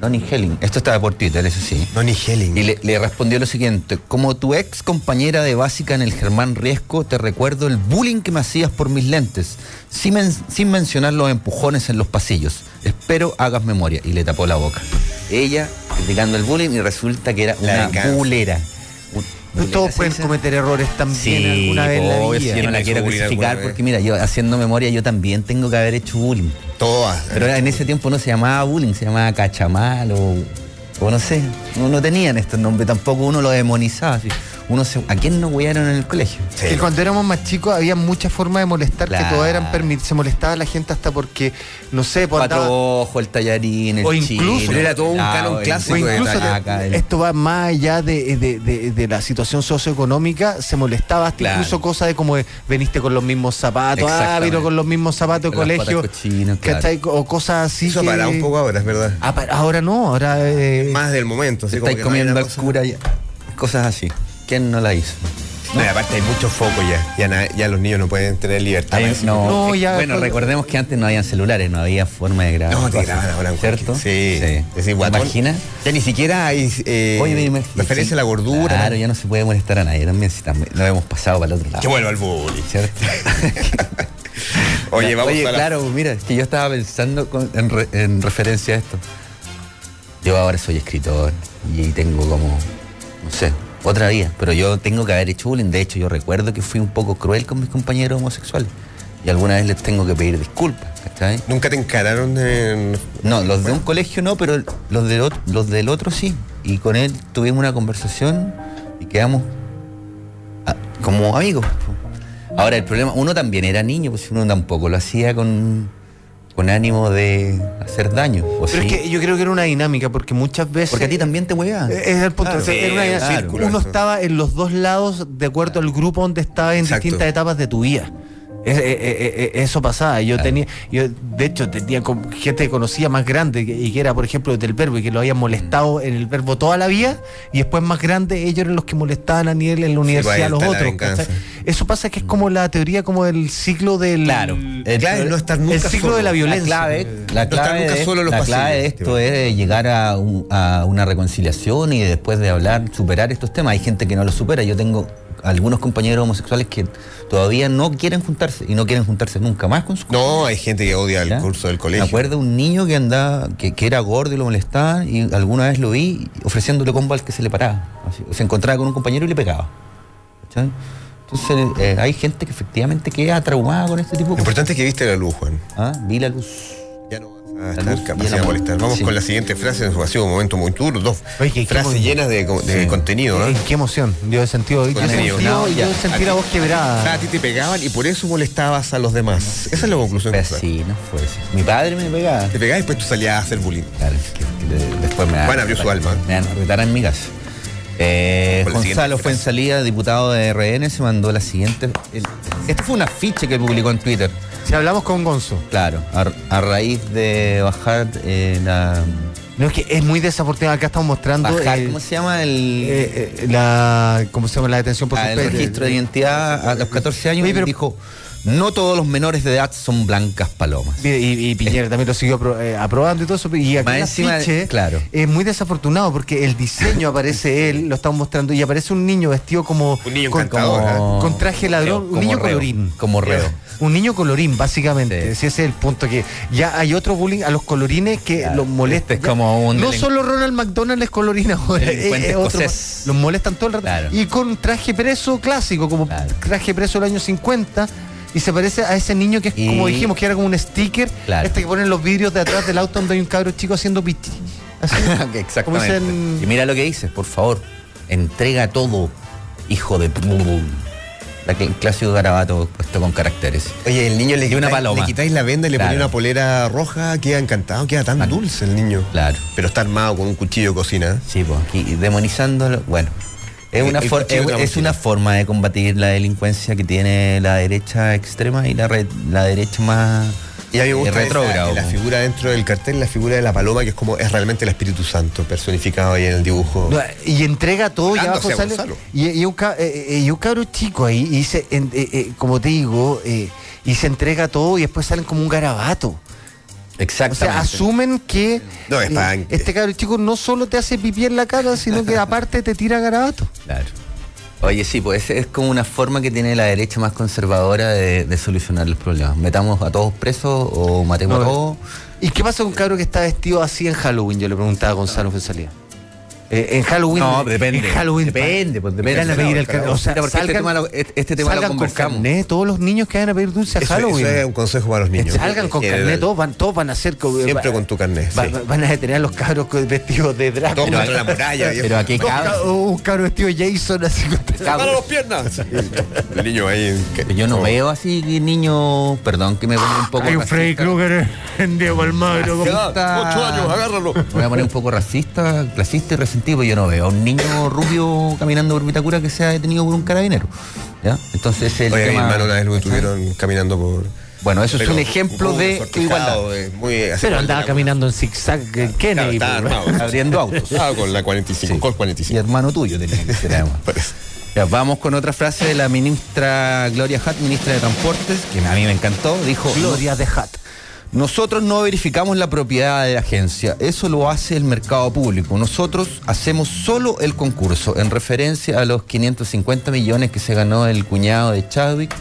Speaker 14: Noni Helling. Esto estaba por Twitter, eso sí.
Speaker 11: Noni Helling.
Speaker 14: Y le, le respondió lo siguiente. Como tu ex compañera de básica en el Germán Riesco, te recuerdo el bullying que me hacías por mis lentes, sin, men- sin mencionar los empujones en los pasillos. Espero hagas memoria. Y le tapó la boca. Ella criticando el bullying y resulta que era
Speaker 11: La
Speaker 14: una
Speaker 11: venganza.
Speaker 14: bulera. Un-
Speaker 2: Pues
Speaker 14: bulera,
Speaker 2: todos
Speaker 14: ¿se
Speaker 2: pueden
Speaker 14: dice?
Speaker 2: cometer errores también alguna vez en la
Speaker 14: obvio,
Speaker 2: vida.
Speaker 14: si yo no la
Speaker 11: Hizo
Speaker 14: quiero
Speaker 11: bullying alguna
Speaker 14: crucificar
Speaker 11: vez.
Speaker 14: porque mira, yo haciendo memoria yo también tengo que haber hecho bullying.
Speaker 11: Todas.
Speaker 14: Pero en ese tiempo no se llamaba bullying, se llamaba cachamal o, o no sé. No, no tenían estos nombres, tampoco uno lo demonizaba. así. Uno se- ¿A quién no huearon en el colegio?
Speaker 11: Sí.
Speaker 2: Que cuando éramos más chicos había muchas formas de molestar que
Speaker 14: Claro.
Speaker 2: todas eran permitidas. Se molestaba la gente hasta porque, no sé, por
Speaker 14: Cuatro
Speaker 2: andaba-
Speaker 14: ojos, el tallarín, el
Speaker 2: O incluso-
Speaker 14: chino,
Speaker 11: Era todo un canon
Speaker 14: el-
Speaker 11: clásico
Speaker 2: o
Speaker 14: el
Speaker 11: de
Speaker 2: incluso este te-
Speaker 14: taca, el-
Speaker 2: esto va más allá de, de- de- de la situación socioeconómica, se molestaba hasta
Speaker 14: Claro.
Speaker 2: incluso cosas de como de, veniste con los mismos zapatos, ah,
Speaker 14: Exactamente.
Speaker 2: vino con los mismos zapatos de
Speaker 14: Con las
Speaker 2: colegio,
Speaker 14: patas cochinas, claro.
Speaker 2: ¿cachai? o cosas así.
Speaker 11: Eso ha
Speaker 2: que-
Speaker 11: parado un poco ahora, es verdad. Ah,
Speaker 2: Ah, pa- Ahora no, ahora... eh,
Speaker 11: Más del momento.
Speaker 14: te
Speaker 11: Así como
Speaker 14: estáis
Speaker 11: que no hay
Speaker 14: comiendo
Speaker 11: una
Speaker 14: al
Speaker 11: cosa-
Speaker 14: cura y cosas así. ¿Quién no la hizo?
Speaker 11: No, y aparte hay mucho foco ya. Ya, na- ya los niños no pueden tener libertad.
Speaker 14: Hay-
Speaker 11: para decir-
Speaker 14: no,
Speaker 2: No,
Speaker 14: eh,
Speaker 2: ya- pues,
Speaker 14: bueno, recordemos que antes no habían celulares, no había forma de grabar.
Speaker 11: No, te
Speaker 14: cosas,
Speaker 11: graban ahora en
Speaker 14: ¿Cierto?
Speaker 11: cualquier- Sí. Es decir, guatón.
Speaker 14: Imagina.
Speaker 11: Ya ni siquiera hay eh,
Speaker 14: Oye, me imagino-
Speaker 11: referencia a la gordura.
Speaker 14: Claro, ya no se puede molestar a nadie también si también lo hemos pasado para el otro lado.
Speaker 11: Que vuelva al bullying.
Speaker 14: ¿Cierto?
Speaker 11: Oye, vamos a la...
Speaker 14: claro, mira, es que yo estaba pensando con- en, re- en referencia a esto. Yo ahora soy escritor y tengo como, no sé, otra vida, pero yo tengo que haber hecho bullying. De hecho, yo recuerdo que fui un poco cruel con mis compañeros homosexuales y alguna vez les tengo que pedir disculpas, ¿cachai?
Speaker 11: ¿Nunca te encararon en...?
Speaker 14: No, los de un colegio no, pero los del, ot- los del otro sí. Y con él tuvimos una conversación y quedamos ah, como amigos. po. Ahora, el problema, uno también era niño, pues uno tampoco lo hacía con, con ánimo de hacer daño. ¿o
Speaker 2: pero
Speaker 14: sí?
Speaker 2: es que yo creo que era una dinámica porque muchas veces...
Speaker 14: Porque a ti también te hueveaban.
Speaker 2: Eh, Es el punto.
Speaker 11: Claro,
Speaker 2: o sea,
Speaker 11: sí,
Speaker 2: era una-
Speaker 11: era un
Speaker 2: claro.
Speaker 11: círculo
Speaker 2: uno
Speaker 11: esto.
Speaker 2: estaba en los dos lados de acuerdo al grupo donde estaba en
Speaker 11: Exacto.
Speaker 2: distintas etapas de tu vida. Es- eh, eh, eh, eso pasaba. Yo tenía, yo de hecho tenía como gente que conocía más grande que- y que era, por ejemplo, del verbo y que lo habían molestado en el verbo toda la vida y después más grande ellos eran los que molestaban a nivel en la universidad
Speaker 11: ahí
Speaker 2: a los
Speaker 11: está la
Speaker 2: otros.
Speaker 11: venganza.
Speaker 2: ¿cachai? Eso pasa que es como la teoría como el ciclo del
Speaker 14: Eh, Claro.
Speaker 2: Eh,
Speaker 11: El- Claro, no estar nunca
Speaker 2: el ciclo
Speaker 11: solo.
Speaker 2: de la violencia.
Speaker 14: La clave, la
Speaker 11: No estar
Speaker 14: clave,
Speaker 11: nunca
Speaker 14: de,
Speaker 11: solo en los este
Speaker 14: la clave de
Speaker 11: pasillos,
Speaker 14: esto es llegar a, un- a una reconciliación y después de hablar, superar estos temas. Hay gente que no lo supera. Yo tengo algunos compañeros homosexuales que todavía no quieren juntarse y no quieren juntarse nunca más con su
Speaker 11: No, hay gente que odia el
Speaker 14: ¿Ya?
Speaker 11: curso del
Speaker 14: Me
Speaker 11: colegio.
Speaker 14: acuerdo un niño que andaba, que, que era gordo y lo molestaban, y alguna vez lo vi ofreciéndole combo al que se le paraba. Así, se encontraba con un compañero y le pegaba. ¿Cachai? Entonces, eh, hay gente que efectivamente queda traumada con este tipo de
Speaker 11: Lo
Speaker 14: cosas.
Speaker 11: importante es que viste la luz, Juan.
Speaker 14: Ah, Vi la luz.
Speaker 11: Ya no vas a
Speaker 14: La
Speaker 11: estar
Speaker 14: luz y el
Speaker 11: capacidad de
Speaker 14: amor.
Speaker 11: molestar. Vamos
Speaker 14: Sí.
Speaker 11: con la siguiente frase. Ha sido un momento muy duro. Dos
Speaker 2: Oye, qué- qué
Speaker 11: frases
Speaker 2: bonito.
Speaker 11: llenas de, co- de
Speaker 2: Sí.
Speaker 11: contenido, ¿no?
Speaker 2: Eh, Qué emoción. Yo he sentido. Yo, sentí,
Speaker 11: Contenido.
Speaker 2: yo, yo
Speaker 11: Ya.
Speaker 2: sentí la
Speaker 11: ti-
Speaker 2: voz quebrada.
Speaker 11: o sea, Ah, a ti te pegaban y por eso molestabas a los demás. Esa es la conclusión que saco.
Speaker 14: no fue así. Mi padre me pegaba.
Speaker 11: Te pegabas y después tú salías a hacer bullying.
Speaker 14: Claro, que- que de- después me van a
Speaker 11: Juan abrió su
Speaker 14: retar-
Speaker 11: alma.
Speaker 14: Me van a retar en mi casa. Eh,
Speaker 11: Con la
Speaker 14: Gonzalo
Speaker 11: siguiente
Speaker 14: fue en salida, diputado de RN, se mandó la siguiente. el- este fue un afiche que publicó en Twitter.
Speaker 2: Si hablamos con Gonzo.
Speaker 14: Claro, a, a raíz de bajar eh, la.
Speaker 2: No, es que es muy desafortunado. Acá estamos mostrando.
Speaker 14: Bajar,
Speaker 2: eh,
Speaker 14: ¿cómo se llama? El,
Speaker 2: eh, eh, la, ¿Cómo se llama? La detención por
Speaker 14: ah, el
Speaker 2: sospecha.
Speaker 14: registro de identidad a los 14 años y dijo: No todos los menores de edad son blancas palomas.
Speaker 2: Mire, Y, y Piñera también lo siguió apro- eh, aprobando y todo eso. Y
Speaker 14: Más
Speaker 2: aquí el
Speaker 14: encima,
Speaker 2: afiche
Speaker 14: claro.
Speaker 2: eh, es muy desafortunado porque el diseño aparece él, lo estamos mostrando, y aparece un niño vestido como.
Speaker 11: Un niño
Speaker 2: con,
Speaker 11: encantador,
Speaker 2: como-
Speaker 14: ¿eh?
Speaker 2: con traje ladrón,
Speaker 14: Como
Speaker 2: un niño
Speaker 14: reo,
Speaker 2: colorín.
Speaker 14: Como reo.
Speaker 2: Un niño colorín, básicamente. Si ese es el punto que ya hay otro bullying a los colorines que
Speaker 14: Claro.
Speaker 2: los molesta.
Speaker 14: Este es como un
Speaker 2: no
Speaker 14: delinc-
Speaker 2: solo Ronald McDonald es colorín ahora, es-
Speaker 14: Delincuente
Speaker 2: es otro-
Speaker 14: escocés.
Speaker 2: los molestan todo el rato.
Speaker 14: Claro.
Speaker 2: Y con traje preso clásico, como
Speaker 14: Claro.
Speaker 2: traje preso del año 50. Y se parece a ese niño que es
Speaker 14: Y-
Speaker 2: como dijimos, que era como un sticker,
Speaker 14: Claro.
Speaker 2: este que ponen los vidrios de atrás del auto donde hay un cabro chico haciendo pichi. Así. Como
Speaker 14: Exactamente.
Speaker 2: dicen-
Speaker 14: Y mira lo que dices, por favor. Entrega todo, hijo de. pu- La cl- clásico garabato puesto con caracteres.
Speaker 11: Oye, el niño le,
Speaker 14: Y una
Speaker 11: quitáis-
Speaker 14: paloma.
Speaker 11: le quitáis la venda y le
Speaker 14: Claro.
Speaker 11: ponéis una polera roja, queda encantado, queda tan
Speaker 14: Claro.
Speaker 11: dulce el niño.
Speaker 14: Claro.
Speaker 11: Pero está armado con un cuchillo de cocina. ¿eh?
Speaker 14: Sí, pues aquí demonizándolo. Bueno, es
Speaker 11: El-
Speaker 14: una,
Speaker 11: el
Speaker 14: for-
Speaker 11: cuchillo
Speaker 14: es-
Speaker 11: de la
Speaker 14: es una
Speaker 11: mochila.
Speaker 14: forma de combatir la delincuencia que tiene la derecha extrema y la, re- la derecha más
Speaker 11: Y a mí me
Speaker 14: eh,
Speaker 11: gusta esa-
Speaker 14: retrógrada,
Speaker 11: la
Speaker 14: po.
Speaker 11: figura dentro del cartel, la figura de la paloma, que es como es realmente el Espíritu Santo personificado ahí en el dibujo.
Speaker 2: No,
Speaker 14: eh.
Speaker 2: Y entrega todo y
Speaker 11: Hablando
Speaker 2: abajo
Speaker 11: hacia
Speaker 2: sale.
Speaker 11: Gonzalo.
Speaker 2: Y, y un ca- eh, eh, y un cabro chico ahí, y se, en- eh, eh, como te digo, eh, y se entrega todo y después salen como un garabato. O
Speaker 14: Exactamente.
Speaker 2: sea, asumen que
Speaker 11: No, es pan-
Speaker 2: este cabro chico no solo te hace pipí en la cara, sino que aparte te tira garabato.
Speaker 14: Claro. Oye, sí, pues esa es como una forma que tiene la derecha más conservadora de, de solucionar los problemas. Metamos a todos presos o matemos a
Speaker 2: No,
Speaker 14: todos.
Speaker 2: ¿Y qué pasa con un cabro que está vestido así en Halloween? Yo le preguntaba a Gonzalo Fuenzalía. Eh, en Halloween.
Speaker 14: No, depende.
Speaker 2: En Halloween.
Speaker 14: Depende, pues, depende.
Speaker 2: Van a pedir el
Speaker 14: Claro,
Speaker 2: car- o sea,
Speaker 14: mira, porque este
Speaker 2: salgan-
Speaker 14: tema lo- este- este tema lo
Speaker 2: salgan con
Speaker 14: conversamos.
Speaker 2: carnet, todos los niños que van a pedir dulce a
Speaker 11: Eso- eso,
Speaker 2: Halloween.
Speaker 11: es un consejo para los niños.
Speaker 2: Salgan con
Speaker 11: En
Speaker 2: carnet,
Speaker 11: general.
Speaker 2: todos van, todos van a ser. co-
Speaker 11: Siempre
Speaker 2: va-
Speaker 11: con tu carnet.
Speaker 2: va-
Speaker 11: sí.
Speaker 2: va- Van a detener a los cabros con- vestidos de
Speaker 11: Todos
Speaker 2: Drácula.
Speaker 11: contra la muralla. viejo.
Speaker 14: Pero aquí
Speaker 2: Dos ca-
Speaker 14: cabe.
Speaker 2: un cabro vestido de Jason así con
Speaker 14: cabe-
Speaker 1: piernas!
Speaker 11: El niño ahí. Oh. que-
Speaker 14: Yo no
Speaker 11: como-
Speaker 14: veo así que niño, perdón que me ponga un poco racista.
Speaker 2: Krueger eh. en Diego Almagro.
Speaker 14: como- Ocho años,
Speaker 1: agárralo!
Speaker 14: Me voy a poner un poco racista, clasista y resentido, porque yo no veo a un niño rubio caminando por Vitacura que sea detenido por un carabinero. ¿Ya? Entonces ese es el
Speaker 11: Oye, mi
Speaker 14: tema.
Speaker 11: hermano una vez lo estuvieron caminando por.
Speaker 14: Bueno, eso es
Speaker 11: Pero
Speaker 14: un ejemplo
Speaker 11: poco
Speaker 14: de
Speaker 11: desortijado,
Speaker 14: igualdad.
Speaker 11: eh, Muy
Speaker 2: Pero andaba caminando en zigzag eh,
Speaker 11: Claro,
Speaker 2: Kennedy.
Speaker 11: estaba
Speaker 2: pues.
Speaker 11: armado.
Speaker 14: Abriendo autos.
Speaker 11: Ah, con la 45,
Speaker 14: Sí.
Speaker 11: con
Speaker 14: Y
Speaker 11: 45.
Speaker 14: hermano tuyo tenía que ser además.
Speaker 11: Parece.
Speaker 14: Ya, vamos con otra frase de la ministra Gloria Hutt, ministra de Transportes, que a mí me encantó. Dijo:
Speaker 2: Gloria de Hat.
Speaker 14: Nosotros no verificamos la propiedad de la agencia, eso lo hace el mercado público. Nosotros hacemos solo el concurso en referencia a los 550 millones que se ganó el cuñado de Chadwick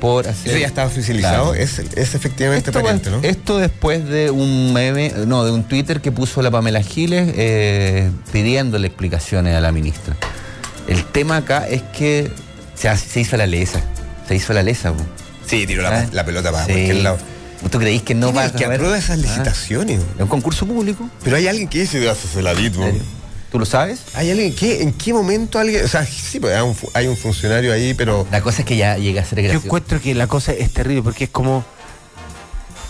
Speaker 14: por hacer...
Speaker 11: Ese ya estaba oficializado,
Speaker 14: Claro.
Speaker 11: es, es efectivamente
Speaker 14: Esto,
Speaker 11: pariente, ¿no?
Speaker 14: esto después de un meme, no, de un Twitter que puso la Pamela Giles eh, pidiéndole explicaciones a la ministra. El tema acá es que se, hace- se hizo la lesa, se hizo la lesa. po.
Speaker 11: Sí, tiró la,
Speaker 14: ¿Ah?
Speaker 11: la pelota para
Speaker 14: Sí.
Speaker 11: cualquier lado.
Speaker 14: ¿Tú creéis que no
Speaker 11: ¿Quién
Speaker 14: va
Speaker 11: es
Speaker 14: a
Speaker 11: el que
Speaker 14: saber?
Speaker 11: aprueba esas
Speaker 14: Ah.
Speaker 11: licitaciones?
Speaker 14: ¿Es un concurso público?
Speaker 11: Pero hay alguien que dice, haces el adit,
Speaker 14: ¿En serio? ¿Tú lo sabes?
Speaker 11: ¿Hay alguien que, en qué momento alguien, o sea, sí, pues, hay un, fu- hay un funcionario ahí, pero
Speaker 14: La cosa es que ya llega a ser
Speaker 2: Yo
Speaker 14: gracioso.
Speaker 2: encuentro que la cosa es terrible porque es como.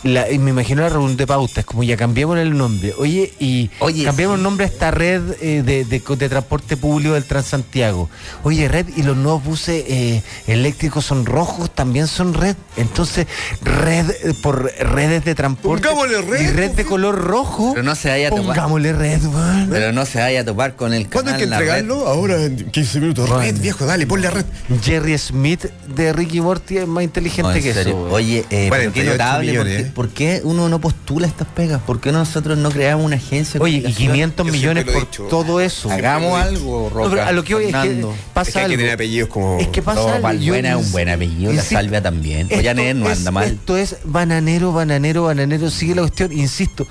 Speaker 2: La, y me imagino la reunión de pautas, como ya cambiamos el nombre. Oye, y
Speaker 14: Oye,
Speaker 2: cambiamos
Speaker 14: sí.
Speaker 2: el nombre a esta red eh, de, de co- de transporte público del Transantiago. Oye, red, y los nuevos buses eh, eléctricos son rojos, también son red. Entonces, red eh, por redes de transporte.
Speaker 11: Pongámosle red, pues,
Speaker 2: Y red de
Speaker 11: po,
Speaker 2: color rojo.
Speaker 14: Pero no se vaya a topar.
Speaker 2: Pongámosle red, weón.
Speaker 14: Pero no se vaya a topar con el
Speaker 11: ¿Eh? ¿cuándo hay
Speaker 14: canal.
Speaker 11: que
Speaker 14: la red.
Speaker 11: entregarlo? Ahora en 15 minutos.
Speaker 2: Bueno.
Speaker 11: Red, viejo, dale, ponle a red.
Speaker 2: Jerry Smith de Ricky Morty es más
Speaker 14: No,
Speaker 2: inteligente
Speaker 14: en
Speaker 2: que
Speaker 14: serio.
Speaker 2: eso. weón.
Speaker 14: Oye, eh, pero qué
Speaker 11: 48
Speaker 14: notable,
Speaker 11: millones,
Speaker 14: porque
Speaker 11: eh.
Speaker 14: ¿Por qué uno no postula estas pegas? ¿Por qué nosotros no creamos una agencia?
Speaker 2: Oye, y 500
Speaker 14: Yo
Speaker 2: millones
Speaker 14: siempre lo
Speaker 2: por
Speaker 14: he dicho.
Speaker 2: todo eso.
Speaker 14: Siempre Hagamos lo he dicho. algo, Roca,
Speaker 2: No, pero a lo que hoy es que
Speaker 14: Fernando.
Speaker 2: pasa
Speaker 14: Es que hay que
Speaker 2: algo.
Speaker 14: tener apellidos como-
Speaker 2: Es que pasa
Speaker 14: No,
Speaker 2: algo.
Speaker 14: Valbuena es un buen apellido, la Salvia también.
Speaker 2: esto
Speaker 14: Ollaner no anda
Speaker 2: es-
Speaker 14: mal.
Speaker 2: Esto es bananero, bananero, bananero. Sigue la cuestión, insisto.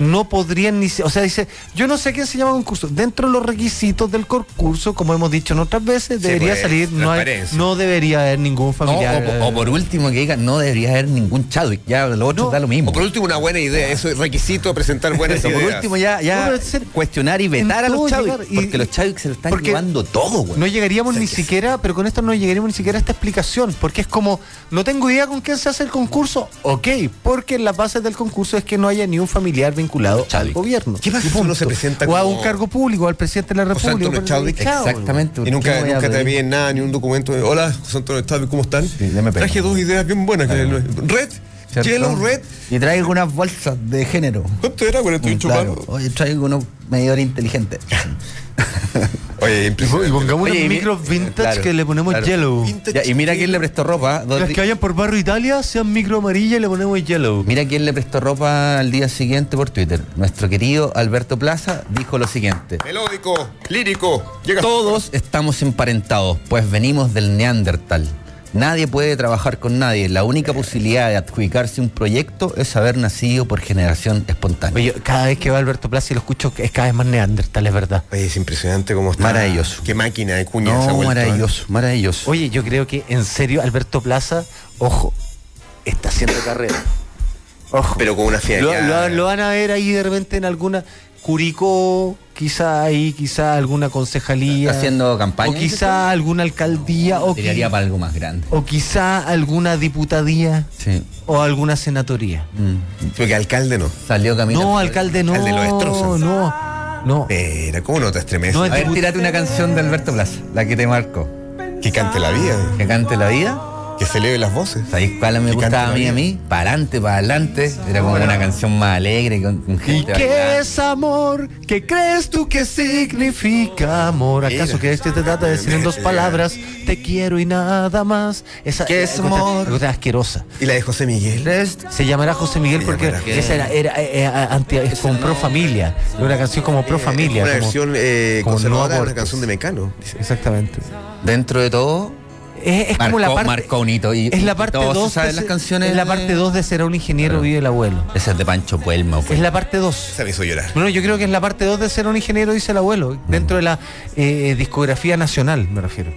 Speaker 2: No podrían ni. se- O sea, dice, yo no sé a quién se llama concurso. Dentro de los requisitos del concurso, como hemos dicho en otras veces, debería
Speaker 14: pues,
Speaker 2: salir. No, hay-
Speaker 14: transparencia.
Speaker 2: no debería haber ningún familiar. eh,
Speaker 14: No, o, o por último que digan, no debería haber ningún Chadwick, ya lo otro da lo mismo.
Speaker 1: Por último, una buena idea. Eso es requisito, presentar buenas
Speaker 14: Eso,
Speaker 1: ideas.
Speaker 14: por último, ya, ya
Speaker 2: No, pero es ser-
Speaker 14: cuestionar y vetar a
Speaker 2: en todo
Speaker 14: los
Speaker 2: llegar,
Speaker 14: Chadwick.
Speaker 2: y-
Speaker 14: Porque los Chadwick se lo están
Speaker 2: porque
Speaker 14: llevando todo, güey.
Speaker 2: No llegaríamos ni siquiera, pero con esto no llegaríamos ni siquiera a esta explicación, porque es como, no tengo idea con quién se hace el concurso, ok, porque en las bases del concurso es que no haya ni un familiar vinculado al gobierno.
Speaker 1: ¿Qué pasa
Speaker 2: Y
Speaker 1: si uno
Speaker 2: punto.
Speaker 1: se presenta
Speaker 2: O a
Speaker 1: como-
Speaker 2: un cargo público, al presidente de la
Speaker 1: José
Speaker 2: República.
Speaker 1: Antonio
Speaker 2: por-
Speaker 1: Chadwick.
Speaker 2: Chao, güey.
Speaker 1: Y nunca,
Speaker 2: ¿Por qué
Speaker 1: nunca
Speaker 2: voy
Speaker 1: te
Speaker 2: a pedir?
Speaker 1: piden nada, ni un documento. Hola, José Antonio Chadwick, ¿cómo están? Traje dos ideas bien buenas. que no- Red,
Speaker 14: ¿Cierto?
Speaker 1: hielo, red.
Speaker 14: Y traigo unas bolsas de género.
Speaker 1: ¿Cuánto era?
Speaker 2: Mm,
Speaker 1: 48
Speaker 14: Claro.
Speaker 1: palos.
Speaker 14: Oye, traigo unos medidores inteligentes.
Speaker 1: Oye, impresionante.
Speaker 2: Y pongamos unos
Speaker 14: y mi-
Speaker 2: micros vintage
Speaker 14: claro,
Speaker 2: que le ponemos
Speaker 14: claro.
Speaker 2: yellow.
Speaker 14: Ya, y mira quién le prestó ropa. dos
Speaker 2: Las
Speaker 14: di-
Speaker 2: que vayan por barrio Italia sean micro amarilla y le ponemos yellow.
Speaker 14: Mira quién le prestó ropa al día siguiente por Twitter. Nuestro querido Alberto Plaza dijo lo siguiente.
Speaker 16: Melódico, lírico, llega.
Speaker 14: Todos estamos emparentados, pues venimos del Neandertal. Nadie puede trabajar con nadie. La única posibilidad de adjudicarse un proyecto es haber nacido por generación espontánea.
Speaker 2: Oye, cada vez que va Alberto Plaza y lo escucho, es cada vez más neandertal, es verdad.
Speaker 1: Oye, es impresionante cómo está.
Speaker 14: Maravilloso.
Speaker 1: Qué máquina de cuña se ha
Speaker 14: No,
Speaker 1: vuelto, ¿eh?
Speaker 14: maravilloso, maravilloso.
Speaker 2: Oye, yo creo que en serio Alberto Plaza, ojo, está haciendo carrera. Ojo.
Speaker 1: Pero con una
Speaker 2: Lo,
Speaker 1: fidelidad.
Speaker 2: lo- lo van a ver ahí de repente en alguna Curicó, quizá ahí, quizá alguna concejalía.
Speaker 14: Está haciendo campaña,
Speaker 2: O quizá alguna alcaldía, o, qui-
Speaker 14: Tiraría para algo más grande.
Speaker 2: o quizá alguna diputadía,
Speaker 14: Sí.
Speaker 2: o alguna senatoría.
Speaker 1: Porque alcalde no.
Speaker 14: Salió camino.
Speaker 2: No, alcalde, no.
Speaker 1: alcalde lo destrozan.
Speaker 2: no, no.
Speaker 1: Mira, ¿cómo no te estremeces?
Speaker 2: No,
Speaker 14: A ver, tírate una canción de Alberto Plaza, la que te marcó.
Speaker 1: Que cante la vida,
Speaker 14: Que cante la vida.
Speaker 1: que se eleve las voces.
Speaker 14: ¿Sabéis cuál me
Speaker 1: Que cante
Speaker 14: gustaba a mí?
Speaker 1: la
Speaker 14: A mí, para adelante, para adelante. Era como una canción más alegre con, con
Speaker 2: ¿Y
Speaker 14: gente.
Speaker 2: qué
Speaker 14: bailando.
Speaker 2: es amor? ¿Qué crees tú que significa amor? ¿Acaso que este te trata de decir en dos palabras? Te quiero y nada más. Esa
Speaker 14: ¿Qué es
Speaker 2: la encontré-
Speaker 14: amor?
Speaker 2: la encontré asquerosa.
Speaker 1: Y la de José Miguel.
Speaker 2: Se llamará José Miguel porque
Speaker 1: llamará José
Speaker 2: esa era, era eh, eh, anti- es como pro familia. Era una canción como pro familia.
Speaker 1: eh, Una
Speaker 2: como-
Speaker 1: versión eh,
Speaker 2: como no
Speaker 1: conservadora de una
Speaker 2: abortes.
Speaker 1: canción de Mecano. dice.
Speaker 2: Exactamente.
Speaker 14: Dentro de todo,
Speaker 2: Es, es
Speaker 14: Marcó-
Speaker 2: como la parte.
Speaker 14: marcó un hito y-
Speaker 2: es la
Speaker 14: y
Speaker 2: parte
Speaker 14: todos
Speaker 2: 2.
Speaker 14: saben las canciones
Speaker 2: Es la
Speaker 14: de-
Speaker 2: parte 2 de Será un ingeniero,
Speaker 14: Claro.
Speaker 2: vive el abuelo.
Speaker 14: esa es de Pancho Puelma.
Speaker 2: Es
Speaker 14: pues.
Speaker 2: la parte 2.
Speaker 1: Esa me hizo llorar.
Speaker 2: Bueno, yo creo que es la parte 2 de ser un ingeniero, dice el abuelo,
Speaker 1: Mm.
Speaker 2: dentro de la eh, discografía nacional, me refiero.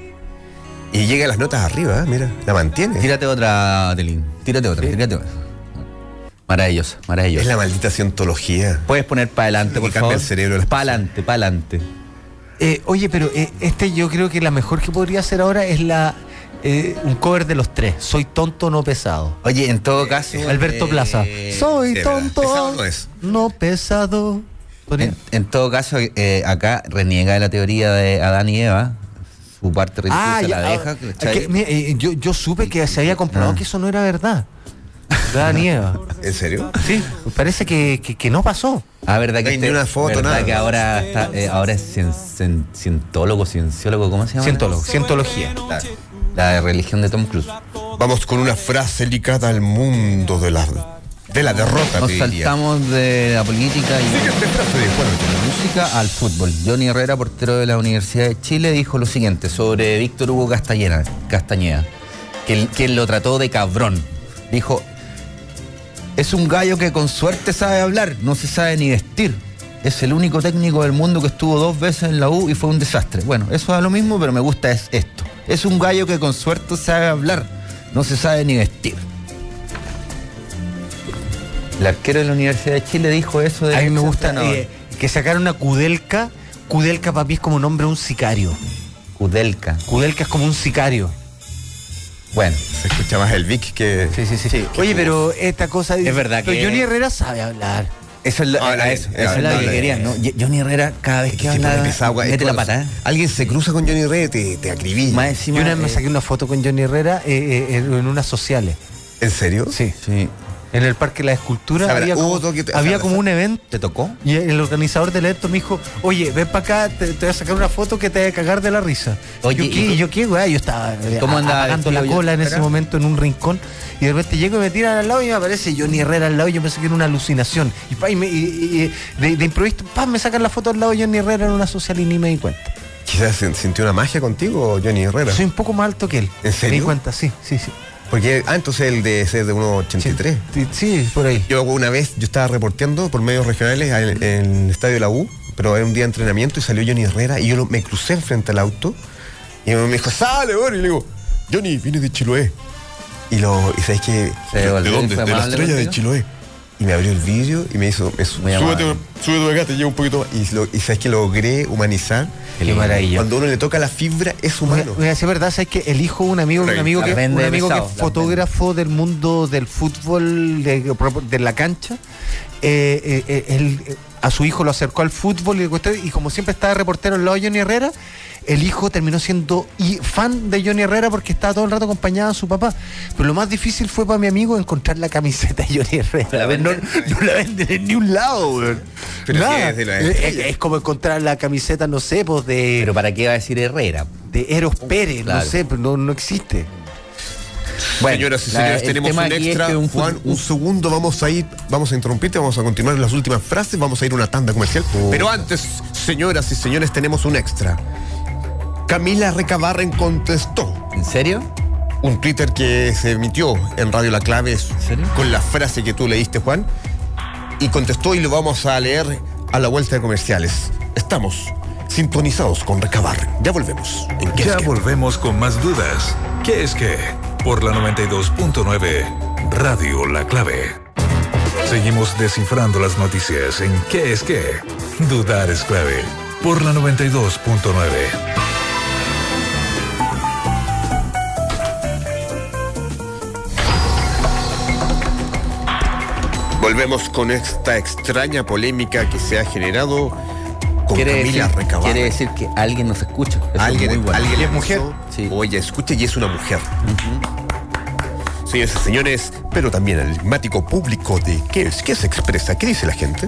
Speaker 1: Y llega a las notas arriba, ¿eh? mira. La mantiene.
Speaker 14: Tírate otra, Telín. Tírate otra, tírate otra. Maravillosa,
Speaker 1: Es
Speaker 14: maravillosa.
Speaker 1: la maldita cientología.
Speaker 14: Puedes poner para adelante,
Speaker 1: Lo que
Speaker 14: por
Speaker 1: cambia
Speaker 14: favor.
Speaker 1: el cerebro de las
Speaker 14: Para adelante, para adelante.
Speaker 2: Eh, oye, pero eh, este yo creo que la mejor que podría hacer ahora es la eh, un cover de los tres. Soy tonto, no pesado.
Speaker 14: Oye, en todo caso.
Speaker 2: Alberto
Speaker 14: eh,
Speaker 2: Plaza. Soy
Speaker 1: sí, es verdad.
Speaker 2: tonto,
Speaker 1: Pesado no es.
Speaker 2: no pesado. Por-
Speaker 14: En, en todo caso, eh, acá reniega de la teoría de Adán y Eva. Su parte religiosa
Speaker 2: Ah, ya,
Speaker 14: la
Speaker 2: ah,
Speaker 14: deja. ¿cachai?
Speaker 2: que, mira, eh, yo, yo supe que se había comprobado
Speaker 14: Ah.
Speaker 2: que eso no era verdad. Da nieva.
Speaker 1: ¿En serio?
Speaker 2: Sí, parece que, que- que no pasó.
Speaker 14: Ah, verdad
Speaker 1: No
Speaker 14: que
Speaker 1: hay ni una foto,
Speaker 14: verdad
Speaker 1: nada.
Speaker 14: que ahora está, eh, ahora es cien- cien- cientólogo, cienciólogo, ¿cómo se llama?
Speaker 2: Cientólogo, cientología.
Speaker 14: La, la religión de Tom Cruise.
Speaker 1: Vamos con una frase ligada al mundo de la, de la derrota,
Speaker 14: Nos
Speaker 1: te diría.
Speaker 14: saltamos de la política y
Speaker 1: Siguiente frase de Juan
Speaker 14: de
Speaker 1: Ortega.
Speaker 14: la música al fútbol. Johnny Herrera, portero de la Universidad de Chile, dijo lo siguiente sobre Víctor Hugo Castañeda, Castañeda que- quien lo trató de cabrón. Dijo, es un gallo que con suerte sabe hablar, no se sabe ni vestir. Es el único técnico del mundo que estuvo dos veces en la U y fue un desastre. Bueno, eso es lo mismo, pero me gusta es esto. Es un gallo que con suerte sabe hablar, no se sabe ni vestir. El arquero de la Universidad de Chile dijo eso de...
Speaker 2: A mí me gusta
Speaker 14: no,
Speaker 2: eh, que sacaron una Kudelka. Kudelka para mí es como nombre de un sicario.
Speaker 14: Kudelka.
Speaker 2: Kudelka es como un sicario.
Speaker 14: Bueno,
Speaker 1: Se escucha más el Vic que...
Speaker 2: sí, sí. Oye, pero esta cosa...
Speaker 14: Es verdad
Speaker 2: pero
Speaker 14: que-
Speaker 2: Johnny Herrera sabe hablar.
Speaker 14: eso es lo,
Speaker 1: Habla
Speaker 14: era
Speaker 1: bien,
Speaker 14: eso,
Speaker 1: habla
Speaker 14: eso es lo
Speaker 1: bien,
Speaker 14: que
Speaker 1: habla
Speaker 14: querían,
Speaker 1: bien.
Speaker 14: ¿no? Y- Johnny Herrera cada vez que
Speaker 1: Este tipo
Speaker 14: habla,
Speaker 1: de desagua,
Speaker 14: mete la ¿eh?
Speaker 1: cuando
Speaker 14: patada.
Speaker 1: Alguien se cruza con Johnny Reyes, te, te acribilla.
Speaker 14: Más encima,
Speaker 2: Yo una vez me
Speaker 14: eh,
Speaker 2: saqué una foto con Johnny Herrera eh, eh, en unas sociales.
Speaker 1: ¿En serio?
Speaker 2: Sí.
Speaker 14: Sí.
Speaker 2: En el Parque de la Escultura
Speaker 14: Sabrá,
Speaker 2: había como,
Speaker 14: hubo dos que te-
Speaker 2: había
Speaker 14: sabrá,
Speaker 2: como un evento.
Speaker 14: ¿Te tocó?
Speaker 2: Y el organizador del evento me dijo, oye, ven para acá, te, te voy a sacar una foto que te voy a cagar de la risa.
Speaker 14: Oye,
Speaker 2: yo qué,
Speaker 14: ¿y-
Speaker 2: yo qué, güey, yo estaba eh,
Speaker 14: ¿Cómo
Speaker 2: a-
Speaker 14: andaba
Speaker 2: apagando la
Speaker 14: vestido
Speaker 2: cola en
Speaker 14: Johnny
Speaker 2: ese
Speaker 14: Herrera?
Speaker 2: momento en un rincón y de repente llego y me tiran al lado y me aparece Johnny Herrera al lado y yo pensé que era una alucinación. Y, pa, y me- y- y- de, de improviso, pa, me sacan la foto al lado de Johnny Herrera en una social y ni me di cuenta.
Speaker 1: Quizás sen- sintió una magia contigo, Johnny Herrera.
Speaker 2: Soy un poco más alto que él.
Speaker 1: ¿En
Speaker 2: Me di
Speaker 1: serio?
Speaker 2: cuenta, sí, sí, sí.
Speaker 1: Porque, ah, entonces el de ese de 1,83.
Speaker 2: Sí, por ahí.
Speaker 1: Yo una vez, yo estaba reporteando por medios regionales al- en el estadio de la U, pero era un día de entrenamiento y salió Johnny Herrera y yo lo- me crucé frente al auto y me dijo, sale, bueno, y le digo, Johnny, viene de Chiloé. Y lo, y sabes que...
Speaker 14: Se
Speaker 1: ¿De
Speaker 14: volvió
Speaker 1: dónde? De la
Speaker 14: inflamable
Speaker 1: estrella de
Speaker 14: contigo.
Speaker 1: Chiloé. Y me abrió el vidrio y me hizo, me su-
Speaker 14: Muy amable.
Speaker 1: súbete, súbete acá, te llevo un poquito más. Y, lo- y sabes que logré humanizar.
Speaker 2: Qué maravilla.
Speaker 1: Cuando uno le toca la fibra, es
Speaker 2: Oiga,
Speaker 1: humano.
Speaker 2: oiga, sí, es verdad, sabes que el hijo de un amigo, un
Speaker 1: Rey.
Speaker 2: amigo
Speaker 1: La
Speaker 2: que,
Speaker 14: vende
Speaker 2: un amigo que
Speaker 14: pesado,
Speaker 2: es
Speaker 14: la
Speaker 2: fotógrafo del mundo del fútbol de, de la cancha, eh, eh, eh, él, eh, a su hijo lo acercó al fútbol y, le cuestión, y como siempre estaba reportero al lado de Johnny Herrera, el hijo terminó siendo y- fan de Johnny Herrera porque estaba todo el rato acompañado de su papá. Pero lo más difícil fue para mi amigo encontrar la camiseta de Johnny Herrera. no, no la venden en ni un lado, weón.
Speaker 1: Pero
Speaker 2: Nada.
Speaker 1: sí eh. es de la
Speaker 2: Es- es,
Speaker 1: estrella.
Speaker 2: es como encontrar la camiseta, no sé, pues de
Speaker 14: Pero ¿para qué va a decir Herrera?
Speaker 2: de Eros Pérez,
Speaker 14: Claro.
Speaker 2: Eh, no sé, pero no, no existe.
Speaker 1: Señoras y
Speaker 14: la-
Speaker 1: señores,
Speaker 14: el
Speaker 1: tenemos
Speaker 14: tema
Speaker 1: un
Speaker 14: aquí es
Speaker 1: extra.
Speaker 14: que un
Speaker 1: Juan,
Speaker 14: fut-
Speaker 1: un segundo, vamos a ir, vamos a interrumpirte, vamos a continuar las últimas frases, vamos a ir a una tanda comercial. Pero antes, señoras y señores, tenemos un extra. Camila Recabarren contestó
Speaker 14: ¿En serio?
Speaker 1: un Twitter que se emitió en Radio La Clave
Speaker 14: serio?
Speaker 1: con la frase que tú leíste, Juan, y contestó y lo vamos a leer a la vuelta de comerciales. Estamos sintonizados con Recabarren. Ya volvemos. ¿En qué es
Speaker 3: Ya
Speaker 1: que?
Speaker 3: volvemos con más dudas. ¿Qué es que? Por la 92.9, Radio La Clave. Seguimos descifrando las noticias en ¿Qué es que? Dudar es clave. Por la 92.9.
Speaker 1: Volvemos con esta extraña polémica que se ha generado con Camila
Speaker 14: decir,
Speaker 1: Recabarren.
Speaker 14: quiere decir que alguien nos escucha. Eso es
Speaker 1: alguien
Speaker 14: muy bueno.
Speaker 1: alguien
Speaker 14: Y
Speaker 1: le avisó,
Speaker 14: Sí.
Speaker 1: Oye, escuche y es una mujer. Señores y señores, pero también el enigmático público de qué es, qué se expresa, qué dice la gente.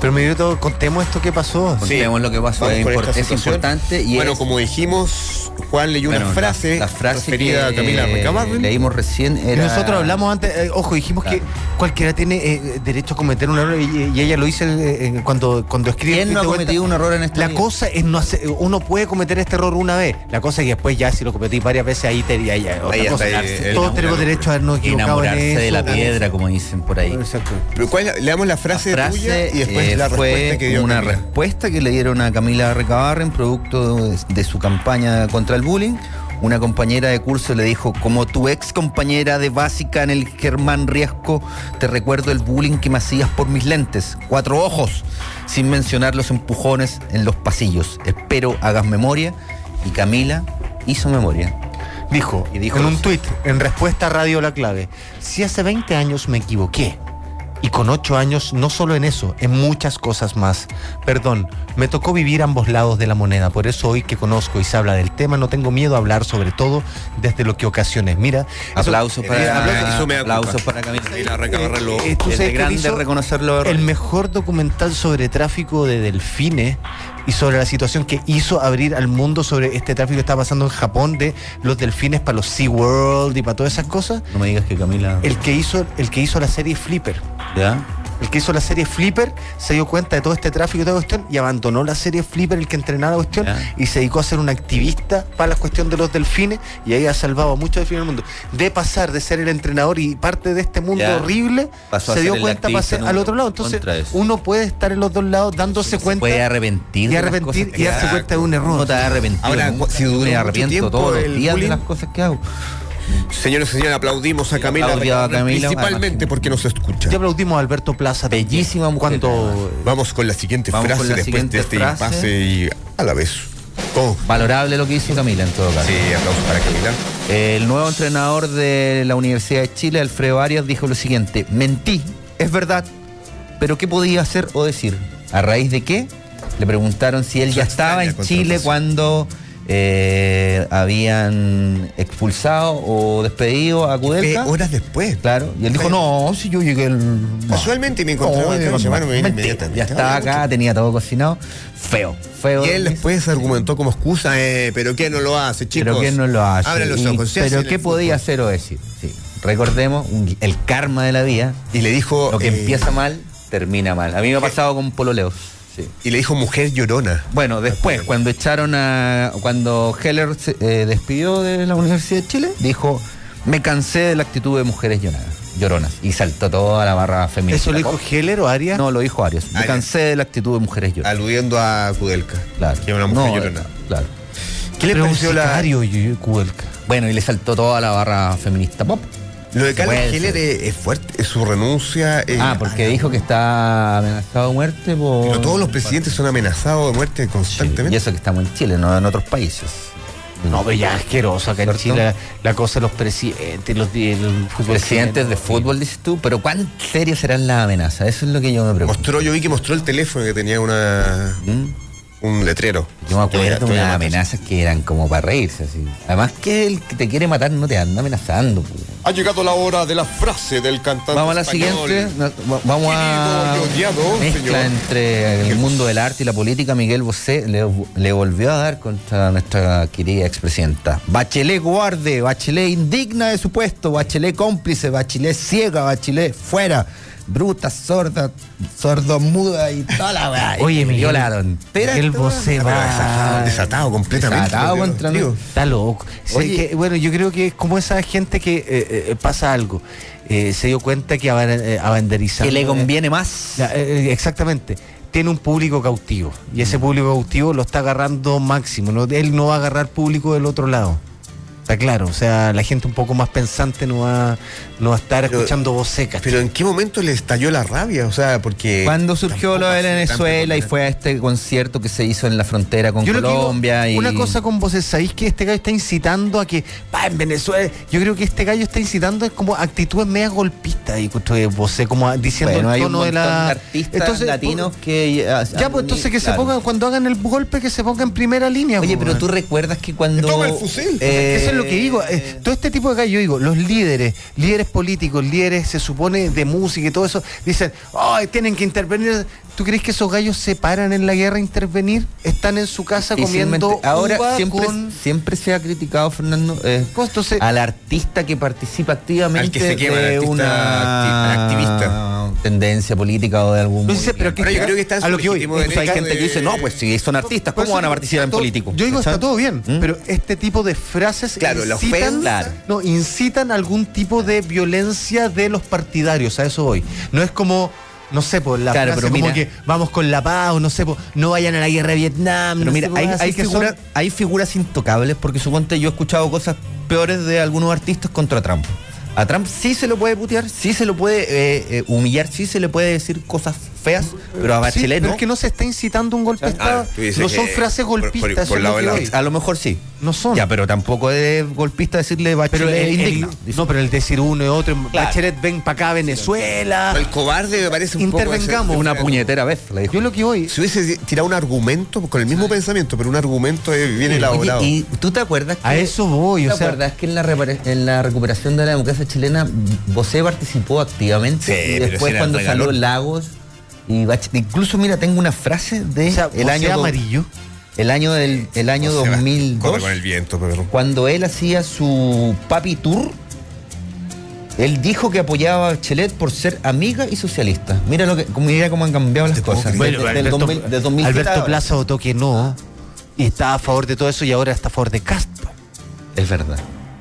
Speaker 2: Pero me todo, contemos esto que pasó.
Speaker 14: Contemos lo que pasó.
Speaker 1: Vamos
Speaker 14: Es,
Speaker 1: con
Speaker 14: impor-
Speaker 1: esta
Speaker 14: es
Speaker 1: situación.
Speaker 14: importante y
Speaker 1: bueno,
Speaker 14: es-
Speaker 1: como dijimos, Juan leyó
Speaker 14: bueno,
Speaker 1: una frase,
Speaker 14: la, la frase
Speaker 1: referida
Speaker 14: que,
Speaker 1: a Camila
Speaker 14: eh,
Speaker 1: Recabarren.
Speaker 14: leímos recién
Speaker 2: Y
Speaker 14: era
Speaker 2: Nosotros hablamos antes, eh, ojo, dijimos
Speaker 14: Claro.
Speaker 2: que cualquiera tiene eh, derecho a cometer un error y, y ella lo dice eh, eh, cuando, cuando escribe.
Speaker 14: ¿Quién no ha
Speaker 2: te cuenta-
Speaker 14: cometido un error en este esta
Speaker 2: La
Speaker 14: vida?
Speaker 2: cosa es no hacer, uno puede cometer este error una vez. La cosa es que después ya si lo cometí varias veces ahí te ya, ya, otra
Speaker 1: Ahí
Speaker 2: cosa.
Speaker 1: está, eh, el
Speaker 2: Todos tenemos
Speaker 1: enamorarse.
Speaker 2: derecho a habernos equivocado en
Speaker 14: enamorarse
Speaker 2: eso.
Speaker 14: de la piedra, como dicen por ahí.
Speaker 2: Exacto.
Speaker 1: Pero ¿cuál es la- leamos la
Speaker 14: La
Speaker 1: frase, tuya y después
Speaker 14: eh,
Speaker 1: la respuesta
Speaker 14: fue
Speaker 1: que dio
Speaker 14: una
Speaker 1: Camila.
Speaker 14: respuesta que le dieron a Camila Recabarren producto de, de su campaña contra el bullying. Una compañera de curso le dijo, como tu ex compañera de básica en el Germán Riesco, te recuerdo el bullying que me hacías por mis lentes, cuatro ojos, sin mencionar los empujones en los pasillos. Espero hagas memoria. Y Camila hizo memoria.
Speaker 2: Dijo,
Speaker 14: Y dijo
Speaker 2: en un
Speaker 14: eso.
Speaker 2: tuit, en respuesta a Radio La Clave, si hace 20 años me equivoqué, y con 8 años no solo en eso, en muchas cosas más. Perdón, me tocó vivir ambos lados de la moneda, por eso hoy que conozco y se habla del tema, no tengo miedo a hablar sobre todo desde lo que ocasioné. Mira, eso-
Speaker 14: Aplausos
Speaker 1: Eh,
Speaker 14: para,
Speaker 1: hizo mea culpa.
Speaker 14: aplausos para Camila.
Speaker 1: Camila Recabarren lo-
Speaker 2: Eh, tú
Speaker 14: Es
Speaker 2: sabes que
Speaker 14: grande
Speaker 2: hizo
Speaker 14: reconocer los errores.
Speaker 2: el mejor documental sobre tráfico de delfines y sobre la situación que hizo abrir al mundo sobre este tráfico que está pasando en Japón de los delfines para los Sea World y para todas esas cosas.
Speaker 14: No me digas que Camila.
Speaker 2: El que hizo, el que hizo la serie Flipper.
Speaker 14: ¿Ya?
Speaker 2: El que hizo la serie Flipper se dio cuenta de todo este tráfico y toda cuestión y abandonó la serie Flipper, el que entrenaba la cuestión,
Speaker 14: Ya.
Speaker 2: y se dedicó a ser un activista para la cuestión de los delfines y ahí ha salvado a muchos delfines del mundo. De pasar de ser el entrenador y parte de este mundo
Speaker 14: Ya.
Speaker 2: horrible,
Speaker 14: Pasó a
Speaker 2: se
Speaker 14: ser
Speaker 2: dio
Speaker 14: el
Speaker 2: cuenta para
Speaker 14: activista
Speaker 2: ser al
Speaker 14: número
Speaker 2: otro lado.
Speaker 14: contra
Speaker 2: Entonces,
Speaker 14: eso.
Speaker 2: uno puede estar en los dos lados dándose
Speaker 14: Se
Speaker 2: cuenta
Speaker 14: puede arrepentir.
Speaker 2: y
Speaker 14: de las
Speaker 2: arrepentir
Speaker 14: cosas que
Speaker 2: y darse
Speaker 14: hace.
Speaker 2: cuenta de un
Speaker 14: No
Speaker 2: error.
Speaker 14: te vas a arrepentir.
Speaker 1: Ahora,
Speaker 14: nunca.
Speaker 1: si duró
Speaker 14: me
Speaker 1: mucho
Speaker 14: arrepiento
Speaker 1: tiempo
Speaker 14: todos los
Speaker 1: el
Speaker 14: días
Speaker 1: bullying.
Speaker 14: de las cosas que hago.
Speaker 1: Señores y señores, aplaudimos a Camila,
Speaker 14: Aplaudió a
Speaker 1: Recabarren,
Speaker 14: Camila,
Speaker 1: principalmente
Speaker 14: además.
Speaker 1: porque nos escucha.
Speaker 2: Ya aplaudimos a Alberto Plaza. también,
Speaker 14: Bellísima mujer,
Speaker 2: Cuando
Speaker 1: Vamos con la siguiente
Speaker 14: Vamos
Speaker 1: frase
Speaker 14: con la
Speaker 1: después
Speaker 14: siguiente
Speaker 1: de este
Speaker 14: frase.
Speaker 1: impasse y a la vez. Oh,
Speaker 14: Valorable lo que hizo Camila en todo caso.
Speaker 1: sí, aplausos para Camila.
Speaker 14: El nuevo entrenador de la Universidad de Chile, Alfredo Arias, dijo lo siguiente: Mentí, es verdad, pero ¿qué podía hacer o decir? ¿A raíz de qué? Le preguntaron si él ya estaba
Speaker 1: Extraña
Speaker 14: en Chile
Speaker 1: contratación.
Speaker 14: cuando eh, habían expulsado o despedido a Kudelka.
Speaker 11: Horas después.
Speaker 14: Claro. Y él dijo, no, si yo llegué el...
Speaker 11: Casualmente me encontré
Speaker 14: No,
Speaker 11: acá,
Speaker 14: no,
Speaker 11: me llamaron, me vine
Speaker 14: mentira,
Speaker 11: inmediatamente.
Speaker 14: Ya estaba acá, tenía todo cocinado. Feo, feo.
Speaker 11: Y él después argumentó como excusa, eh, pero ¿quién no lo hace, chicos?
Speaker 14: Pero ¿quién no lo hace?
Speaker 11: Abran los
Speaker 14: Y-
Speaker 11: ojos. se hace
Speaker 14: pero
Speaker 11: en
Speaker 14: ¿qué
Speaker 11: el
Speaker 14: podía hacer o decir? Sí. Recordemos un- el karma de la vida.
Speaker 11: Y le dijo...
Speaker 14: Lo que
Speaker 11: eh,
Speaker 14: empieza mal, termina mal. A mí me ha pasado con pololeos. Sí.
Speaker 11: Y le dijo mujer llorona.
Speaker 14: Bueno, después, cuando echaron a. Cuando Heller se eh, despidió de la Universidad de Chile, dijo: Me cansé de la actitud de mujeres lloronas. lloronas", y saltó toda la barra femenina.
Speaker 2: ¿Eso lo dijo Heller o Arias?
Speaker 14: No, lo dijo Arias. Me
Speaker 11: Arias.
Speaker 14: cansé de la actitud de mujeres lloronas.
Speaker 11: Aludiendo a Kudelka.
Speaker 14: Claro.
Speaker 11: Que es una mujer
Speaker 14: No,
Speaker 11: llorona.
Speaker 14: eh, Claro.
Speaker 11: ¿Qué le
Speaker 2: Pero un
Speaker 11: pareció la-
Speaker 2: sicario, yo- yo- Kudelka.
Speaker 14: Bueno, y le saltó toda la barra feminista pop.
Speaker 11: Lo de Carlos
Speaker 14: Puede
Speaker 11: Heller
Speaker 14: ser.
Speaker 11: es, es fuerte, es su renuncia. eh,
Speaker 14: ah, porque
Speaker 11: a la-
Speaker 14: dijo que está amenazado de muerte por.
Speaker 11: Pero todos los presidentes son amenazados de muerte
Speaker 14: Y
Speaker 11: constantemente.
Speaker 14: eso que estamos en Chile, no en otros países.
Speaker 2: No, pero ya es asqueroso acá en
Speaker 14: ¿Cierto?
Speaker 2: Chile la, la cosa de los presidentes, los di- el fútbol
Speaker 14: Presidentes
Speaker 2: chileno.
Speaker 14: de fútbol, dices tú, pero ¿cuán serias serán las amenazas? Eso es lo que yo me pregunto.
Speaker 11: Mostró, yo vi que mostró el teléfono que tenía una
Speaker 14: Mm.
Speaker 11: un letrero.
Speaker 14: Yo me
Speaker 11: Te voy a- te
Speaker 14: acuerdo
Speaker 11: voy
Speaker 14: de
Speaker 11: a
Speaker 14: unas
Speaker 11: matar.
Speaker 14: amenazas que eran como para reírse, así. Además que el que te quiere matar no te anda amenazando. pues.
Speaker 4: Ha llegado la hora de la frase del cantante.
Speaker 14: Vamos a la
Speaker 4: español.
Speaker 14: siguiente. No, va- Vamos a
Speaker 4: Querido y odiado,
Speaker 14: mezcla
Speaker 4: señor.
Speaker 14: entre el mundo del arte y la política. Miguel Bosé le, le volvió a dar contra nuestra querida expresidenta. Bachelet guarde, Bachelet indigna de su puesto, Bachelet cómplice, Bachelet ciega, Bachelet fuera. Bruta, sorda, sordo, muda y toda la weá.
Speaker 2: Oye,
Speaker 14: Y
Speaker 2: Miguel,
Speaker 14: vio la tontera.
Speaker 2: Miguel
Speaker 14: y toda-
Speaker 2: Bosé
Speaker 14: Ah,
Speaker 2: va-
Speaker 14: pero
Speaker 11: Desatado, desatado completamente.
Speaker 14: Desatado
Speaker 11: Dios,
Speaker 14: contra
Speaker 11: tío.
Speaker 14: mí.
Speaker 2: Está loco. Sí,
Speaker 14: Oye.
Speaker 2: que, bueno, yo creo que es como esa gente que eh, eh, pasa algo. Eh, se dio cuenta que aban- eh, abanderizando-
Speaker 14: Que le conviene más.
Speaker 2: Ya, eh, eh, exactamente. Tiene un público cautivo. Y ese público cautivo lo está agarrando máximo. ¿no? Él no va a agarrar público del otro lado. Está claro. O sea, la gente un poco más pensante no va, no va a estar
Speaker 11: Pero-
Speaker 2: escuchando voz seca.
Speaker 11: Pero en qué momento le estalló la rabia, o sea, porque
Speaker 14: Cuando surgió lo de Venezuela y fue a este concierto que se hizo en la frontera con
Speaker 2: Yo lo que digo,
Speaker 14: Colombia y
Speaker 2: Una cosa con voces, ¿sabéis que este gallo está incitando a que, va en Venezuela? Yo creo que este gallo está incitando a como actitudes media golpistas y voces, como a- diciendo
Speaker 14: Bueno,
Speaker 2: el
Speaker 14: hay un
Speaker 2: tono de
Speaker 14: montón
Speaker 2: la.
Speaker 14: de artistas
Speaker 2: Entonces,
Speaker 14: latinos
Speaker 2: po-
Speaker 14: que ya,
Speaker 2: Ya, pues entonces que se
Speaker 14: claro.
Speaker 2: pongan, cuando hagan el golpe, que se ponga en primera línea.
Speaker 14: Oye,
Speaker 2: po,
Speaker 14: pero
Speaker 2: weón.
Speaker 14: tú recuerdas que cuando
Speaker 11: Toma el fusil.
Speaker 14: Eh,
Speaker 2: Eso es lo que digo. eh, todo este tipo de gallo, yo digo, los líderes, líderes políticos, líderes se supone de música y todo eso, dicen, ay, tienen que intervenir. ¿Tú crees que esos gallos se paran en la guerra a intervenir? Están en su casa
Speaker 14: difícilmente-
Speaker 2: comiendo
Speaker 14: ahora
Speaker 2: uva
Speaker 14: siempre
Speaker 2: con...
Speaker 14: siempre se ha criticado Fernando eh,
Speaker 2: con- entonces-
Speaker 14: al artista que participa activamente
Speaker 11: Al que se quema, al
Speaker 14: de
Speaker 11: artista
Speaker 14: una
Speaker 11: acti- al activista.
Speaker 14: tendencia política o de algún
Speaker 2: No sé, pero
Speaker 14: movimiento.
Speaker 2: que-
Speaker 11: Pero yo creo que está en
Speaker 2: a
Speaker 11: su
Speaker 2: lo que voy,
Speaker 11: legítimo
Speaker 14: Incluso hay
Speaker 11: derecho
Speaker 14: gente
Speaker 11: de-
Speaker 14: que dice no pues si son artistas cómo
Speaker 2: Por eso
Speaker 14: van a
Speaker 2: digo,
Speaker 14: participar en
Speaker 2: todo-
Speaker 14: político
Speaker 2: Yo digo, está
Speaker 14: ¿Cachai?
Speaker 2: todo bien,
Speaker 14: ¿Mm?
Speaker 2: pero este tipo de frases
Speaker 11: Claro, la
Speaker 2: incitan,
Speaker 11: ofensa.
Speaker 2: no, incitan algún tipo de violencia de los partidarios, a eso voy. No es como, no sé, por la
Speaker 14: Claro,
Speaker 2: frase
Speaker 14: pero
Speaker 2: como
Speaker 14: mira-
Speaker 2: que vamos con la paz, o no sé, po, no vayan a la guerra de Vietnam.
Speaker 14: Pero
Speaker 2: no
Speaker 14: mira,
Speaker 2: sé, po,
Speaker 14: hay,
Speaker 2: weas
Speaker 14: hay
Speaker 2: así que son-
Speaker 14: figuras, hay figuras intocables porque suponte yo he escuchado cosas peores de algunos artistas contra Trump. A Trump sí se lo puede putear, sí se lo puede eh, eh, humillar, sí se le puede decir cosas feas, pero a
Speaker 2: Sí,
Speaker 14: Bachelet
Speaker 2: pero
Speaker 14: no.
Speaker 2: es que no se está incitando un golpe de
Speaker 11: Ah,
Speaker 2: Estado.
Speaker 11: tú dices
Speaker 2: no son
Speaker 11: que
Speaker 2: frases
Speaker 11: por- por-
Speaker 2: golpistas.
Speaker 11: por
Speaker 2: eso es
Speaker 11: lado
Speaker 2: lo
Speaker 11: de
Speaker 2: que
Speaker 11: la-
Speaker 2: voy.
Speaker 14: A lo mejor sí.
Speaker 2: No son.
Speaker 14: Ya, pero tampoco es golpista decirle Bachelet
Speaker 2: pero el, el-
Speaker 14: indigna.
Speaker 2: no, pero el decir uno y otro, Bachelet, ven para acá, Venezuela.
Speaker 11: el cobarde me parece un poco
Speaker 2: Intervengamos.
Speaker 11: ese-
Speaker 14: Una puñetera vez, le dijo.
Speaker 2: Yo lo que voy.
Speaker 11: Si hubiese tirado un argumento con el mismo pensamiento, pero un argumento eh, bien
Speaker 14: Oye,
Speaker 11: elaborado.
Speaker 14: ¿y tú te acuerdas
Speaker 2: A eso voy,
Speaker 14: ¿Te
Speaker 2: o sea-
Speaker 14: acuerdas que en la, repara- en la recuperación de la democracia chilena Bosé participó
Speaker 11: Sí,
Speaker 14: activamente? y
Speaker 11: pero ese
Speaker 14: después
Speaker 11: era
Speaker 14: cuando
Speaker 11: el regalón.
Speaker 14: salió Lagos y Bache- incluso mira, tengo una frase de
Speaker 2: O sea,
Speaker 14: el año do-
Speaker 2: amarillo.
Speaker 14: el año del el año
Speaker 11: O sea,
Speaker 14: 2002
Speaker 11: corre con el viento, pero.
Speaker 14: cuando él hacía su papi tour él dijo que apoyaba a Bachelet por ser amiga y socialista. Mira lo que como- mira cómo han cambiado las
Speaker 2: Este
Speaker 11: Te puedo
Speaker 14: cosas.
Speaker 11: creer.
Speaker 14: Desde- desde el 2000 desde 2007
Speaker 2: Alberto
Speaker 14: ahora.
Speaker 2: Plaza votó que no. Y estaba a favor de todo eso y ahora está a favor de Cast.
Speaker 14: Es verdad.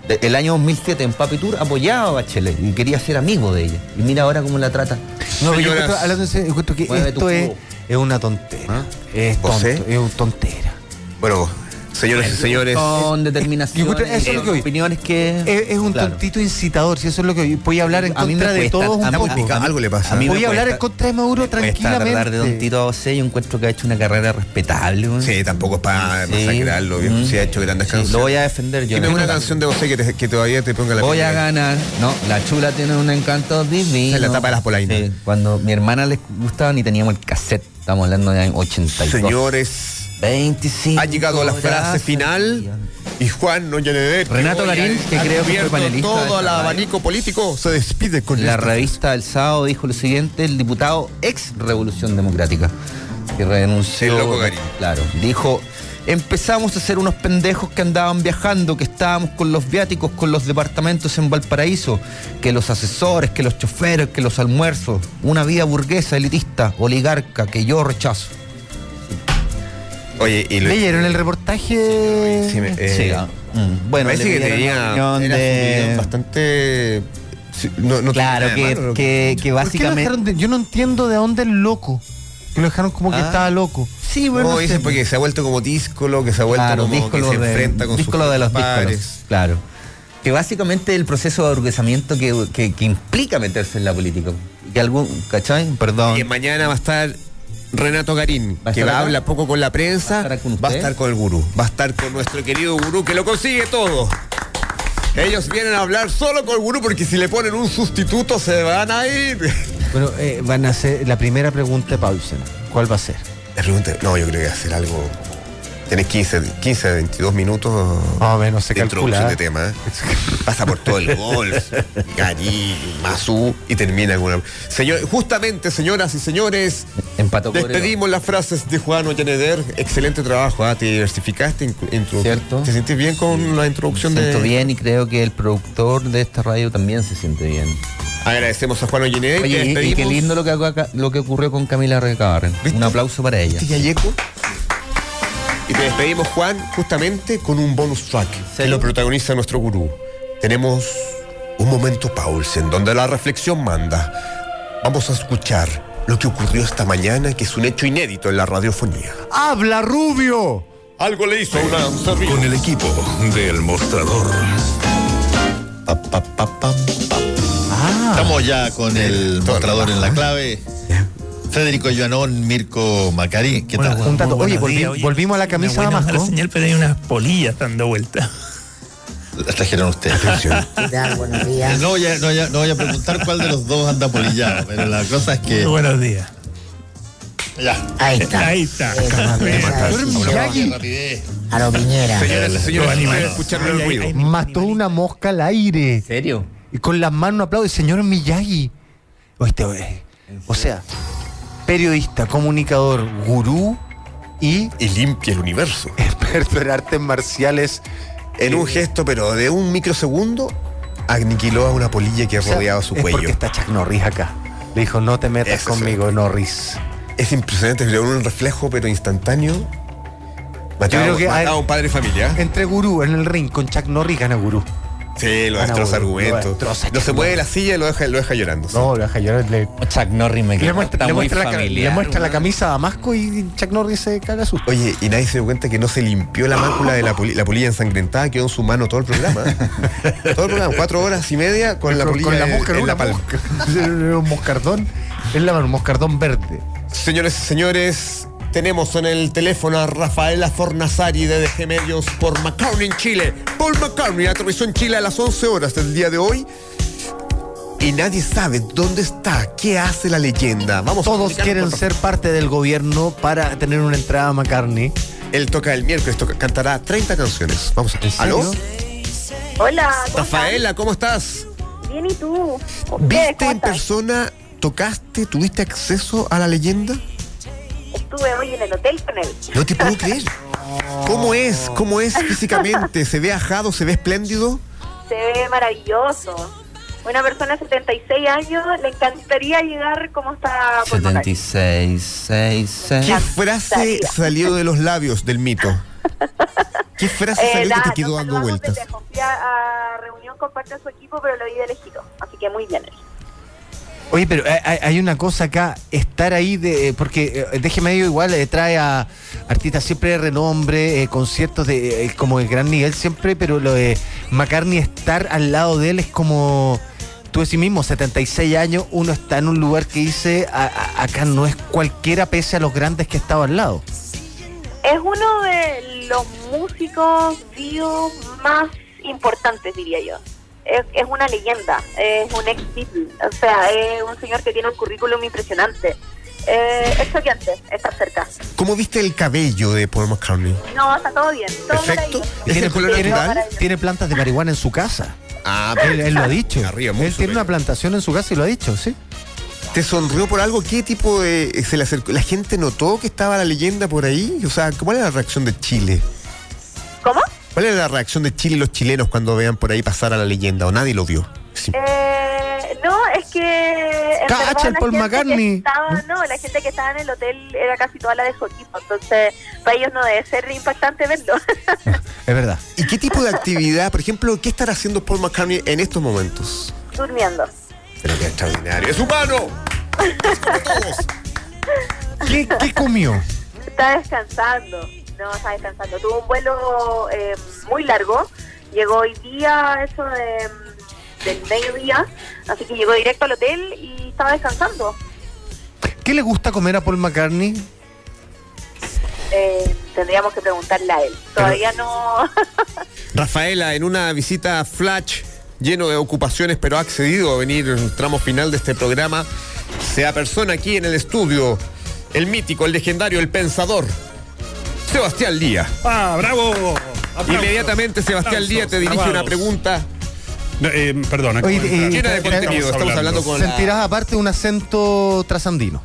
Speaker 14: De- El año 2007 en Papi Tour apoyaba a Bachelet y quería ser amigo de ella. Y mira ahora cómo la trata.
Speaker 2: No, yo
Speaker 11: Señoras,
Speaker 2: encuentro, hablando en serio, encuentro que
Speaker 14: mueve tu
Speaker 2: esto es,
Speaker 14: cubo. ¿Ah?
Speaker 2: es una tontera. Es tonto,
Speaker 11: ¿José?
Speaker 2: es un tontera.
Speaker 11: Bueno, señores y señores.
Speaker 14: Con determinación.
Speaker 2: Yo creo- eso es lo que voy.
Speaker 14: opiniones que.
Speaker 2: Es, es un
Speaker 14: Claro.
Speaker 2: tontito incitador, si eso es lo que voy a hablar en
Speaker 14: A mí me
Speaker 2: contra de
Speaker 14: cuesta-
Speaker 2: todos
Speaker 14: a
Speaker 2: un
Speaker 14: mí-
Speaker 2: poco.
Speaker 14: a mí-
Speaker 11: Algo le pasa.
Speaker 14: a mí me
Speaker 2: Voy a hablar
Speaker 14: cuesta-
Speaker 2: en contra de Maduro
Speaker 14: me cuesta hablar de Don
Speaker 2: tranquilamente.
Speaker 14: Tito Bosé, yo encuentro que ha hecho una carrera respetable. weón.
Speaker 11: Sí, tampoco es para
Speaker 14: Sí.
Speaker 11: masacrarlo, viejo.
Speaker 14: Mm.
Speaker 11: Sí, ha hecho grandes
Speaker 14: Sí,
Speaker 11: canciones.
Speaker 14: Lo voy a defender yo.
Speaker 11: Dime una canción de José que, te- que todavía te ponga la
Speaker 14: Voy
Speaker 11: piel
Speaker 14: a
Speaker 11: de gallina.
Speaker 14: ganar. No, la chula tiene un encanto divino.
Speaker 11: Esa es la tapa de las polainas.
Speaker 14: Sí, cuando mi hermana le gustaban y teníamos el cassette. Estamos hablando de año 82.
Speaker 11: Señores
Speaker 14: 25.
Speaker 1: Ha llegado a la frase final y Juan Noñaneder.
Speaker 14: Renato Garín, que creo que fue panelista de
Speaker 1: Todo
Speaker 14: esta
Speaker 1: al
Speaker 14: radio.
Speaker 1: abanico político se despide con
Speaker 14: La
Speaker 1: esta
Speaker 14: revista El Sábado dijo lo siguiente, el diputado ex Revolución Democrática, que renunció.
Speaker 1: El loco Garín.
Speaker 14: Claro, dijo, empezamos a ser unos pendejos que andaban viajando, que estábamos con los viáticos, con los departamentos en Valparaíso, que los asesores, que los choferes, que los almuerzos, una vida burguesa, elitista, oligarca, que yo rechazo.
Speaker 11: Oye, y lo-
Speaker 14: ¿Leyeron el reportaje?
Speaker 11: Sí, me- eh,
Speaker 14: ah, mm. Bueno,
Speaker 11: parece
Speaker 14: le
Speaker 11: que
Speaker 14: pidieron
Speaker 11: tenía-
Speaker 14: la opinión
Speaker 11: era
Speaker 14: de-
Speaker 11: su guión bastante. sí, no- no
Speaker 14: Claro,
Speaker 11: tiene nada de
Speaker 14: que-
Speaker 11: malo,
Speaker 14: que- que
Speaker 2: ¿Por qué lo
Speaker 14: básicamente...
Speaker 2: dejaron de- yo no entiendo de dónde el loco. Que lo dejaron como que
Speaker 14: Ah.
Speaker 2: estaba loco.
Speaker 14: Sí,
Speaker 11: No,
Speaker 14: bueno,
Speaker 11: dicen
Speaker 14: sí.
Speaker 11: porque se ha vuelto como díscolo, que se ha vuelto
Speaker 14: Claro,
Speaker 11: como que
Speaker 14: díscolo
Speaker 11: se
Speaker 14: de-
Speaker 11: enfrenta con sus
Speaker 14: díscolo de los
Speaker 11: pares.
Speaker 14: díscolos, Claro. Que básicamente el proceso de aburguesamiento que, que- que implica meterse en la política. Que algún, ¿cachai? Perdón.
Speaker 1: Que mañana va a estar Renato Garín,
Speaker 14: a
Speaker 1: que
Speaker 14: estar acá?
Speaker 1: habla poco con la prensa,
Speaker 14: ¿Va a estar con
Speaker 1: va a
Speaker 14: usted?
Speaker 1: estar con el gurú, va a estar con nuestro querido gurú que lo consigue todo. Ellos vienen a hablar solo con el gurú porque si le ponen un sustituto se van a ir.
Speaker 2: Bueno, eh, van a hacer la primera pregunta de Paulsen. ¿Cuál va a ser?
Speaker 11: Le pregunté, no, yo creo que hacer algo. Tienes 15, 15, 22 minutos
Speaker 2: Más o menos se
Speaker 11: de introducción
Speaker 2: calcula.
Speaker 11: de tema. ¿eh? Pasa por todo el golf, Garín, Mazú y termina con una.
Speaker 1: Señor, justamente, señoras y señores,
Speaker 14: Empató Cobreloa.
Speaker 1: despedimos las frases de Juan Ollaneder. Excelente trabajo, ¿ah? te diversificaste. inclu- introdu-
Speaker 14: ¿Cierto?
Speaker 1: ¿Te sentís bien con la introducción
Speaker 14: Me
Speaker 1: de.?
Speaker 14: siento bien y creo que el productor de esta radio también se siente bien.
Speaker 1: Agradecemos a Juan Ollaneder.
Speaker 14: Oye, y, y qué lindo lo que, hago acá- lo que ocurrió con Camila Recabarren. Un aplauso para ella.
Speaker 1: Y te despedimos, Juan, justamente con un bonus track que lo protagoniza nuestro gurú. Tenemos un momento Paulsen, donde la reflexión manda. Vamos a escuchar lo que ocurrió esta mañana, que es un hecho inédito en la radiofonía.
Speaker 7: ¡Habla, Rubio!
Speaker 1: Algo le hizo una, un ser vivo.
Speaker 3: Con el equipo del mostrador.
Speaker 4: Pa, pa, pa, pam, pam.
Speaker 17: Ah.
Speaker 4: Estamos ya con el mostrador en la clave. Federico Joanón, Mirko Macari. ¿Qué tal?
Speaker 2: Un dato. Oye, volvi-
Speaker 17: días, oye.
Speaker 2: volvimos a la camisa de Damasco.
Speaker 17: señal, pero hay unas polillas dando vuelta.
Speaker 4: Las trajeron ustedes. Atención.
Speaker 18: Buenos días.
Speaker 4: No voy, a, no, voy a- no voy a preguntar cuál de los dos anda polillado, pero la cosa es que.
Speaker 17: Buenos días.
Speaker 4: Ya.
Speaker 18: Ahí está.
Speaker 17: Ahí está.
Speaker 4: rapidez.
Speaker 18: A los Piñera.
Speaker 1: Señoras y señores, ustedes escucharon el ruido.
Speaker 2: Mató una mosca al aire. ¿En
Speaker 14: serio?
Speaker 2: Y con las manos aplaude, señor Miyagi. Oíste, oye. O sea, periodista, comunicador, gurú y
Speaker 1: Y limpia el universo.
Speaker 2: experto en artes marciales. eh,
Speaker 11: En un gesto, pero de un microsegundo, aniquiló a una polilla que
Speaker 2: O sea,
Speaker 11: rodeaba su
Speaker 2: es
Speaker 11: cuello.
Speaker 2: porque está Chuck Norris acá. Le dijo, no te metas
Speaker 11: Eso es
Speaker 2: conmigo, Norris.
Speaker 11: Es impresionante, pero un reflejo, pero instantáneo.
Speaker 2: Yo creo
Speaker 11: Mataba,
Speaker 2: que-
Speaker 11: mataba a un padre de familia.
Speaker 2: Entre gurú en el ring, con Chuck Norris gana gurú.
Speaker 11: Sí, lo
Speaker 2: Ah, no,
Speaker 11: destroza
Speaker 2: lo
Speaker 11: argumentos.
Speaker 2: destroza,
Speaker 11: no se
Speaker 2: chico.
Speaker 11: mueve de la silla y lo deja, lo deja llorando. sí.
Speaker 2: No, lo deja llorar, le,
Speaker 14: Chuck Norris me
Speaker 2: le
Speaker 14: quedó.
Speaker 2: muestra,
Speaker 14: Está
Speaker 2: le
Speaker 14: muy
Speaker 2: muestra la, ca-
Speaker 14: familiar.
Speaker 2: le muestra la camisa a Damasco y Chuck Norris se caga su.
Speaker 11: Oye, y nadie se dio cuenta que no se limpió la mácula de la, poli- la polilla ensangrentada, quedó en su mano todo el programa. todo el programa, cuatro horas y media con la polilla en-
Speaker 2: mosca,
Speaker 11: en,
Speaker 2: ¿no?
Speaker 11: la
Speaker 2: Una
Speaker 11: palma.
Speaker 2: mosca. Era un moscardón. Es la mano, un moscardón verde.
Speaker 1: Señores y señores, tenemos en el teléfono a Rafaela Fornasari de DG Medios por McCartney en Chile. Paul McCartney aterrizó en Chile a las 11 horas del día de hoy. Y nadie sabe dónde está, qué hace la leyenda. Vamos a
Speaker 2: Todos
Speaker 1: platicar
Speaker 2: quieren
Speaker 1: con
Speaker 2: ser parte del gobierno para tener una entrada a McCartney.
Speaker 1: Rafa- Él toca el miércoles, toca- cantará 30 canciones. Vamos a ver. ¿Aló?
Speaker 8: Hola, ¿cómo estás?
Speaker 1: Rafaela, ¿cómo estás?
Speaker 8: Bien, ¿y tú? ¿Ustedes
Speaker 1: ¿Viste
Speaker 8: cómo
Speaker 1: en
Speaker 8: están?
Speaker 1: persona, tocaste, tuviste acceso a la leyenda?
Speaker 8: Estuve hoy en el hotel con él.
Speaker 1: No te puedo creer. ¿Cómo es? ¿Cómo es físicamente? ¿Se ve ajado? ¿Se ve espléndido?
Speaker 8: Se ve maravilloso. Una persona de 76 años, le encantaría llegar como está Paul McCartney.
Speaker 14: 76, 6, 6.
Speaker 1: ¿Qué frase salió de los labios del mito? ¿Qué frase
Speaker 8: Eh,
Speaker 1: salió que
Speaker 8: nada,
Speaker 1: te quedó
Speaker 8: nos
Speaker 1: dando
Speaker 8: saludamos
Speaker 1: vueltas?
Speaker 8: desde Confía a reunión con parte de su equipo, pero lo vi de lejito. Así que muy bien. él.
Speaker 2: Oye, pero hay- hay, hay una cosa acá, estar ahí de, eh, porque eh, déjeme digo igual eh, trae a artistas siempre de renombre, eh, conciertos de eh, como de gran nivel siempre, pero lo de McCartney estar al lado de él es como tú decís mismo, 76 años, uno está en un lugar que dice a- a- acá no es cualquiera pese a los grandes que estaba al lado.
Speaker 8: Es uno de los músicos vivos más importantes, diría yo. Es, es una leyenda, es un ex Beatle, o sea, es un señor que tiene un currículum impresionante.
Speaker 11: Eh, es choqueante, está cerca.
Speaker 1: ¿Cómo viste el cabello de Paul McCartney?
Speaker 11: No, está todo bien. Todo
Speaker 1: Perfecto.
Speaker 11: maravilloso.
Speaker 1: ¿Es el color
Speaker 11: Todo
Speaker 1: natural?
Speaker 11: maravilloso.
Speaker 2: Tiene plantas de marihuana en su casa.
Speaker 1: Ah,
Speaker 2: Él, él lo ha dicho.
Speaker 1: Arriba,
Speaker 2: él
Speaker 1: mucho,
Speaker 2: tiene una
Speaker 1: pero-
Speaker 2: plantación en su casa y lo ha dicho, ¿sí?
Speaker 1: ¿Te sonrió por algo? ¿Qué tipo de... eh, se le acercó? ¿La gente notó que estaba la leyenda por ahí? O sea, ¿cuál era la reacción de Chile?
Speaker 11: ¿Cómo?
Speaker 1: ¿Cuál era la reacción de Chile y los chilenos cuando vean por ahí pasar a la leyenda? ¿O nadie lo vio? Sí.
Speaker 11: Eh, no, es que. en
Speaker 1: Cacha,
Speaker 11: verdad,
Speaker 1: el
Speaker 11: la
Speaker 1: Paul
Speaker 11: gente que
Speaker 1: McCartney.
Speaker 11: estaba- no, la gente que estaba en el hotel era casi toda la de su equipo. Entonces, para ellos no debe ser impactante verlo.
Speaker 2: Es verdad.
Speaker 1: ¿Y qué tipo de actividad, por ejemplo, qué estará haciendo Paul McCartney en estos momentos?
Speaker 11: Durmiendo.
Speaker 1: Pero qué extraordinario. ¡Es humano!
Speaker 2: ¿Qué, qué comió?
Speaker 11: Está descansando. No, está descansando. Tuvo un vuelo eh, muy largo. Llegó hoy día, eso de, mm, del mediodía. Así que llegó directo al hotel y estaba descansando.
Speaker 2: ¿Qué le gusta comer a Paul McCartney?
Speaker 11: Eh, tendríamos que preguntarle a él. Todavía no.
Speaker 1: Rafaela, en una visita flash lleno de ocupaciones, pero ha accedido a venir en el tramo final de este programa, se apersona aquí en el estudio el mítico, el legendario, el pensador, Sebastián Lía.
Speaker 17: ¡Ah, bravo! Aplausos.
Speaker 1: Inmediatamente Sebastián Lía te dirige
Speaker 17: Aplausos.
Speaker 1: una pregunta
Speaker 17: No, eh, perdona. ¿cómo
Speaker 2: Oye,
Speaker 17: entra?
Speaker 2: eh,
Speaker 1: llena de
Speaker 2: eh,
Speaker 1: contenido. Estamos hablando con la-
Speaker 2: Sentirás aparte un acento trasandino.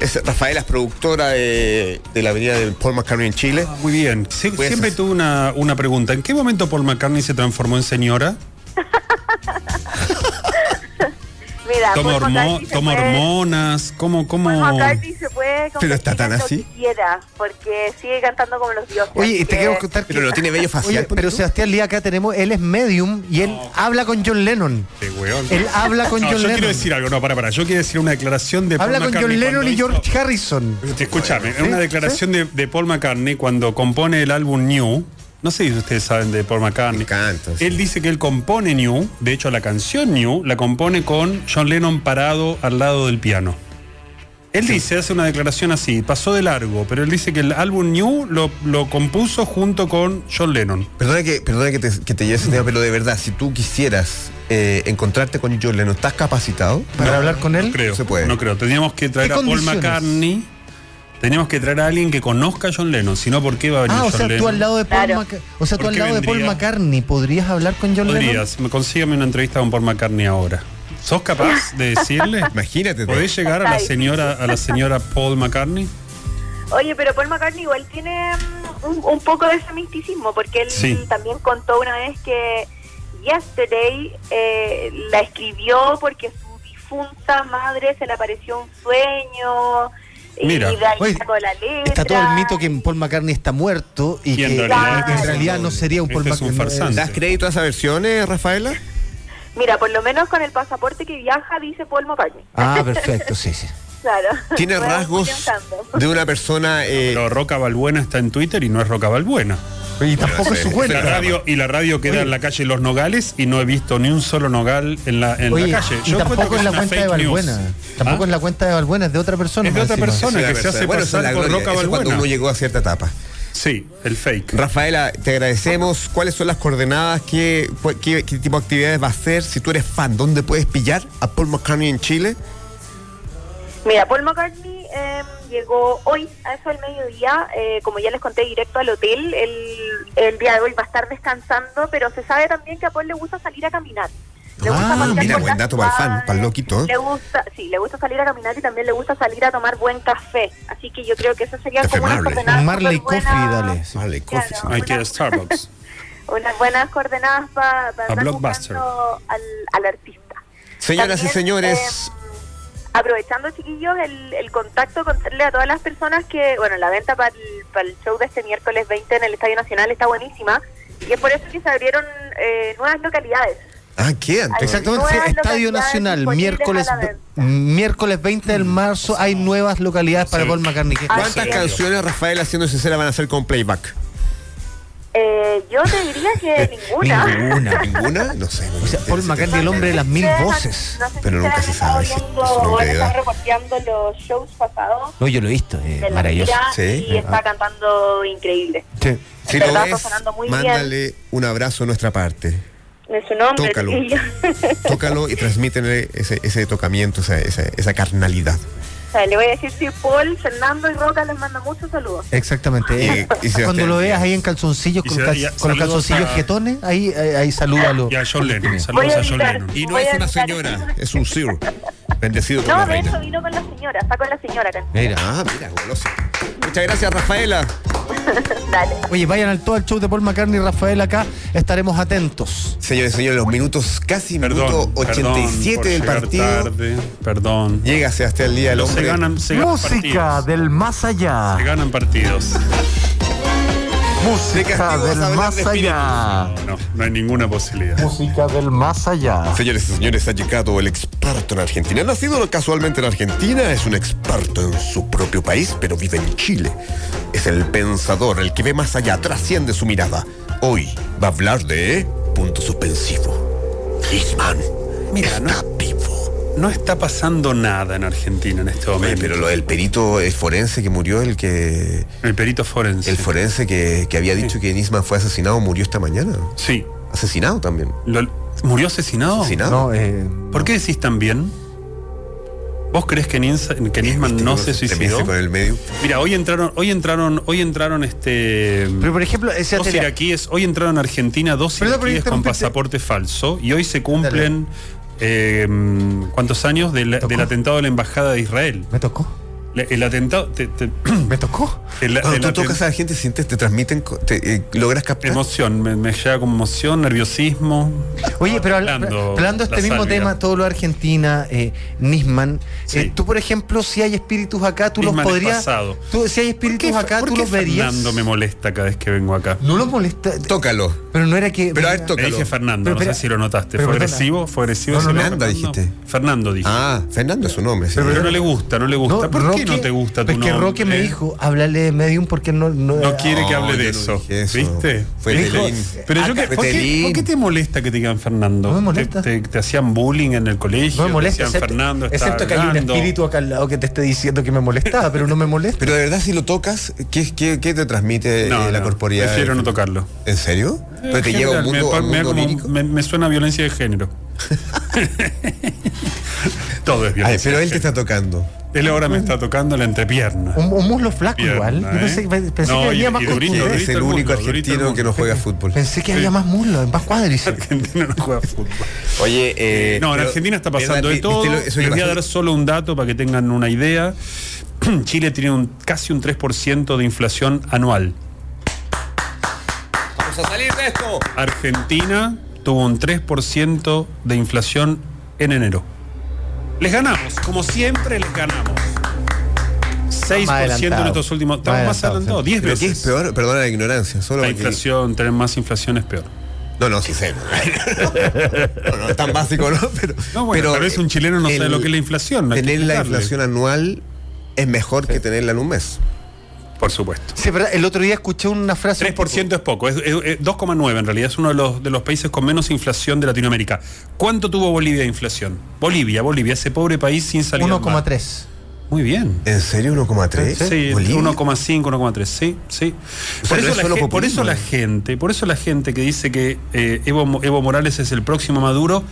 Speaker 1: es Rafaela es productora de, de la avenida del Paul McCartney en Chile.
Speaker 17: Muy bien. Sie-
Speaker 1: Pues-
Speaker 17: siempre tuve una, una pregunta. ¿En qué momento Paul McCartney se transformó en señora?
Speaker 11: Mira,
Speaker 17: ¿Toma,
Speaker 11: Paul
Speaker 17: hormo-
Speaker 11: McCartney se
Speaker 17: toma
Speaker 11: fue-
Speaker 17: hormonas? ¿Cómo? cómo...
Speaker 11: Paul McCartney se puede
Speaker 1: Pero está
Speaker 11: convertir
Speaker 1: tan
Speaker 11: en lo
Speaker 1: así.
Speaker 11: que quiera, porque sigue cantando como los dioses.
Speaker 2: Oye, y te
Speaker 17: eh,
Speaker 11: que-
Speaker 2: quiero contar que.
Speaker 1: Pero lo tiene bello facial.
Speaker 2: Oye, pero Sebastián Lía acá tenemos, él es medium y él habla con John Lennon.
Speaker 17: Qué weón.
Speaker 2: Él habla con
Speaker 17: No,
Speaker 2: John
Speaker 17: yo quiero
Speaker 2: Lennon.
Speaker 17: decir algo, no, para, para. Yo quiero decir una declaración de
Speaker 2: Habla
Speaker 17: Paul
Speaker 2: con John
Speaker 17: McCartney
Speaker 2: Lennon
Speaker 17: cuando
Speaker 2: y
Speaker 17: hizo-
Speaker 2: George Harrison.
Speaker 17: Te- Escúchame, en una declaración de, de Paul McCartney cuando compone el álbum New. No sé si ustedes saben de Paul McCartney.
Speaker 1: encanta, sí.
Speaker 17: Él dice que él compone New, de hecho la canción New la compone con John Lennon parado al lado del piano. Él dice, hace una declaración así, pasó de largo, pero él dice que el álbum New lo, lo compuso junto con John Lennon.
Speaker 1: Perdona que, perdona que te, que te lleve ese tema, pero de verdad, si tú quisieras eh, encontrarte con John Lennon, ¿estás capacitado?
Speaker 2: Para hablar con él.
Speaker 17: Creo,
Speaker 1: se puede.
Speaker 17: no creo. Teníamos que traer
Speaker 2: ¿Qué
Speaker 17: a Paul
Speaker 2: condiciones?
Speaker 17: McCartney, teníamos que traer a alguien que conozca a John Lennon, si no, ¿por qué va a venir
Speaker 2: Ah, o
Speaker 17: John
Speaker 2: sea, tú
Speaker 17: Lennon?
Speaker 2: al lado de Paul
Speaker 11: Claro.
Speaker 2: Maca- o sea, tú
Speaker 17: ¿Por
Speaker 2: al
Speaker 17: qué
Speaker 2: lado de Paul
Speaker 17: vendría?
Speaker 2: McCartney podrías hablar con John Lennon.
Speaker 17: Podrías, me consígame una entrevista con Paul McCartney ahora. ¿Sos capaz de decirle?
Speaker 1: Imagínate.
Speaker 17: ¿Podés llegar a la señora, a la señora Paul McCartney?
Speaker 11: Oye, pero Paul McCartney igual tiene mm, un, un poco de ese misticismo, porque él
Speaker 17: Sí.
Speaker 11: también contó una vez que Yesterday eh, la escribió porque su difunta madre se le apareció un sueño.
Speaker 17: Mira.
Speaker 11: y de ahí
Speaker 2: Oye,
Speaker 11: sacó la letra.
Speaker 2: Está todo el mito que Paul McCartney está muerto y,
Speaker 17: Y
Speaker 2: que
Speaker 17: en
Speaker 2: en
Speaker 17: realidad-
Speaker 2: realidad, no sería un
Speaker 17: Este
Speaker 2: Paul
Speaker 17: es un
Speaker 2: McCartney.
Speaker 17: farsante.
Speaker 1: ¿Das crédito a esas versiones, Rafaela?
Speaker 11: Mira, por lo menos con el pasaporte que viaja, dice Paul McCartney.
Speaker 2: Ah, perfecto, sí, sí.
Speaker 11: Claro.
Speaker 1: Tiene
Speaker 11: Bueno,
Speaker 1: rasgos
Speaker 11: estoy pensando.
Speaker 1: de una persona. eh,
Speaker 17: Pero Roca Balbuena está en Twitter y no es Roca Balbuena.
Speaker 2: Y tampoco es su
Speaker 17: La
Speaker 2: cuenta.
Speaker 17: radio, y la radio queda en la calle Los Nogales y no he visto ni un solo nogal en la, en
Speaker 2: Oye,
Speaker 17: la calle.
Speaker 2: y
Speaker 17: encuentro
Speaker 2: tampoco
Speaker 17: que
Speaker 2: es la
Speaker 17: una
Speaker 2: cuenta de
Speaker 17: fake news.
Speaker 2: Balbuena. Tampoco
Speaker 17: ¿Ah?
Speaker 2: es la cuenta de Balbuena, es de otra persona.
Speaker 17: Es de
Speaker 2: más
Speaker 17: otra
Speaker 2: encima.
Speaker 17: persona.
Speaker 1: sí,
Speaker 17: que
Speaker 1: una
Speaker 17: se
Speaker 1: persona.
Speaker 17: hace
Speaker 1: bueno, esa es
Speaker 17: pasar
Speaker 1: la
Speaker 17: por
Speaker 1: gloria,
Speaker 17: Roca
Speaker 1: eso es cuando
Speaker 17: Balbuena.
Speaker 1: uno llegó a cierta etapa.
Speaker 17: Sí, el fake.
Speaker 1: Rafaela, te agradecemos. ¿Cuáles son las coordenadas? ¿Qué, cu- qué- qué tipo de actividades va a hacer? Si tú eres fan, ¿dónde puedes pillar a Paul McCartney en Chile?
Speaker 11: Mira, Paul McCartney eh, llegó hoy a eso del mediodía, eh, como ya les conté, directo al hotel. El, el día de hoy va a estar descansando, pero se sabe también que a Paul le gusta salir a caminar. Le gusta
Speaker 1: Ah,
Speaker 11: pasear
Speaker 1: mira,
Speaker 11: por
Speaker 1: buen
Speaker 11: las
Speaker 1: dato para el fan, para el loquito, ¿eh?
Speaker 11: Le gusta, sí, le gusta salir a caminar y también le gusta salir a tomar buen café. Así que yo creo que eso sería
Speaker 1: Café
Speaker 11: como una
Speaker 1: Marley.
Speaker 11: coordenada
Speaker 2: Un Marley
Speaker 11: superbuena-
Speaker 2: Coffee, dale, sí.
Speaker 1: Vale,
Speaker 11: Claro,
Speaker 1: coffee.
Speaker 17: Hay que ir a
Speaker 11: una-
Speaker 17: Starbucks.
Speaker 11: unas buenas coordenadas para
Speaker 17: A
Speaker 11: andar
Speaker 17: Blockbuster.
Speaker 11: buscando al, al artista.
Speaker 1: Señoras y
Speaker 11: También,
Speaker 1: señores.
Speaker 11: eh, aprovechando, chiquillos, el, el contacto, contarle a todas las personas que, bueno, la venta para el, para el show de este miércoles 20 en el Estadio Nacional está buenísima. Y es por eso que se abrieron eh, nuevas localidades.
Speaker 1: Ah, quedan.
Speaker 11: Ay,
Speaker 2: Exactamente, sí,
Speaker 11: Nuevas
Speaker 2: Estadio
Speaker 11: localidades
Speaker 2: Nacional,
Speaker 11: disponibles
Speaker 2: miércoles,
Speaker 11: a la venta.
Speaker 2: miércoles 20 de marzo hay nuevas localidades para Paul McCartney. Qué
Speaker 11: Así
Speaker 1: ¿Cuántas
Speaker 11: es.
Speaker 1: canciones, Rafaela, siendo sincera, van a hacer con playback?
Speaker 11: Eh, yo te diría que ninguna.
Speaker 1: Eh, Ninguna, ninguna, no sé.
Speaker 2: O sea, Paul McCartney, el hombre de las mil voces.
Speaker 11: No sé si
Speaker 1: Pero nunca se
Speaker 11: ustedes han
Speaker 1: sabe si
Speaker 11: estado
Speaker 1: es una
Speaker 11: viendo, bueno,
Speaker 1: novedad.
Speaker 11: están reporteando los shows pasados.
Speaker 2: No, yo lo he visto, eh,
Speaker 11: de la
Speaker 2: maravilloso.
Speaker 11: gira
Speaker 1: Sí.
Speaker 11: y está cantando increíble.
Speaker 2: Sí.
Speaker 1: Si
Speaker 11: Pero
Speaker 1: lo
Speaker 11: está
Speaker 1: ves,
Speaker 11: sonando muy bien.
Speaker 1: mándale un abrazo a nuestra parte.
Speaker 11: De su nombre.
Speaker 1: Tócalo.
Speaker 11: chiquillos.
Speaker 1: Tócalo y transmítele ese, ese tocamiento, esa, esa, esa carnalidad.
Speaker 19: O sea, le voy a decir si Paul, Fernando y Roca les manda muchos saludos.
Speaker 2: Exactamente. Eh,
Speaker 19: Y- y si
Speaker 2: Cuando
Speaker 19: usted-
Speaker 2: lo veas ahí en calzoncillos,
Speaker 19: Y
Speaker 2: con,
Speaker 19: si-
Speaker 2: cal-
Speaker 19: y-
Speaker 2: con los
Speaker 19: saludos
Speaker 2: calzoncillos
Speaker 19: a-
Speaker 2: jetones, ahí, ahí, ahí salúdalo.
Speaker 17: Y a John Lennon.
Speaker 19: Voy
Speaker 17: Saludos
Speaker 19: a
Speaker 17: a John
Speaker 19: evitar-
Speaker 17: Lennon.
Speaker 1: Y no
Speaker 19: voy
Speaker 1: es
Speaker 19: a
Speaker 1: una
Speaker 19: evitar-
Speaker 1: señora, es un sir. Bendecido por
Speaker 19: No,
Speaker 1: la
Speaker 19: de
Speaker 1: reina.
Speaker 19: hecho vino con la señora, está con la señora acá.
Speaker 1: Mira, ah, mira, goloso. Muchas gracias, Rafaela.
Speaker 19: Dale.
Speaker 2: Oye, vayan al todo el show de Paul McCartney y Rafael acá, estaremos atentos.
Speaker 11: Señores, señores, los minutos casi minuto
Speaker 17: Perdón,
Speaker 11: 87 del
Speaker 17: perdón por
Speaker 11: partido.
Speaker 17: llegar tarde, perdón.
Speaker 11: Llega hasta el día del
Speaker 17: Pero se
Speaker 11: hombre.
Speaker 17: ganan- se ganan Música partidos.
Speaker 2: del más allá.
Speaker 17: Se ganan partidos.
Speaker 1: De castigo vas a hablar de espíritus.
Speaker 17: No, no hay ninguna posibilidad.
Speaker 2: Música del más allá.
Speaker 1: Señores y señores, ha llegado el experto en Argentina. Nacido casualmente en Argentina, es un experto en su propio país, pero vive en Chile. Es el pensador, el que ve más allá, trasciende su mirada. Hoy va a hablar de... Punto suspensivo. Gisman.
Speaker 17: Mira, no, no está pasando nada en Argentina en este momento.
Speaker 11: Pero lo del perito es forense que murió, el que.
Speaker 17: El perito forense.
Speaker 11: El forense que, que había dicho que Nisman fue asesinado murió esta mañana.
Speaker 17: Sí.
Speaker 11: Asesinado también.
Speaker 17: Lo- ¿Murió asesinado?
Speaker 11: Asesinado.
Speaker 17: No, ¿Por qué decís tan bien? ¿Vos crees que, Nins- que Nisman no se
Speaker 11: Te metiste
Speaker 17: suicidó?
Speaker 11: con el medio.
Speaker 17: Mira, hoy entraron, hoy entraron, hoy entraron este.
Speaker 2: Pero por ejemplo, ese
Speaker 17: dos
Speaker 2: atela-
Speaker 17: iraquíes, hoy entraron a Argentina dos
Speaker 2: Perdón por
Speaker 17: iraquíes con
Speaker 2: interrumpirte.
Speaker 17: pasaporte falso y hoy se cumplen eh, ¿cuántos años del, del atentado a la embajada de Israel?
Speaker 2: Me tocó.
Speaker 17: el atentado te- te-
Speaker 2: Me tocó.
Speaker 17: el-
Speaker 11: Cuando
Speaker 17: el
Speaker 11: tú
Speaker 17: aten-
Speaker 11: tocas a la gente, sientes, te transmiten, co- te, eh, logras captar.
Speaker 17: emoción, me, me llega como emoción, nerviosismo.
Speaker 2: Oye, pero habla-
Speaker 17: Hablando
Speaker 2: hablando de
Speaker 17: la
Speaker 2: este mismo
Speaker 17: salvia.
Speaker 2: tema, todo lo de Argentina, eh, Nisman,
Speaker 17: Sí.
Speaker 2: eh, tú por ejemplo, si hay espíritus acá, tú
Speaker 17: Nisman
Speaker 2: los
Speaker 17: es
Speaker 2: podrías...
Speaker 17: pasado.
Speaker 2: tú- si hay espíritus acá, tú los verías.
Speaker 17: Fernando me molesta cada vez que vengo acá.
Speaker 2: No los molesta.
Speaker 11: Tócalo.
Speaker 2: Pero no era que...
Speaker 11: Pero a ver,
Speaker 17: Le
Speaker 11: tócalo.
Speaker 17: dije Fernando,
Speaker 2: Pero,
Speaker 17: no sé
Speaker 2: pero-
Speaker 17: si lo notaste.
Speaker 2: pero
Speaker 17: ¿Fue
Speaker 2: perdona.
Speaker 17: agresivo? ¿Fue agresivo?
Speaker 11: No, no,
Speaker 17: ese
Speaker 11: Fernanda
Speaker 17: Fernando?
Speaker 11: dijiste.
Speaker 17: Fernando dije.
Speaker 11: Ah, Fernando es su nombre. sí.
Speaker 17: Pero, no le gusta, no le gusta. ¿Por qué no te gusta tu
Speaker 2: Es que
Speaker 17: nombre?
Speaker 2: Roque me dijo, háblale de medium porque no... No,
Speaker 17: ¿eh? No quiere que
Speaker 2: Ah,
Speaker 17: hable
Speaker 11: yo
Speaker 17: de
Speaker 11: no
Speaker 17: eso,
Speaker 11: dije eso.
Speaker 17: ¿Viste?
Speaker 11: Fue
Speaker 17: Dijo-
Speaker 11: Telín.
Speaker 17: Pero yo que,
Speaker 11: Fue
Speaker 17: ¿por, qué,
Speaker 11: Telín.
Speaker 17: por qué te molesta que te digan Fernando?
Speaker 2: No me molesta.
Speaker 17: Te, te- te hacían bullying en el colegio.
Speaker 2: No me molesta,
Speaker 17: te decían
Speaker 2: excepto,
Speaker 17: Fernando está
Speaker 2: excepto que hay un
Speaker 17: hablando.
Speaker 2: espíritu acá al lado que te esté diciendo que me molestaba, pero no me molesta.
Speaker 11: Pero de verdad, si lo tocas, ¿qué, qué, qué te transmite eh,
Speaker 17: No,
Speaker 11: la
Speaker 17: no,
Speaker 11: corporidad?
Speaker 17: Prefiero no tocarlo.
Speaker 11: ¿En serio? Pero te
Speaker 17: En
Speaker 11: lleva a un
Speaker 17: general,
Speaker 11: mundo,
Speaker 17: me,
Speaker 11: a un
Speaker 17: me da
Speaker 11: mundo
Speaker 17: como-
Speaker 11: lírico.
Speaker 17: me- me suena a violencia de género. Todo es
Speaker 11: Ay,
Speaker 17: violencia.
Speaker 11: pero
Speaker 17: de
Speaker 11: él te está tocando.
Speaker 17: género. Él ahora me está tocando la entrepierna.
Speaker 2: Un, un muslo flaco
Speaker 17: Pierna,
Speaker 2: igual. Yo
Speaker 17: ¿eh?
Speaker 2: pensé, pensé
Speaker 17: No,
Speaker 2: que había
Speaker 17: y-
Speaker 2: más
Speaker 17: y durito,
Speaker 2: costura.
Speaker 11: Eres
Speaker 17: durito
Speaker 11: el
Speaker 17: el
Speaker 11: único
Speaker 17: mundo, durito el
Speaker 11: argentino que no juega fútbol.
Speaker 2: Pensé que había más muslo, más cuádriceps.
Speaker 17: Argentina no juega fútbol.
Speaker 11: Oye, eh,
Speaker 17: No, en
Speaker 11: pero-
Speaker 17: Argentina está pasando
Speaker 11: ¿verdad?
Speaker 17: de
Speaker 11: ¿Viste
Speaker 17: todo.
Speaker 11: lo- eso que
Speaker 17: Les voy a
Speaker 11: pasó?
Speaker 17: dar solo un dato para que tengan una idea. Chile tiene un, casi un 3% de inflación anual.
Speaker 1: Vamos a salir de esto.
Speaker 17: Argentina tuvo un 3% de inflación en enero. Les ganamos, como siempre les ganamos. 6% en
Speaker 2: adelantados.
Speaker 17: estos últimos. Estamos
Speaker 2: Más
Speaker 17: más adelantados,
Speaker 2: adelantados,
Speaker 17: 10
Speaker 11: Pero ¿qué es
Speaker 17: veces.
Speaker 11: peor? Perdona la ignorancia. Solo
Speaker 17: La
Speaker 11: porque-
Speaker 17: inflación, tener más inflación es peor.
Speaker 11: No, no, sí sé. No, no, tan básico, ¿no? Pero,
Speaker 17: No, bueno,
Speaker 11: pero
Speaker 17: tal vez un chileno no
Speaker 11: el-
Speaker 17: sabe lo que es la inflación. no hay que
Speaker 11: tener la
Speaker 17: explicarle.
Speaker 11: inflación anual es mejor que tenerla en un mes.
Speaker 17: Por supuesto.
Speaker 2: Sí, pero el otro día escuché una frase.
Speaker 17: 3% es poco, es, es- es 2,9 en realidad, es uno de los, de los países con menos inflación de Latinoamérica. ¿Cuánto tuvo Bolivia de inflación? Bolivia, Bolivia, ese pobre país sin salida. al mar.
Speaker 2: 1,3.
Speaker 17: Muy bien.
Speaker 11: ¿En serio 1,3?
Speaker 17: Sí,
Speaker 11: Bolivia.
Speaker 17: 1,5, 1,3, sí, sí.
Speaker 11: O sea,
Speaker 17: Por
Speaker 11: no
Speaker 17: eso,
Speaker 11: es solo
Speaker 17: la gen- por
Speaker 11: populismo.
Speaker 17: eso
Speaker 2: eh.
Speaker 17: la gente, por eso la gente que dice que eh, Evo, Mo- Evo Morales es el próximo Maduro,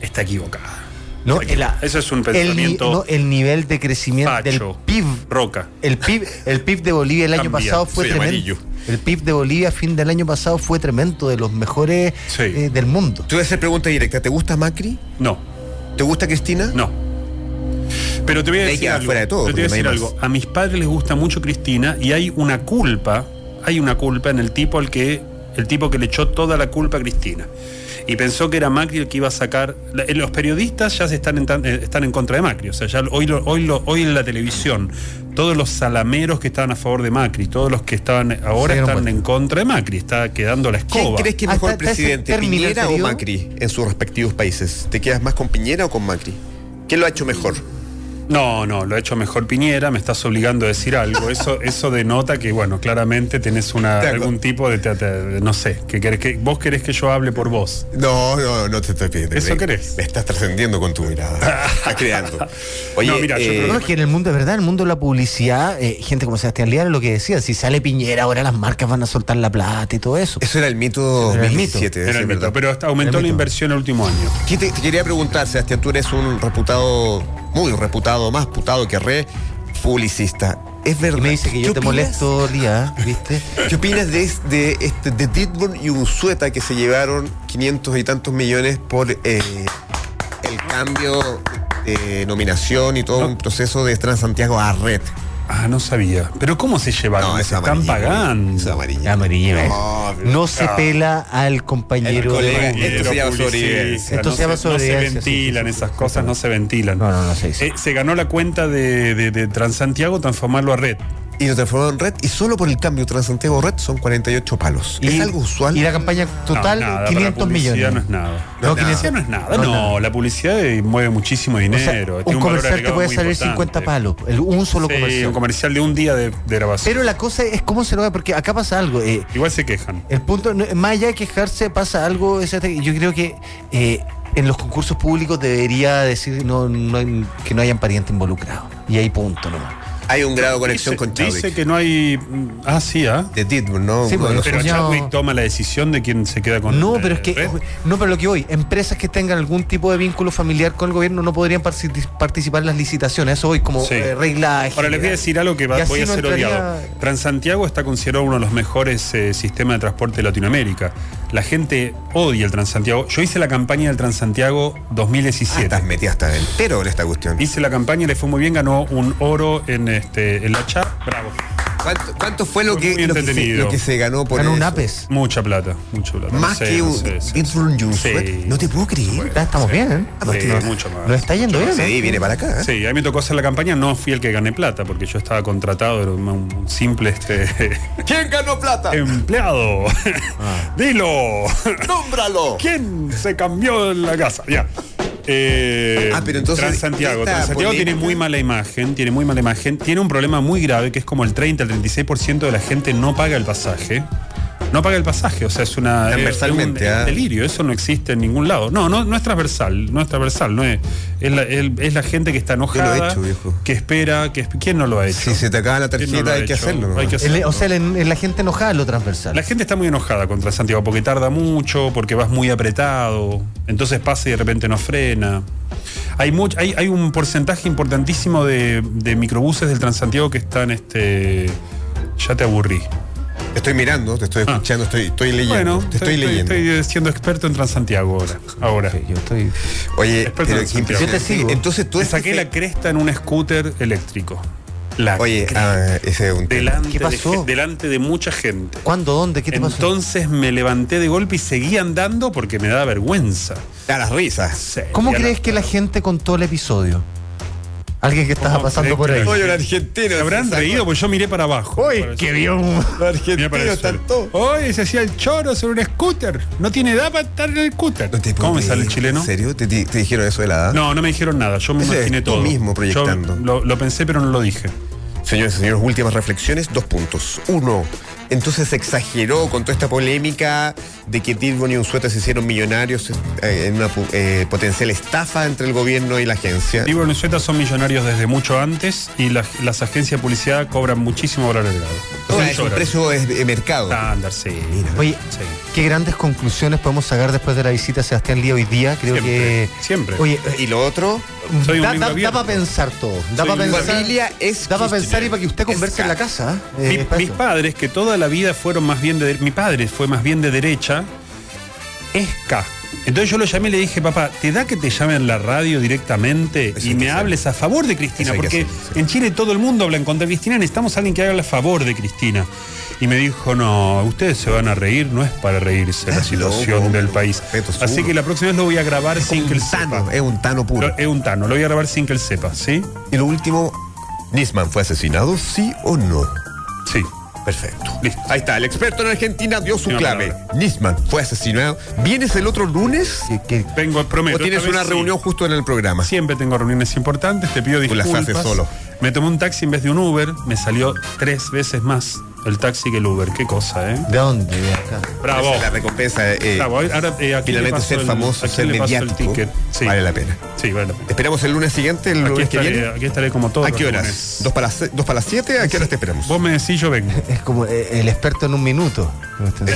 Speaker 17: está equivocada.
Speaker 2: No, el,
Speaker 17: Eso es un
Speaker 2: el ni-
Speaker 17: pensamiento
Speaker 2: no, el nivel de crecimiento
Speaker 17: facho,
Speaker 2: del PIB.
Speaker 17: roca.
Speaker 2: El PIB, el PIB de Bolivia el año
Speaker 17: Cambia,
Speaker 2: pasado fue
Speaker 17: sí,
Speaker 2: tremendo.
Speaker 17: amarillo.
Speaker 2: El PIB de Bolivia a fin del año pasado fue tremendo, de los mejores
Speaker 17: Sí.
Speaker 2: eh, del mundo.
Speaker 11: Te voy a hacer pregunta directa. ¿Te gusta Macri?
Speaker 17: No,
Speaker 11: ¿Te gusta Cristina?
Speaker 17: no. Pero te voy a
Speaker 11: De ahí
Speaker 17: decir
Speaker 11: queda
Speaker 17: algo.
Speaker 11: fuera de todo,
Speaker 17: pero te voy a
Speaker 11: porque
Speaker 17: decir
Speaker 11: no hay
Speaker 17: algo. A mis padres les gusta mucho Cristina y hay una culpa, hay una culpa en el tipo al que el tipo que le echó toda la culpa a Cristina. Y pensó que era Macri el que iba a sacar. la- eh, Los periodistas ya se están en, tan- eh, están en contra de Macri. O sea, ya hoy, lo- hoy, lo- hoy en la televisión, todos los salameros que estaban a favor de Macri, todos los que estaban ahora
Speaker 2: dieron
Speaker 17: están
Speaker 2: vuelta.
Speaker 17: en contra de Macri. Está quedando la
Speaker 11: ¿Quién
Speaker 17: escoba.
Speaker 11: crees que es
Speaker 2: Hasta-
Speaker 11: mejor
Speaker 2: hasta ese
Speaker 11: presidente,
Speaker 2: término
Speaker 11: Piñera o
Speaker 2: anterior.
Speaker 11: Macri, en sus respectivos países? ¿Te quedas más con Piñera o con Macri? ¿Quién lo ha hecho mejor?
Speaker 17: No, no, lo ha hecho mejor Piñera, me estás obligando a decir algo. Eso, eso denota que, bueno, claramente tenés una,
Speaker 11: De acuerdo.
Speaker 17: algún tipo de, te- te- no sé, que, querés que vos querés que yo hable por vos.
Speaker 11: No, no, no te estoy pidiendo.
Speaker 17: ¿Eso
Speaker 11: Me-
Speaker 17: querés?
Speaker 11: Me estás trascendiendo con tu mirada. Estás creando. Oye,
Speaker 17: No, mira, yo
Speaker 11: eh,
Speaker 17: creo
Speaker 2: No, es que en el mundo, de verdad, en el mundo de la publicidad, eh, gente como Sebastián Lial, lo que decía, si sale Piñera, ahora las marcas van a soltar la plata y todo eso.
Speaker 11: eso era el mito 2017.
Speaker 17: Era
Speaker 11: sí,
Speaker 17: el mito,
Speaker 11: ¿verdad?
Speaker 17: pero hasta aumentó
Speaker 2: El
Speaker 17: la
Speaker 2: mito.
Speaker 17: inversión el último año.
Speaker 11: ¿Qué te, te quería preguntar, Sebastián, tú eres un reputado
Speaker 1: muy reputado, más putado que re, publicista. Es verdad.
Speaker 2: me dice que yo te
Speaker 1: ¿Qué opinas?
Speaker 2: molesto, Lía, ¿viste?
Speaker 1: ¿Qué opinas de, es- de, este, de Didborn y Unzueta que se llevaron 500 y tantos millones por eh, el cambio de nominación y todo un proceso de Transantiago a Red?
Speaker 17: Ah, no sabía. Pero ¿cómo se llevaron?
Speaker 1: No,
Speaker 17: se están pagando. Es
Speaker 1: amarilla.
Speaker 2: Amarilla.
Speaker 1: No,
Speaker 2: No se pela al compañero. de
Speaker 17: colega,
Speaker 2: banda.
Speaker 17: esto se llama sobrevivencia.
Speaker 2: Esto
Speaker 17: no
Speaker 2: se llama
Speaker 17: No
Speaker 2: sobrevivencia,
Speaker 17: se
Speaker 2: sí, sí,
Speaker 17: ventilan esas cosas, no se ventilan. No,
Speaker 2: no, no se
Speaker 17: se ganó la cuenta de, de- de Transantiago transformarlo a red.
Speaker 1: Y lo transformaron en red y solo por el cambio Transantiago Red son 48 palos. es algo usual.
Speaker 2: Y la campaña total,
Speaker 17: No, nada, para
Speaker 2: 500
Speaker 17: la publicidad
Speaker 2: millones.
Speaker 17: no es nada.
Speaker 1: No,
Speaker 17: la
Speaker 1: nada.
Speaker 17: publicidad no es nada. No,
Speaker 2: No, nada.
Speaker 17: la publicidad eh, mueve muchísimo dinero.
Speaker 2: o sea,
Speaker 17: tiene
Speaker 2: un
Speaker 17: valor
Speaker 2: comercial te
Speaker 17: agregado
Speaker 2: puede
Speaker 17: muy
Speaker 2: salir
Speaker 17: importante.
Speaker 2: 50 palos. el- un solo
Speaker 17: Sí,
Speaker 2: comercial.
Speaker 17: un comercial de un día de, de grabación.
Speaker 2: Pero la cosa es cómo se lo ve, porque acá pasa algo. eh,
Speaker 17: Igual se quejan.
Speaker 2: El punto, no, más allá de quejarse, pasa algo. es este- Yo creo que eh, en los concursos públicos debería decir no, no hay- que no hayan pariente involucrado. Y ahí punto nomás.
Speaker 1: Hay un grado de conexión con Chadwick.
Speaker 17: Dice que no hay. Ah, sí, ¿ah?
Speaker 1: De Didburn, ¿no?
Speaker 2: Sí,
Speaker 1: Uno
Speaker 2: porque
Speaker 1: de los-
Speaker 17: Pero
Speaker 2: Soñado.
Speaker 17: Chadwick toma la decisión de quién se queda con
Speaker 2: No,
Speaker 17: eh,
Speaker 2: pero es que.
Speaker 17: Red.
Speaker 2: No, pero lo que voy, empresas que tengan algún tipo de vínculo familiar con el gobierno no podrían parci- participar en las licitaciones. Eso hoy como
Speaker 17: Sí.
Speaker 2: eh, regla.
Speaker 17: Ahora
Speaker 2: general.
Speaker 17: les voy a decir algo que va-
Speaker 2: Y así
Speaker 17: voy a
Speaker 2: no
Speaker 17: ser
Speaker 2: entraría-
Speaker 17: odiado. Transantiago está considerado uno de los mejores eh, sistemas de transporte de Latinoamérica. La gente odia el Transantiago. Yo hice la campaña del Transantiago
Speaker 1: Ah,
Speaker 17: 2017.
Speaker 1: estás metida hasta entero en esta cuestión.
Speaker 17: hice la campaña, le fue muy bien, ganó un oro en este en la chat. Bravo.
Speaker 1: ¿Cuánto, cuánto fue lo
Speaker 17: Fue muy
Speaker 1: que, lo, que se,
Speaker 17: entretenido.
Speaker 1: lo que se ganó por
Speaker 2: Ganó un
Speaker 1: eso?
Speaker 2: APES.
Speaker 17: Mucha plata, mucha plata. No
Speaker 1: Más
Speaker 17: sé,
Speaker 1: que
Speaker 17: no
Speaker 1: un
Speaker 17: sé, sí.
Speaker 1: Didburn y un
Speaker 17: Sí.
Speaker 1: Suet. No te puedo creer.
Speaker 2: Ah, Estamos bien, ¿eh?
Speaker 17: Sí, mucho más.
Speaker 2: Nos está yendo bien.
Speaker 1: Sí, viene para acá. ¿eh?
Speaker 17: Sí, a mí me tocó hacer la campaña, no fui el que gané plata, porque yo estaba contratado, era un, un simple este,
Speaker 1: ¿Quién ganó plata?
Speaker 17: empleado.
Speaker 2: Ah.
Speaker 17: Dilo.
Speaker 1: ¡Nómbralo!
Speaker 17: ¿Quién se cambió en la casa? Ya. Eh,
Speaker 1: Ah, pero entonces,
Speaker 17: Transantiago.
Speaker 1: esta
Speaker 17: Transantiago tiene
Speaker 1: polémica-
Speaker 17: muy mala imagen, tiene muy mala imagen, tiene un problema muy grave que es como el 30 al 36% de la gente no paga el pasaje. No paga el pasaje, o sea, es una.
Speaker 1: Transversalmente,
Speaker 17: es un- es un
Speaker 1: ah.
Speaker 17: delirio, eso no existe en ningún lado. No, no, no es transversal, no es transversal, no es. Es la, el- es la gente que está enojada,
Speaker 1: hecho, viejo.
Speaker 17: que espera, que. ¿Quién no lo ha hecho?
Speaker 1: Si se te acaba la
Speaker 17: ¿Quién no lo
Speaker 1: tarjeta,
Speaker 17: ha
Speaker 1: hay que
Speaker 17: hecho?
Speaker 1: hacerlo.
Speaker 17: Hay que
Speaker 2: El- e,
Speaker 17: hacerlo.
Speaker 2: o sea, la, la gente enojada es lo transversal.
Speaker 17: La gente está muy enojada contra Santiago porque tarda mucho, porque vas muy apretado, entonces pasa y de repente no frena. Hay, much- hay, hay un porcentaje importantísimo de, de microbuses del Transantiago que están este. Ya te aburrí.
Speaker 1: Te estoy mirando, te estoy
Speaker 17: Ah.
Speaker 1: escuchando, estoy, estoy leyendo.
Speaker 17: bueno,
Speaker 1: te estoy, leyendo.
Speaker 17: estoy siendo experto en Transantiago ahora. ahora.
Speaker 2: Yo estoy.
Speaker 1: Oye,
Speaker 17: Experto
Speaker 1: pero
Speaker 17: en
Speaker 1: qué
Speaker 17: Santiago.
Speaker 1: impresionante.
Speaker 2: Yo te sigo.
Speaker 1: Entonces tú
Speaker 17: Me
Speaker 1: este
Speaker 17: saqué la cresta en un scooter eléctrico. La
Speaker 1: Oye,
Speaker 17: cresta.
Speaker 1: ah, ese es un tema.
Speaker 17: delante,
Speaker 2: ¿Qué
Speaker 17: de
Speaker 2: pasó?
Speaker 17: gen- delante de mucha gente.
Speaker 2: ¿Cuándo? ¿Dónde? ¿Qué te pasó?
Speaker 17: Entonces me levanté de golpe y seguí andando porque me daba vergüenza.
Speaker 1: Da las risas.
Speaker 17: Sí,
Speaker 2: ¿Cómo
Speaker 17: ya
Speaker 2: crees
Speaker 17: la-
Speaker 2: que la gente contó el episodio? Alguien que estaba
Speaker 17: ¿Cómo
Speaker 2: pasando
Speaker 17: crees
Speaker 2: por
Speaker 17: que
Speaker 2: ahí.
Speaker 17: la-
Speaker 1: Oye, el argentino.
Speaker 17: Se habrán reído, porque yo miré para abajo.
Speaker 2: Uy, que vio un-
Speaker 1: Los
Speaker 17: Miré para
Speaker 1: argentinos
Speaker 17: el suelo.
Speaker 1: están todos.
Speaker 17: Hoy se hacía el choro sobre un scooter. No tiene edad para estar en el scooter.
Speaker 1: No te puedo
Speaker 17: ¿Cómo me sale el
Speaker 1: creer.
Speaker 17: chileno?
Speaker 1: ¿En serio? ¿Te, te- te dijeron eso de la edad?
Speaker 17: No, no me dijeron nada. Yo me
Speaker 1: Ese
Speaker 17: imaginé
Speaker 1: eres tú
Speaker 17: todo.
Speaker 1: mismo proyectando.
Speaker 17: Yo lo, lo pensé, pero no lo dije.
Speaker 1: Señores y señores, últimas reflexiones, dos puntos. Uno, entonces se exageró con toda esta polémica de que Dilbon y Unzueta se hicieron millonarios eh, en una pu- eh, potencial estafa entre el gobierno y la agencia.
Speaker 17: Libro y Sueta son millonarios desde mucho antes y las, las agencias de publicidad cobran muchísimo valor agregado.
Speaker 1: O sea,
Speaker 17: Son
Speaker 1: es un
Speaker 17: horas.
Speaker 1: precio es de mercado.
Speaker 17: Estándar, sí.
Speaker 2: Oye,
Speaker 17: Sí.
Speaker 2: qué grandes conclusiones podemos sacar después de la visita a Sebastián Lía hoy día. Creo
Speaker 17: Siempre,
Speaker 2: que.
Speaker 17: siempre.
Speaker 2: Oye, eh,
Speaker 1: Y lo otro,
Speaker 17: Soy un
Speaker 2: da,
Speaker 17: libro abierto.
Speaker 2: para pensar todo. Da
Speaker 17: Soy
Speaker 2: para
Speaker 17: un libro
Speaker 2: pensar.
Speaker 1: familia es
Speaker 2: Da para
Speaker 1: Kirchner.
Speaker 2: pensar y para que usted converse
Speaker 1: Es
Speaker 2: en la
Speaker 1: Kirchner.
Speaker 2: casa. ¿eh?
Speaker 17: Mi-
Speaker 2: Eh, para
Speaker 17: mis
Speaker 2: eso.
Speaker 17: padres, que toda la vida fueron más bien de... Mi padre fue más bien de derecha, es K. Entonces yo lo llamé y le dije, papá, ¿te da que te llamen la radio directamente
Speaker 1: Eso hay
Speaker 17: y
Speaker 1: que
Speaker 17: me
Speaker 1: hacer.
Speaker 17: hables a favor de Cristina?
Speaker 1: Eso hay que
Speaker 17: Porque
Speaker 1: hacer, sí.
Speaker 17: en Chile todo el mundo habla en contra de Cristina, necesitamos a alguien que hable a favor de Cristina. Y me dijo, no, ustedes se van a reír, no es para reírse la
Speaker 1: Estás
Speaker 17: situación
Speaker 1: loco,
Speaker 17: del
Speaker 1: hombre,
Speaker 17: país.
Speaker 1: respeto, seguro.
Speaker 17: Así que la próxima vez lo voy a grabar sin que él
Speaker 1: un tano,
Speaker 17: sepa.
Speaker 1: es un tano puro.
Speaker 17: Lo- Es un tano, lo voy a grabar sin que él sepa, ¿sí?
Speaker 1: Y lo último, ¿Nisman fue asesinado, sí o no?
Speaker 17: Sí.
Speaker 1: Perfecto.
Speaker 17: Listo.
Speaker 1: Ahí está, el experto en Argentina dio su
Speaker 17: Una
Speaker 1: clave.
Speaker 17: palabra.
Speaker 1: Nisman fue asesinado. ¿Vienes el otro lunes?
Speaker 17: Vengo, prometo.
Speaker 1: ¿O tienes
Speaker 17: esta vez
Speaker 1: una
Speaker 17: sí.
Speaker 1: reunión justo en el programa?
Speaker 17: Siempre tengo reuniones importantes, te pido
Speaker 1: Tú las
Speaker 17: disculpas.
Speaker 1: haces solo.
Speaker 17: Me tomé un taxi en vez de un Uber, me salió tres veces más el taxi que el Uber. Qué cosa, ¿eh?
Speaker 2: ¿De dónde? De acá.
Speaker 17: Bravo.
Speaker 1: Esa es la recompensa. eh,
Speaker 17: Bravo. Ahora, eh, ¿a quién le
Speaker 1: finalmente
Speaker 17: paso
Speaker 1: ser
Speaker 17: el-
Speaker 1: famoso,
Speaker 17: a quién
Speaker 1: ser
Speaker 17: le paso el
Speaker 1: mediático,
Speaker 17: ticket? Sí.
Speaker 1: vale la pena.
Speaker 17: Sí, vale la pena.
Speaker 1: Te esperamos el lunes siguiente, el
Speaker 17: Aquí
Speaker 1: lunes que
Speaker 17: estaré,
Speaker 1: viene.
Speaker 17: aquí estaré como todos.
Speaker 1: ¿A qué
Speaker 17: los
Speaker 1: horas?
Speaker 17: lunes.
Speaker 1: ¿Dos para, las se- dos para las siete? ¿A qué horas te esperamos?
Speaker 17: Vos me decís, yo vengo.
Speaker 2: Es como eh, el experto en un minuto.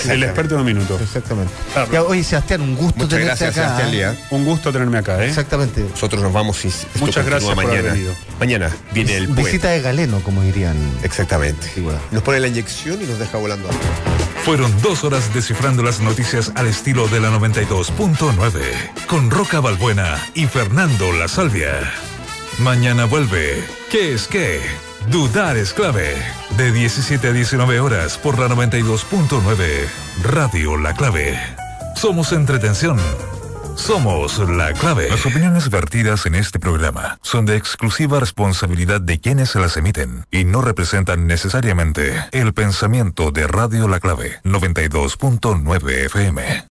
Speaker 17: El experto de un minuto.
Speaker 2: Exactamente.
Speaker 17: Ya,
Speaker 2: oye, Sebastián, un gusto
Speaker 17: Muchas
Speaker 2: tenerte
Speaker 17: gracias,
Speaker 2: acá.
Speaker 17: Sebastián
Speaker 2: ¿eh?
Speaker 17: Lía. Un gusto tenerme acá, ¿eh?
Speaker 2: Exactamente.
Speaker 11: Nosotros nos vamos y esto
Speaker 17: Muchas
Speaker 11: continúa
Speaker 17: gracias por
Speaker 11: mañana.
Speaker 17: haber venido.
Speaker 11: Mañana viene el puente.
Speaker 2: Visita de galeno, como dirían.
Speaker 11: Exactamente. Nos pone la inyección y nos deja volando.
Speaker 3: Fueron dos horas descifrando las noticias al estilo de la 92.9 con Roca Balbuena y Fernando La Salvia. Mañana vuelve. ¿Qué es qué? Dudar es clave. De 17 a 19 horas por la 92.9 Radio La Clave. Somos entretención. Somos la clave. Las opiniones vertidas en este programa son de exclusiva responsabilidad de quienes se las emiten y no representan necesariamente el pensamiento de Radio La Clave 92.9 FM.